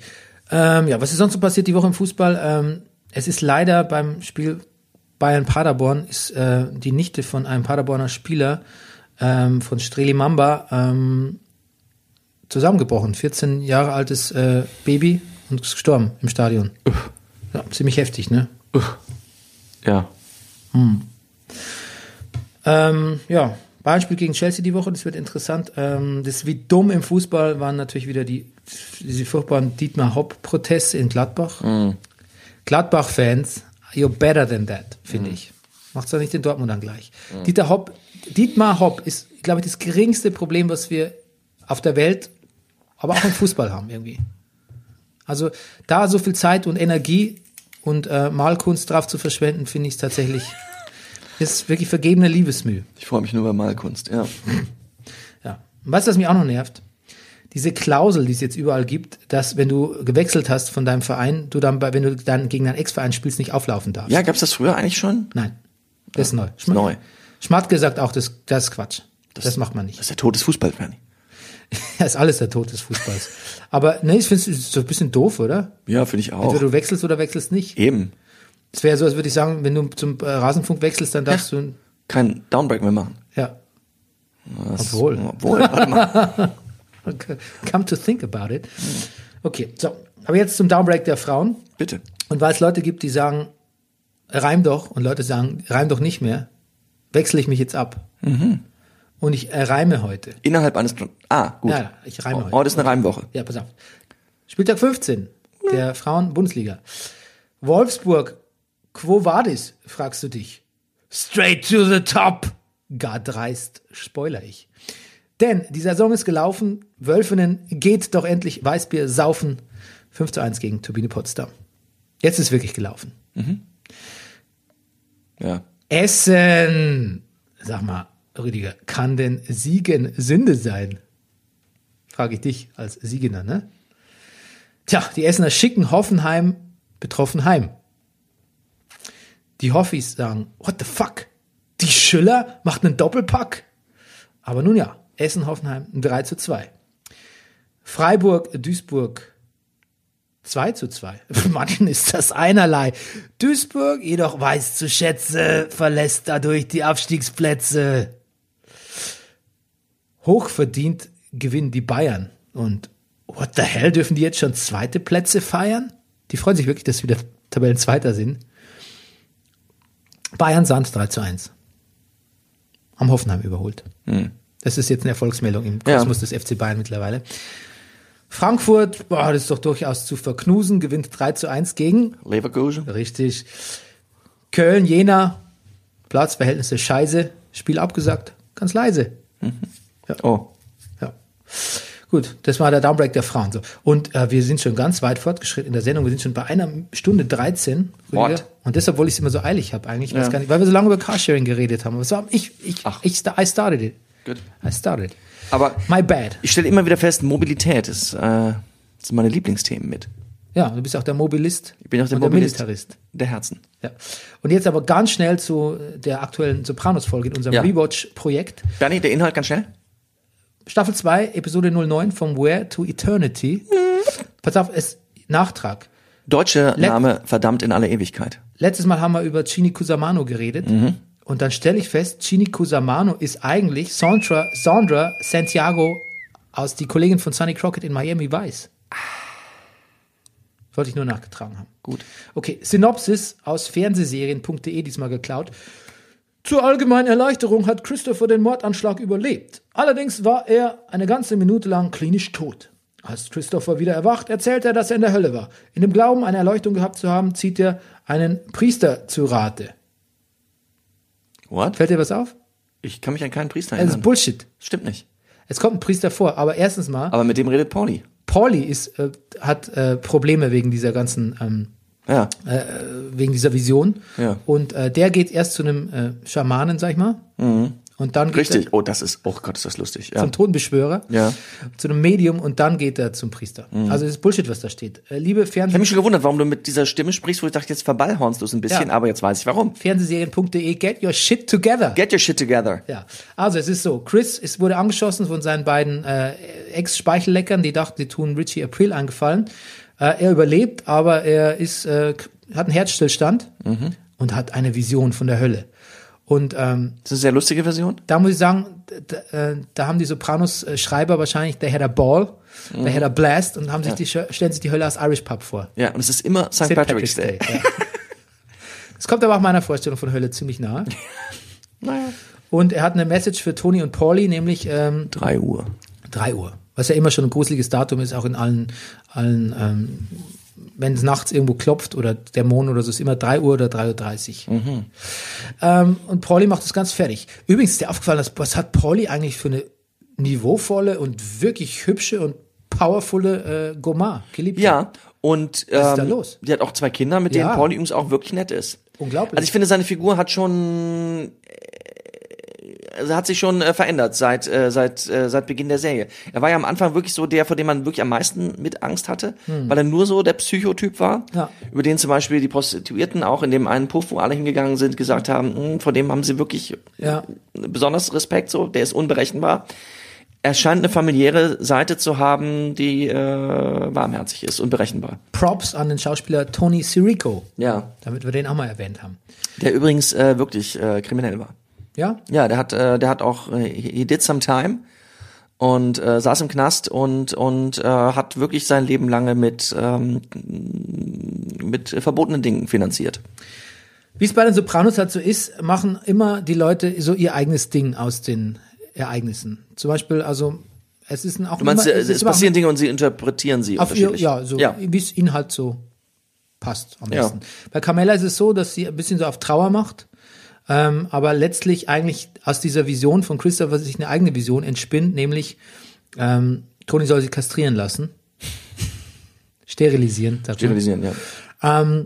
Speaker 1: Ähm, ja, was ist sonst so passiert die Woche im Fußball? Ähm, es ist leider beim Spiel Bayern-Paderborn ist äh, die Nichte von einem Paderborner Spieler ähm, von Streli Mamba ähm, zusammengebrochen. 14 Jahre altes äh, Baby und ist gestorben im Stadion. Ja, ziemlich heftig, ne?
Speaker 2: Ja.
Speaker 1: Ähm, ja, Bayern spielt gegen Chelsea die Woche, das wird interessant. Ähm, das wie dumm im Fußball waren natürlich wieder die, diese furchtbaren Dietmar Hopp-Proteste in Gladbach. Gladbach-Fans, you're better than that, finde ich. Macht's doch nicht den Dortmundern gleich. Dieter Hopp, Dietmar Hopp ist, glaube ich, das geringste Problem, was wir auf der Welt, aber auch im Fußball haben irgendwie. Also da so viel Zeit und Energie und äh, Malkunst drauf zu verschwenden, finde ich tatsächlich, ist wirklich vergebene Liebesmühe.
Speaker 2: Ich freue mich nur bei Malkunst, ja.
Speaker 1: Ja. Und weißt du, was mich auch noch nervt? Diese Klausel, die es jetzt überall gibt, dass wenn du gewechselt hast von deinem Verein, du dann, bei, wenn du dann gegen deinen Ex-Verein spielst, nicht auflaufen darfst.
Speaker 2: Ja, gab's das früher eigentlich schon?
Speaker 1: Nein, das ist neu. Schma
Speaker 2: neu.
Speaker 1: Schmatt gesagt auch, das, das ist Quatsch. Das, macht man
Speaker 2: Das
Speaker 1: nicht.
Speaker 2: ist der Tod des Fußballfans.
Speaker 1: Das ist alles der Tod des Fußballs. Aber nee, ich finde es so ein bisschen doof, oder?
Speaker 2: Ja, finde ich auch.
Speaker 1: Entweder du wechselst oder wechselst nicht.
Speaker 2: Eben.
Speaker 1: Es wäre so, als würde ich sagen, wenn du zum äh, Rasenfunk wechselst, dann darfst du.
Speaker 2: Kein Downbreak mehr machen.
Speaker 1: Ja.
Speaker 2: Das-
Speaker 1: Obwohl.
Speaker 2: Obwohl, warte mal.
Speaker 1: Okay. Come to think about it. Okay, so. Aber jetzt zum Downbreak der Frauen.
Speaker 2: Bitte.
Speaker 1: Und weil es Leute gibt, die sagen, reim doch, und Leute sagen, reim doch nicht mehr, wechsle ich mich jetzt ab.
Speaker 2: Mhm.
Speaker 1: Und ich äh, reime heute.
Speaker 2: Innerhalb eines... Plan- Ah, gut.
Speaker 1: Ja, ich reime heute.
Speaker 2: Oh, das ist eine Reimwoche.
Speaker 1: Ja, pass auf. Spieltag 15 der Frauen-Bundesliga. Wolfsburg, quo vadis, fragst du dich. Straight to the top, gar dreist, spoiler ich. Denn die Saison ist gelaufen, Wölfenen geht doch endlich Weißbier saufen. 5 zu 1 gegen Turbine Potsdam. Jetzt ist wirklich gelaufen.
Speaker 2: Ja.
Speaker 1: Essen. Sag mal, Rüdiger, kann denn Siegen Sünde sein? Frage ich dich als Siegener, ne? Tja, die Essener schicken Hoffenheim betroffen heim. Die Hoffis sagen, what the fuck? Die Schüller macht einen Doppelpack? Aber nun ja, Essen-Hoffenheim 3 zu 2. Freiburg-Duisburg 2 zu 2. Manchen ist das einerlei. Duisburg jedoch weiß zu schätze, verlässt dadurch die Abstiegsplätze. Hochverdient gewinnen die Bayern. Und what the hell, dürfen die jetzt schon zweite Plätze feiern? Die freuen sich wirklich, dass wir wieder Tabellenzweiter sind. Bayern Sand 3 zu 1. Am Hoffenheim überholt. Das ist jetzt eine Erfolgsmeldung im
Speaker 2: Ja.
Speaker 1: Kosmos des FC Bayern mittlerweile. Frankfurt, boah, das ist doch durchaus zu verknusen, gewinnt 3 zu 1 gegen,
Speaker 2: Leverkusen.
Speaker 1: richtig, Köln, Jena, Platzverhältnisse scheiße, Spiel abgesagt, ganz leise.
Speaker 2: Oh.
Speaker 1: Ja. Gut, das war der Downbreak der Frauen. So. Und äh, wir sind schon ganz weit fortgeschritten in der Sendung. Wir sind schon bei einer Stunde 13. Rüdiger.
Speaker 2: What?
Speaker 1: Und deshalb, obwohl ich es immer so eilig habe eigentlich, weiß gar nicht, weil wir so lange über Carsharing geredet haben. Aber es war, ich, ich,
Speaker 2: Ach.
Speaker 1: ich, sta- I started it.
Speaker 2: Gut.
Speaker 1: I started it.
Speaker 2: Aber
Speaker 1: My bad.
Speaker 2: ich stelle immer wieder fest, Mobilität ist, äh, sind meine Lieblingsthemen mit.
Speaker 1: Ja, du bist auch der Mobilist.
Speaker 2: Ich bin auch der
Speaker 1: und
Speaker 2: Mobilist.
Speaker 1: Der Militarist.
Speaker 2: Der Herzen.
Speaker 1: Ja. Und jetzt aber ganz schnell zu der aktuellen Sopranos-Folge in unserem
Speaker 2: Ja.
Speaker 1: Rewatch-Projekt.
Speaker 2: Bernie, der Inhalt ganz schnell?
Speaker 1: Staffel 2, Episode 09, From Where to Eternity. Pass auf, es, Nachtrag.
Speaker 2: Deutscher
Speaker 1: Let-
Speaker 2: Name, verdammt in alle Ewigkeit.
Speaker 1: Letztes Mal haben wir über Chini Kusamano geredet. Und dann stelle ich fest, Chini Kusamano ist eigentlich Sandra, Sandra Santiago aus die Kollegin von Sonny Crockett in Miami Vice. Wollte ich nur nachgetragen haben. Gut. Okay, Synopsis aus fernsehserien.de diesmal geklaut. Zur allgemeinen Erleichterung hat Christopher den Mordanschlag überlebt. Allerdings war er eine ganze Minute lang klinisch tot. Als Christopher wieder erwacht, erzählt er, dass er in der Hölle war. In dem Glauben, eine Erleuchtung gehabt zu haben, zieht er einen Priester zu Rate.
Speaker 2: What?
Speaker 1: Fällt dir was auf?
Speaker 2: Ich kann mich an keinen Priester
Speaker 1: Das ist
Speaker 2: erinnern.
Speaker 1: Bullshit.
Speaker 2: Stimmt nicht.
Speaker 1: Es kommt ein Priester vor, aber erstens mal,
Speaker 2: Aber mit dem redet Pauli.
Speaker 1: Pauli ist, äh, hat äh, Probleme wegen dieser ganzen, ähm,
Speaker 2: Ja.
Speaker 1: wegen dieser Vision.
Speaker 2: Ja.
Speaker 1: Und äh, der geht erst zu einem äh, Schamanen, sag ich mal. Und dann geht
Speaker 2: Mhm. Richtig. Oh, das ist, oh Gott, ist das lustig.
Speaker 1: er
Speaker 2: Ja.
Speaker 1: zum Totenbeschwörer,
Speaker 2: Ja. Mhm.
Speaker 1: zu einem Medium und dann geht er zum Priester. Also das ist Bullshit, was da steht. Äh, liebe
Speaker 2: Ich habe
Speaker 1: Fernseh
Speaker 2: mich schon gewundert, warum du mit dieser Stimme sprichst, wo ich dachte, jetzt verballhornst du es ein bisschen,
Speaker 1: Ja.
Speaker 2: aber jetzt weiß ich warum.
Speaker 1: Fernsehserien.de, E, get your shit together.
Speaker 2: Get your shit together.
Speaker 1: Ja, also es ist so, Chris ist, wurde angeschossen von seinen beiden äh, Ex-Speichelleckern, die dachten, die tun Richie April angefallen. Äh, er überlebt, aber er ist, äh, k- hat einen Herzstillstand
Speaker 2: Mhm.
Speaker 1: und hat eine Vision von der Hölle. Und ähm,
Speaker 2: Das ist eine sehr lustige Version.
Speaker 1: da muss ich sagen, d- d- äh, da haben die Sopranos-Schreiber wahrscheinlich, der hat der Ball, der
Speaker 2: Mhm.
Speaker 1: hat der Blast und haben sich die, Schö- stellen sich die Hölle als Irish Pub vor.
Speaker 2: Ja, und es ist immer St.
Speaker 1: St.
Speaker 2: Patrick's,
Speaker 1: Day,
Speaker 2: Day.
Speaker 1: ja. Das kommt aber auch meiner Vorstellung von Hölle ziemlich nahe.
Speaker 2: Naja.
Speaker 1: Und er hat eine Message für Tony und Pauli, nämlich ähm,
Speaker 2: Drei Uhr.
Speaker 1: 3 Uhr. Was ja immer schon ein gruseliges Datum ist, auch in allen, allen ähm, wenn es nachts irgendwo klopft oder der Mond oder so, ist immer 3 Uhr oder 3.30 Uhr.
Speaker 2: Mhm.
Speaker 1: Ähm, und Pauli macht das ganz fertig. Übrigens ist dir aufgefallen, dass, was hat Pauli eigentlich für eine niveauvolle und wirklich hübsche und powervolle äh, Gomar geliebt?
Speaker 2: Ja, und ähm,
Speaker 1: Was ist da los?
Speaker 2: die hat auch zwei Kinder, mit denen
Speaker 1: Ja.
Speaker 2: Pauli übrigens auch wirklich nett ist.
Speaker 1: Unglaublich.
Speaker 2: Also ich finde, seine Figur hat schon äh, also hat sich schon äh, verändert seit äh, seit äh, seit Beginn der Serie. Er war ja am Anfang wirklich so der, vor dem man wirklich am meisten mit Angst hatte, weil er nur so der Psychotyp war,
Speaker 1: Hm. Ja.
Speaker 2: über den zum Beispiel die Prostituierten auch in dem einen Puff, wo alle hingegangen sind, gesagt haben, "Hm, vor dem haben sie wirklich
Speaker 1: Ja.
Speaker 2: besonders Respekt, so der ist unberechenbar. Er scheint eine familiäre Seite zu haben, die äh, warmherzig ist, unberechenbar.
Speaker 1: Props an den Schauspieler Tony Sirico,
Speaker 2: Ja,
Speaker 1: damit wir den auch mal erwähnt haben.
Speaker 2: der übrigens äh, wirklich äh, kriminell war.
Speaker 1: Ja,
Speaker 2: Ja, der hat, äh, der hat auch, äh, he did some time und äh, saß im Knast und und äh, hat wirklich sein Leben lange mit ähm, mit verbotenen Dingen finanziert.
Speaker 1: Wie es bei den Sopranos halt so ist, machen immer die Leute so ihr eigenes Ding aus den Ereignissen. Zum Beispiel, also es ist ein- auch
Speaker 2: Du meinst,
Speaker 1: immer,
Speaker 2: äh, es
Speaker 1: immer
Speaker 2: passieren Dinge und sie interpretieren sie
Speaker 1: auf ihr,
Speaker 2: unterschiedlich.
Speaker 1: ja, so
Speaker 2: ja.
Speaker 1: wie es ihnen halt so passt am
Speaker 2: Ja.
Speaker 1: besten. Bei Carmella ist es so, dass sie ein bisschen so auf Trauer macht, ähm, aber letztlich eigentlich aus dieser Vision von Christopher sich eine eigene Vision entspinnt, nämlich ähm, Tony soll sie kastrieren lassen. Sterilisieren, sagt man.
Speaker 2: Sterilisieren, ja. äh,
Speaker 1: Ähm,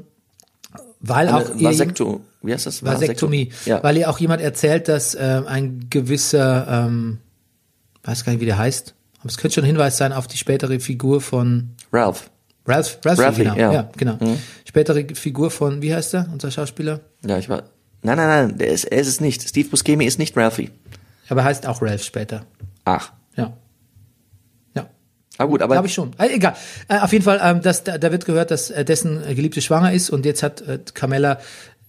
Speaker 1: weil auch ihr-
Speaker 2: Vasekto, wie heißt das?
Speaker 1: Vasektomie,
Speaker 2: Ja.
Speaker 1: weil ihr auch jemand erzählt, dass ähm, ein gewisser, ähm, weiß gar nicht, wie der heißt, aber es könnte schon ein Hinweis sein auf die spätere Figur von
Speaker 2: Ralph.
Speaker 1: Ralph, Ralphie,
Speaker 2: Ralphie,
Speaker 1: genau.
Speaker 2: ja. Mhm.
Speaker 1: Ja. genau. Spätere Figur von, wie heißt er, unser Schauspieler?
Speaker 2: Ja, ich war. Nein, nein, nein, der ist, er ist es nicht. Steve Buscemi ist nicht Ralphie.
Speaker 1: Aber er heißt auch Ralph später.
Speaker 2: Ach.
Speaker 1: Ja. Ja.
Speaker 2: Ah gut, aber
Speaker 1: Glaube ich schon. Äh, egal. Äh, auf jeden Fall, ähm, das, da, da wird gehört, dass äh, dessen äh, Geliebte schwanger ist und jetzt hat äh, Carmella,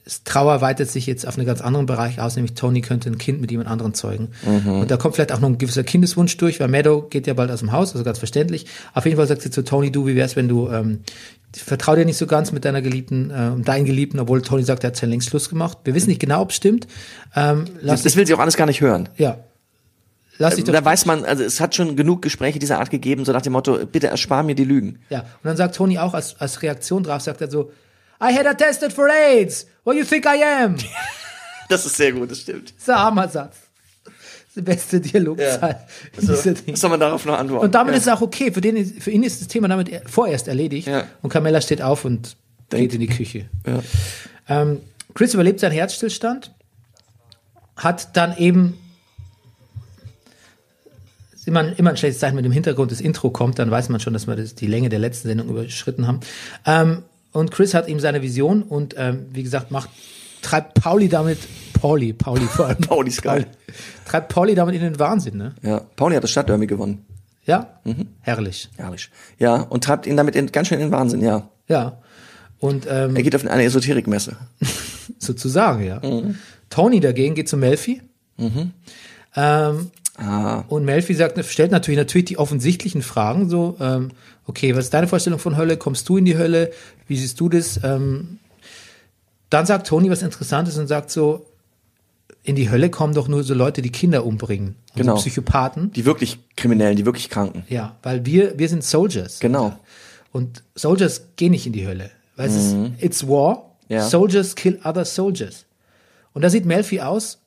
Speaker 1: s- Trauer weitet sich jetzt auf einen ganz anderen Bereich aus, nämlich Tony könnte ein Kind mit jemand anderem zeugen.
Speaker 2: Mhm.
Speaker 1: Und da kommt vielleicht auch noch ein gewisser Kindeswunsch durch, weil Meadow geht ja bald aus dem Haus, also ganz verständlich. Auf jeden Fall sagt sie zu Tony, du, wie wär's, wenn du, ähm, ich vertrau dir nicht so ganz mit deiner Geliebten, äh, und deinen Geliebten, obwohl Tony sagt, er hat schon längst Schluss gemacht. Wir wissen nicht genau, ob es stimmt. Ähm, lass dich,
Speaker 2: das will sie auch alles gar nicht hören.
Speaker 1: ja. Lass dich doch
Speaker 2: Da weiß man, also es hat schon genug Gespräche dieser Art gegeben, so nach dem Motto, bitte erspar mir die Lügen.
Speaker 1: Ja, und dann sagt Tony auch als, als Reaktion drauf, sagt er so, I had a tested for AIDS. What you think I am?
Speaker 2: Das ist sehr gut, das stimmt.
Speaker 1: Das ist ein armer Satz. Das ist der beste Dialogzahl. dieser Ding.
Speaker 2: Was soll man darauf noch antworten?
Speaker 1: Und damit
Speaker 2: Also ja.
Speaker 1: ist es auch okay. Für, den, ist- für ihn ist das Thema damit er- vorerst erledigt.
Speaker 2: Ja.
Speaker 1: Und Carmella steht auf und geht in die Küche. Ähm, Chris überlebt seinen Herzstillstand, hat dann eben ist immer, ein- immer ein schlechtes Zeichen, wenn im Hintergrund das Intro kommt, dann weiß man schon, dass wir das, die Länge der letzten Sendung überschritten haben. Ähm, und Chris hat eben seine Vision und ähm, wie gesagt macht treibt Pauli damit Pauli Pauli vor allem
Speaker 2: Pauli ist geil.
Speaker 1: treibt Pauli damit in den Wahnsinn, ne?
Speaker 2: Ja, Pauli hat das Stadtderby gewonnen.
Speaker 1: Ja,
Speaker 2: Mhm.
Speaker 1: herrlich.
Speaker 2: Herrlich. Ja, und treibt ihn damit in, ganz schön in den Wahnsinn, ja.
Speaker 1: Ja. Und ähm,
Speaker 2: Er geht auf eine Esoterikmesse.
Speaker 1: sozusagen, ja.
Speaker 2: Mhm.
Speaker 1: Tony dagegen geht zu Melfi. Ähm,
Speaker 2: Ah,
Speaker 1: Und Melfi sagt, stellt natürlich, natürlich die offensichtlichen Fragen, so, ähm, okay, was ist deine Vorstellung von Hölle? Kommst du in die Hölle? Wie siehst du das? Ähm, dann sagt Tony was Interessantes und sagt so, in die Hölle kommen doch nur so Leute, die Kinder umbringen. Also
Speaker 2: Genau.
Speaker 1: Psychopathen.
Speaker 2: Die wirklich Kriminellen, die wirklich Kranken.
Speaker 1: Ja, weil wir, wir sind Soldiers.
Speaker 2: Genau.
Speaker 1: Und Soldiers gehen nicht in die Hölle. Weil es ist, it's war.
Speaker 2: Mhm. Ja.
Speaker 1: Soldiers kill other soldiers. Und da sieht Melfi aus,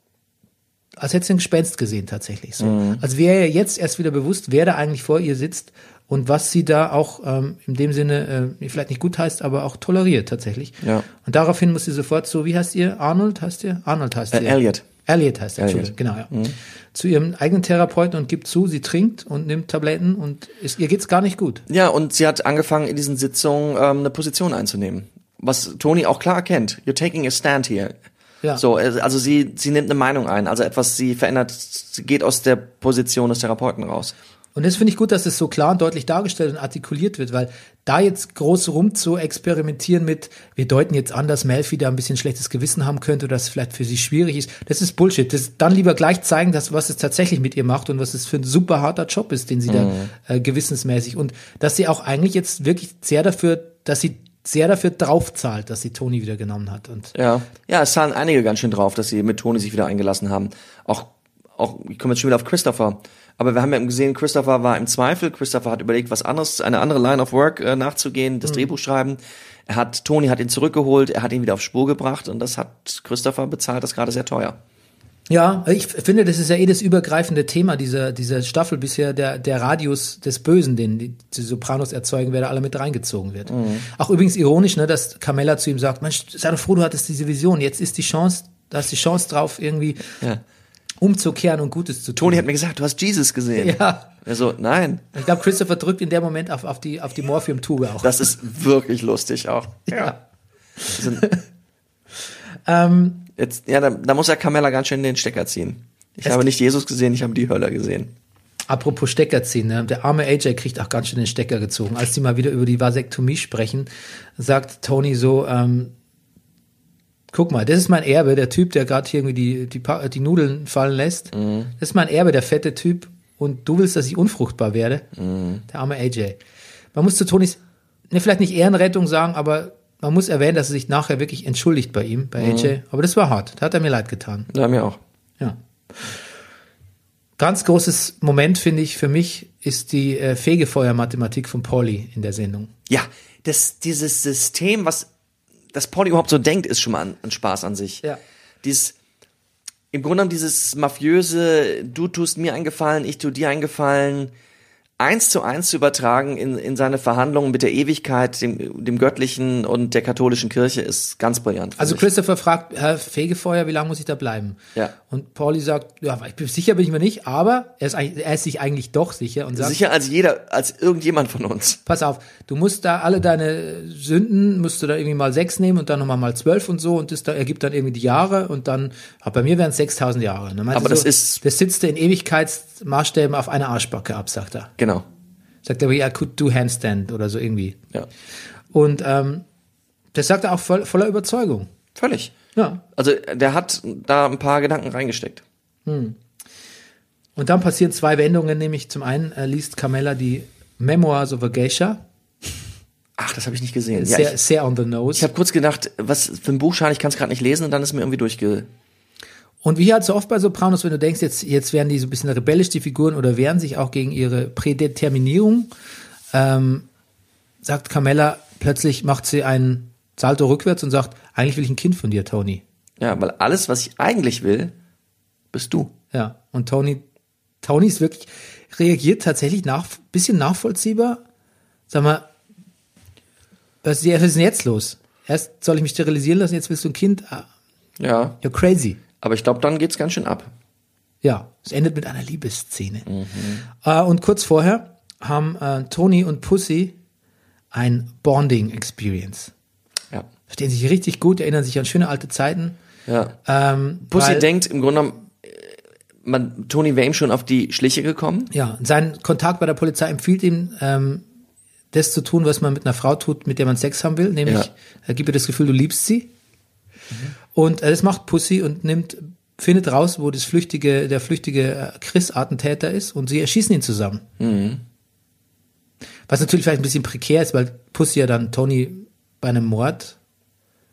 Speaker 1: als hätte sie ein Gespenst gesehen tatsächlich. So.
Speaker 2: Mhm.
Speaker 1: Als wäre ihr jetzt erst wieder bewusst, wer da eigentlich vor ihr sitzt und was sie da auch ähm, in dem Sinne äh, vielleicht nicht gut heißt, aber auch toleriert tatsächlich.
Speaker 2: Ja.
Speaker 1: Und daraufhin muss sie sofort zu, wie heißt ihr? Arnold heißt ihr? Arnold heißt
Speaker 2: Äh,
Speaker 1: ihr.
Speaker 2: Elliot.
Speaker 1: Elliot heißt er,
Speaker 2: Elliot. Mhm.
Speaker 1: Entschuldigung, genau, ja. Zu ihrem eigenen Therapeuten und gibt zu, sie trinkt und nimmt Tabletten und ist, ihr geht's gar nicht gut.
Speaker 2: Ja, und sie hat angefangen, in diesen Sitzungen ähm, eine Position einzunehmen. Was Tony auch klar erkennt. You're taking a stand here.
Speaker 1: Ja.
Speaker 2: So, äh, also sie, sie nimmt eine Meinung ein. Also etwas, sie verändert, sie geht aus der Position des Therapeuten raus.
Speaker 1: Und das finde ich gut, dass es so klar und deutlich dargestellt und artikuliert wird, weil da jetzt groß rum zu experimentieren mit, wir deuten jetzt an, dass Melfi da ein bisschen schlechtes Gewissen haben könnte oder dass es vielleicht für sie schwierig ist, das ist Bullshit. Das, dann lieber gleich zeigen, dass, was es tatsächlich mit ihr macht und was es für ein super harter Job ist, den sie da äh, gewissensmäßig und dass sie auch eigentlich jetzt wirklich sehr dafür, dass sie sehr dafür draufzahlt, dass sie Toni wieder genommen hat. Und
Speaker 2: Ja. Ja, es zahlen einige ganz schön drauf, dass sie mit Tony sich wieder eingelassen haben. Auch, auch, ich komme jetzt schon wieder auf Christopher. Aber wir haben ja gesehen, Christopher war im Zweifel. Christopher hat überlegt, was anderes, eine andere Line of Work äh, nachzugehen, das Drehbuch schreiben. Er hat, Tony hat ihn zurückgeholt, er hat ihn wieder auf Spur gebracht und das hat Christopher bezahlt, das gerade sehr teuer.
Speaker 1: Ja, ich f- finde, das ist ja eh das übergreifende Thema dieser, dieser Staffel bisher, der, der Radius des Bösen, den die, die Sopranos erzeugen, wer da alle mit reingezogen wird. Auch übrigens ironisch, ne, dass Carmella zu ihm sagt, Mensch, sei doch froh, du hattest diese Vision, jetzt ist die Chance, da ist die Chance drauf, irgendwie umzukehren und Gutes zu tun.
Speaker 2: Tony hat mir gesagt, du hast Jesus gesehen.
Speaker 1: Ja.
Speaker 2: Er so, nein.
Speaker 1: Ich glaube, Christopher drückt in dem Moment auf, auf die, auf die Morphium-Tube auch.
Speaker 2: Das ist wirklich lustig auch.
Speaker 1: ja. Ähm,
Speaker 2: Also, jetzt, ja, da, da muss ja Camilla ganz schön den Stecker ziehen. Ich
Speaker 1: Es-
Speaker 2: habe nicht Jesus gesehen, ich habe die Hölle gesehen.
Speaker 1: Apropos Stecker ziehen, ne? der arme AJ kriegt auch ganz schön den Stecker gezogen. Als die mal wieder über die Vasektomie sprechen, sagt Tony so, ähm, guck mal, das ist mein Erbe, der Typ, der gerade hier irgendwie die, die, Pa- die Nudeln fallen lässt. Das ist mein Erbe, der fette Typ. Und du willst, dass ich unfruchtbar werde? Der arme AJ. Man muss zu Tonys, ne, vielleicht nicht Ehrenrettung sagen, aber man muss erwähnen, dass er sich nachher wirklich entschuldigt bei ihm, bei AJ. Aber das war hart. Da hat er mir leid getan.
Speaker 2: Ja, mir auch.
Speaker 1: Ja. Ganz großes Moment, finde ich, für mich ist die äh, Fegefeuer-Mathematik von Pauli in der Sendung.
Speaker 2: Ja, das, dieses System, was das Pauli überhaupt so denkt, ist schon mal ein, ein Spaß an sich.
Speaker 1: Ja.
Speaker 2: Dieses, im Grunde genommen dieses mafiöse, du tust mir einen Gefallen, ich tu dir einen Gefallen, eins zu eins zu übertragen in, in seine Verhandlungen mit der Ewigkeit, dem, dem Göttlichen und der katholischen Kirche ist ganz brillant.
Speaker 1: Also
Speaker 2: finde
Speaker 1: Christopher fragt, Herr Fegefeuer, wie lange muss ich da bleiben?
Speaker 2: Ja.
Speaker 1: Und Pauli sagt, ja, ich bin sicher bin ich mir nicht, aber er ist, eigentlich- er ist sich eigentlich doch sicher und
Speaker 2: ich.
Speaker 1: sagt,
Speaker 2: Sicher als jeder, als irgendjemand von uns.
Speaker 1: pass auf, du musst da alle deine Sünden, musst du da irgendwie mal sechs nehmen und dann nochmal mal zwölf und so und das da ergibt dann irgendwie die Jahre und dann, ah, bei mir wären es 6000 Jahre. Und dann meint
Speaker 2: Aber
Speaker 1: er
Speaker 2: das ist-
Speaker 1: Das sitzt er in Ewigkeitsmaßstäben auf einer Arschbacke ab, sagt er.
Speaker 2: Genau.
Speaker 1: Sagt er, I could do handstand oder so irgendwie.
Speaker 2: Ja.
Speaker 1: Und ähm, das sagt er auch voll, voller Überzeugung.
Speaker 2: Völlig.
Speaker 1: Ja.
Speaker 2: Also der hat da ein paar Gedanken reingesteckt.
Speaker 1: Und dann passieren zwei Wendungen, nämlich zum einen äh, liest Carmella die Memoirs of a Geisha,
Speaker 2: Ach, das habe ich nicht gesehen. Ja,
Speaker 1: sehr,
Speaker 2: ich
Speaker 1: sehr on the
Speaker 2: ich
Speaker 1: nose.
Speaker 2: habe kurz gedacht, was für ein Buchschein, ich kann es gerade nicht lesen und dann ist mir irgendwie durchge...
Speaker 1: Und wie halt so oft bei Sopranos, wenn du denkst, jetzt, jetzt werden die so ein bisschen rebellisch, die Figuren, oder wehren sich auch gegen ihre Prädeterminierung, ähm, sagt Carmella, plötzlich macht sie einen Salto rückwärts und sagt, eigentlich will ich ein Kind von dir, Tony.
Speaker 2: Ja, weil alles, was ich eigentlich will, bist du.
Speaker 1: Ja, und Tony, Tony ist wirklich, reagiert tatsächlich nach, bisschen nachvollziehbar. Sag mal, was ist was ist denn jetzt los? Erst soll ich mich sterilisieren lassen, jetzt willst du ein Kind. Ah,
Speaker 2: Ja.
Speaker 1: You're crazy.
Speaker 2: Aber ich glaube, dann geht's ganz schön ab.
Speaker 1: Ja, es endet mit einer Liebesszene. Äh, und kurz vorher haben äh, Tony und Pussy ein Bonding Experience.
Speaker 2: Ja.
Speaker 1: Verstehen sich richtig gut, erinnern sich an schöne alte Zeiten.
Speaker 2: ja.
Speaker 1: Ähm,
Speaker 2: Pussy
Speaker 1: weil-
Speaker 2: denkt im Grunde genommen, äh, man, Tony wäre ihm schon auf die Schliche gekommen.
Speaker 1: Ja, sein Kontakt bei der Polizei empfiehlt ihm, ähm, das zu tun, was man mit einer Frau tut, mit der man Sex haben will, nämlich
Speaker 2: Ja.
Speaker 1: äh, gib ihr das Gefühl, du liebst sie. Und äh, das macht Pussy und nimmt, findet raus, wo das flüchtige, der flüchtige äh, Chris-Attentäter ist und sie erschießen ihn zusammen. Was natürlich vielleicht ein bisschen prekär ist, weil Pussy ja dann Tony bei einem Mord,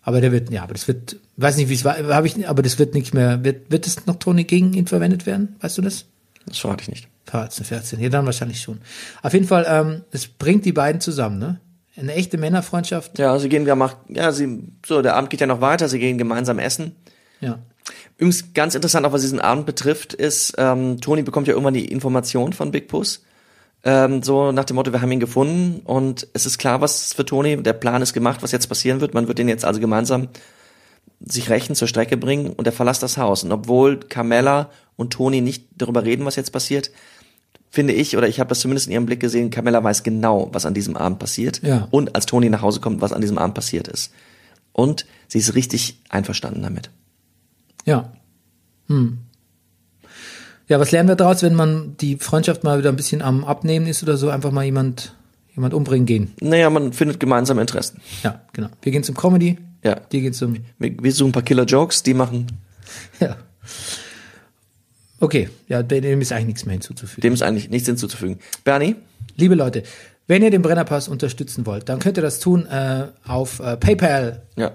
Speaker 1: aber der wird, ja, aber das wird, weiß nicht, wie es war, habe ich, aber das wird nicht mehr, wird, wird es noch Tony gegen ihn verwendet werden? Weißt du das?
Speaker 2: Das verrate ich nicht.
Speaker 1: 13, 14, ja, dann wahrscheinlich schon. Auf jeden Fall, ähm, es bringt die beiden zusammen, ne? Eine echte Männerfreundschaft.
Speaker 2: Ja, sie gehen gemacht, ja, sie, so, der Abend geht ja noch weiter, sie gehen gemeinsam essen.
Speaker 1: Ja.
Speaker 2: Übrigens, ganz interessant, auch was diesen Abend betrifft, ist, ähm, Toni bekommt ja irgendwann die Information von Big Puss. Ähm, so nach dem Motto, wir haben ihn gefunden und es ist klar, was für Toni, der Plan ist gemacht, was jetzt passieren wird. Man wird den jetzt also gemeinsam sich rächen, zur Strecke bringen und er verlässt das Haus. Und obwohl Carmella und Toni nicht darüber reden, was jetzt passiert, finde ich, oder ich habe das zumindest in ihrem Blick gesehen, Carmella weiß genau, was an diesem Abend passiert.
Speaker 1: Ja.
Speaker 2: Und als Toni nach Hause kommt, was an diesem Abend passiert ist. Und sie ist richtig einverstanden damit.
Speaker 1: Ja. Hm. Ja, was lernen wir daraus, wenn man die Freundschaft mal wieder ein bisschen am Abnehmen ist oder so, einfach mal jemand, jemand umbringen gehen.
Speaker 2: Naja, man findet gemeinsame Interessen.
Speaker 1: Ja, genau. Wir gehen zum Comedy.
Speaker 2: Ja.
Speaker 1: Die gehen zum,
Speaker 2: Wir, wir suchen ein paar Killer-Jokes, die machen,
Speaker 1: ja. Okay, ja, dem ist eigentlich nichts mehr hinzuzufügen.
Speaker 2: dem ist eigentlich nichts hinzuzufügen. Bernie,
Speaker 1: Liebe Leute, wenn ihr den Brennerpass unterstützen wollt, dann könnt ihr das tun äh, auf äh, PayPal.
Speaker 2: Ja.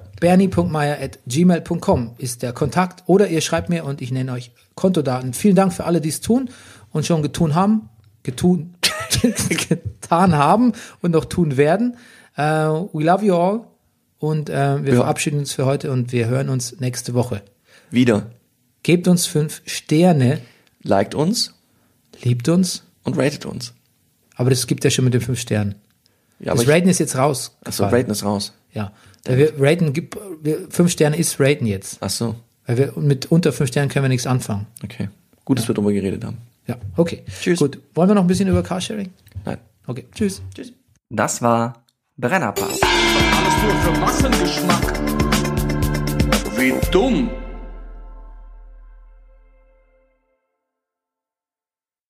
Speaker 1: bernie.meier.gmail.com ist der Kontakt. Oder ihr schreibt mir und ich nenne euch Kontodaten. Vielen Dank für alle, die es tun und schon getun haben, getun, getan haben und noch tun werden. Äh, we love you all und äh, wir
Speaker 2: Ja.
Speaker 1: verabschieden uns für heute und wir hören uns nächste Woche.
Speaker 2: wieder.
Speaker 1: Gebt uns fünf Sterne,
Speaker 2: Liked uns
Speaker 1: liebt uns,
Speaker 2: und ratet uns.
Speaker 1: aber das gibt ja schon mit den fünf Sternen.
Speaker 2: Ja,
Speaker 1: das
Speaker 2: ich-
Speaker 1: Raten ist jetzt raus.
Speaker 2: Achso, raten ist raus.
Speaker 1: Ja. Weil wir raten, gib- wir, fünf Sterne ist raten jetzt.
Speaker 2: Achso,
Speaker 1: Weil wir mit unter fünf Sternen können wir nichts anfangen.
Speaker 2: okay. Gut, dass wir drüber geredet haben.
Speaker 1: Ja, okay.
Speaker 2: Tschüss.
Speaker 1: Gut. Wollen wir noch ein bisschen über Carsharing?
Speaker 2: Nein.
Speaker 1: Okay, tschüss. Tschüss.
Speaker 3: Das war Brennerpass.
Speaker 4: Alles nur für Massengeschmack. Wie dumm.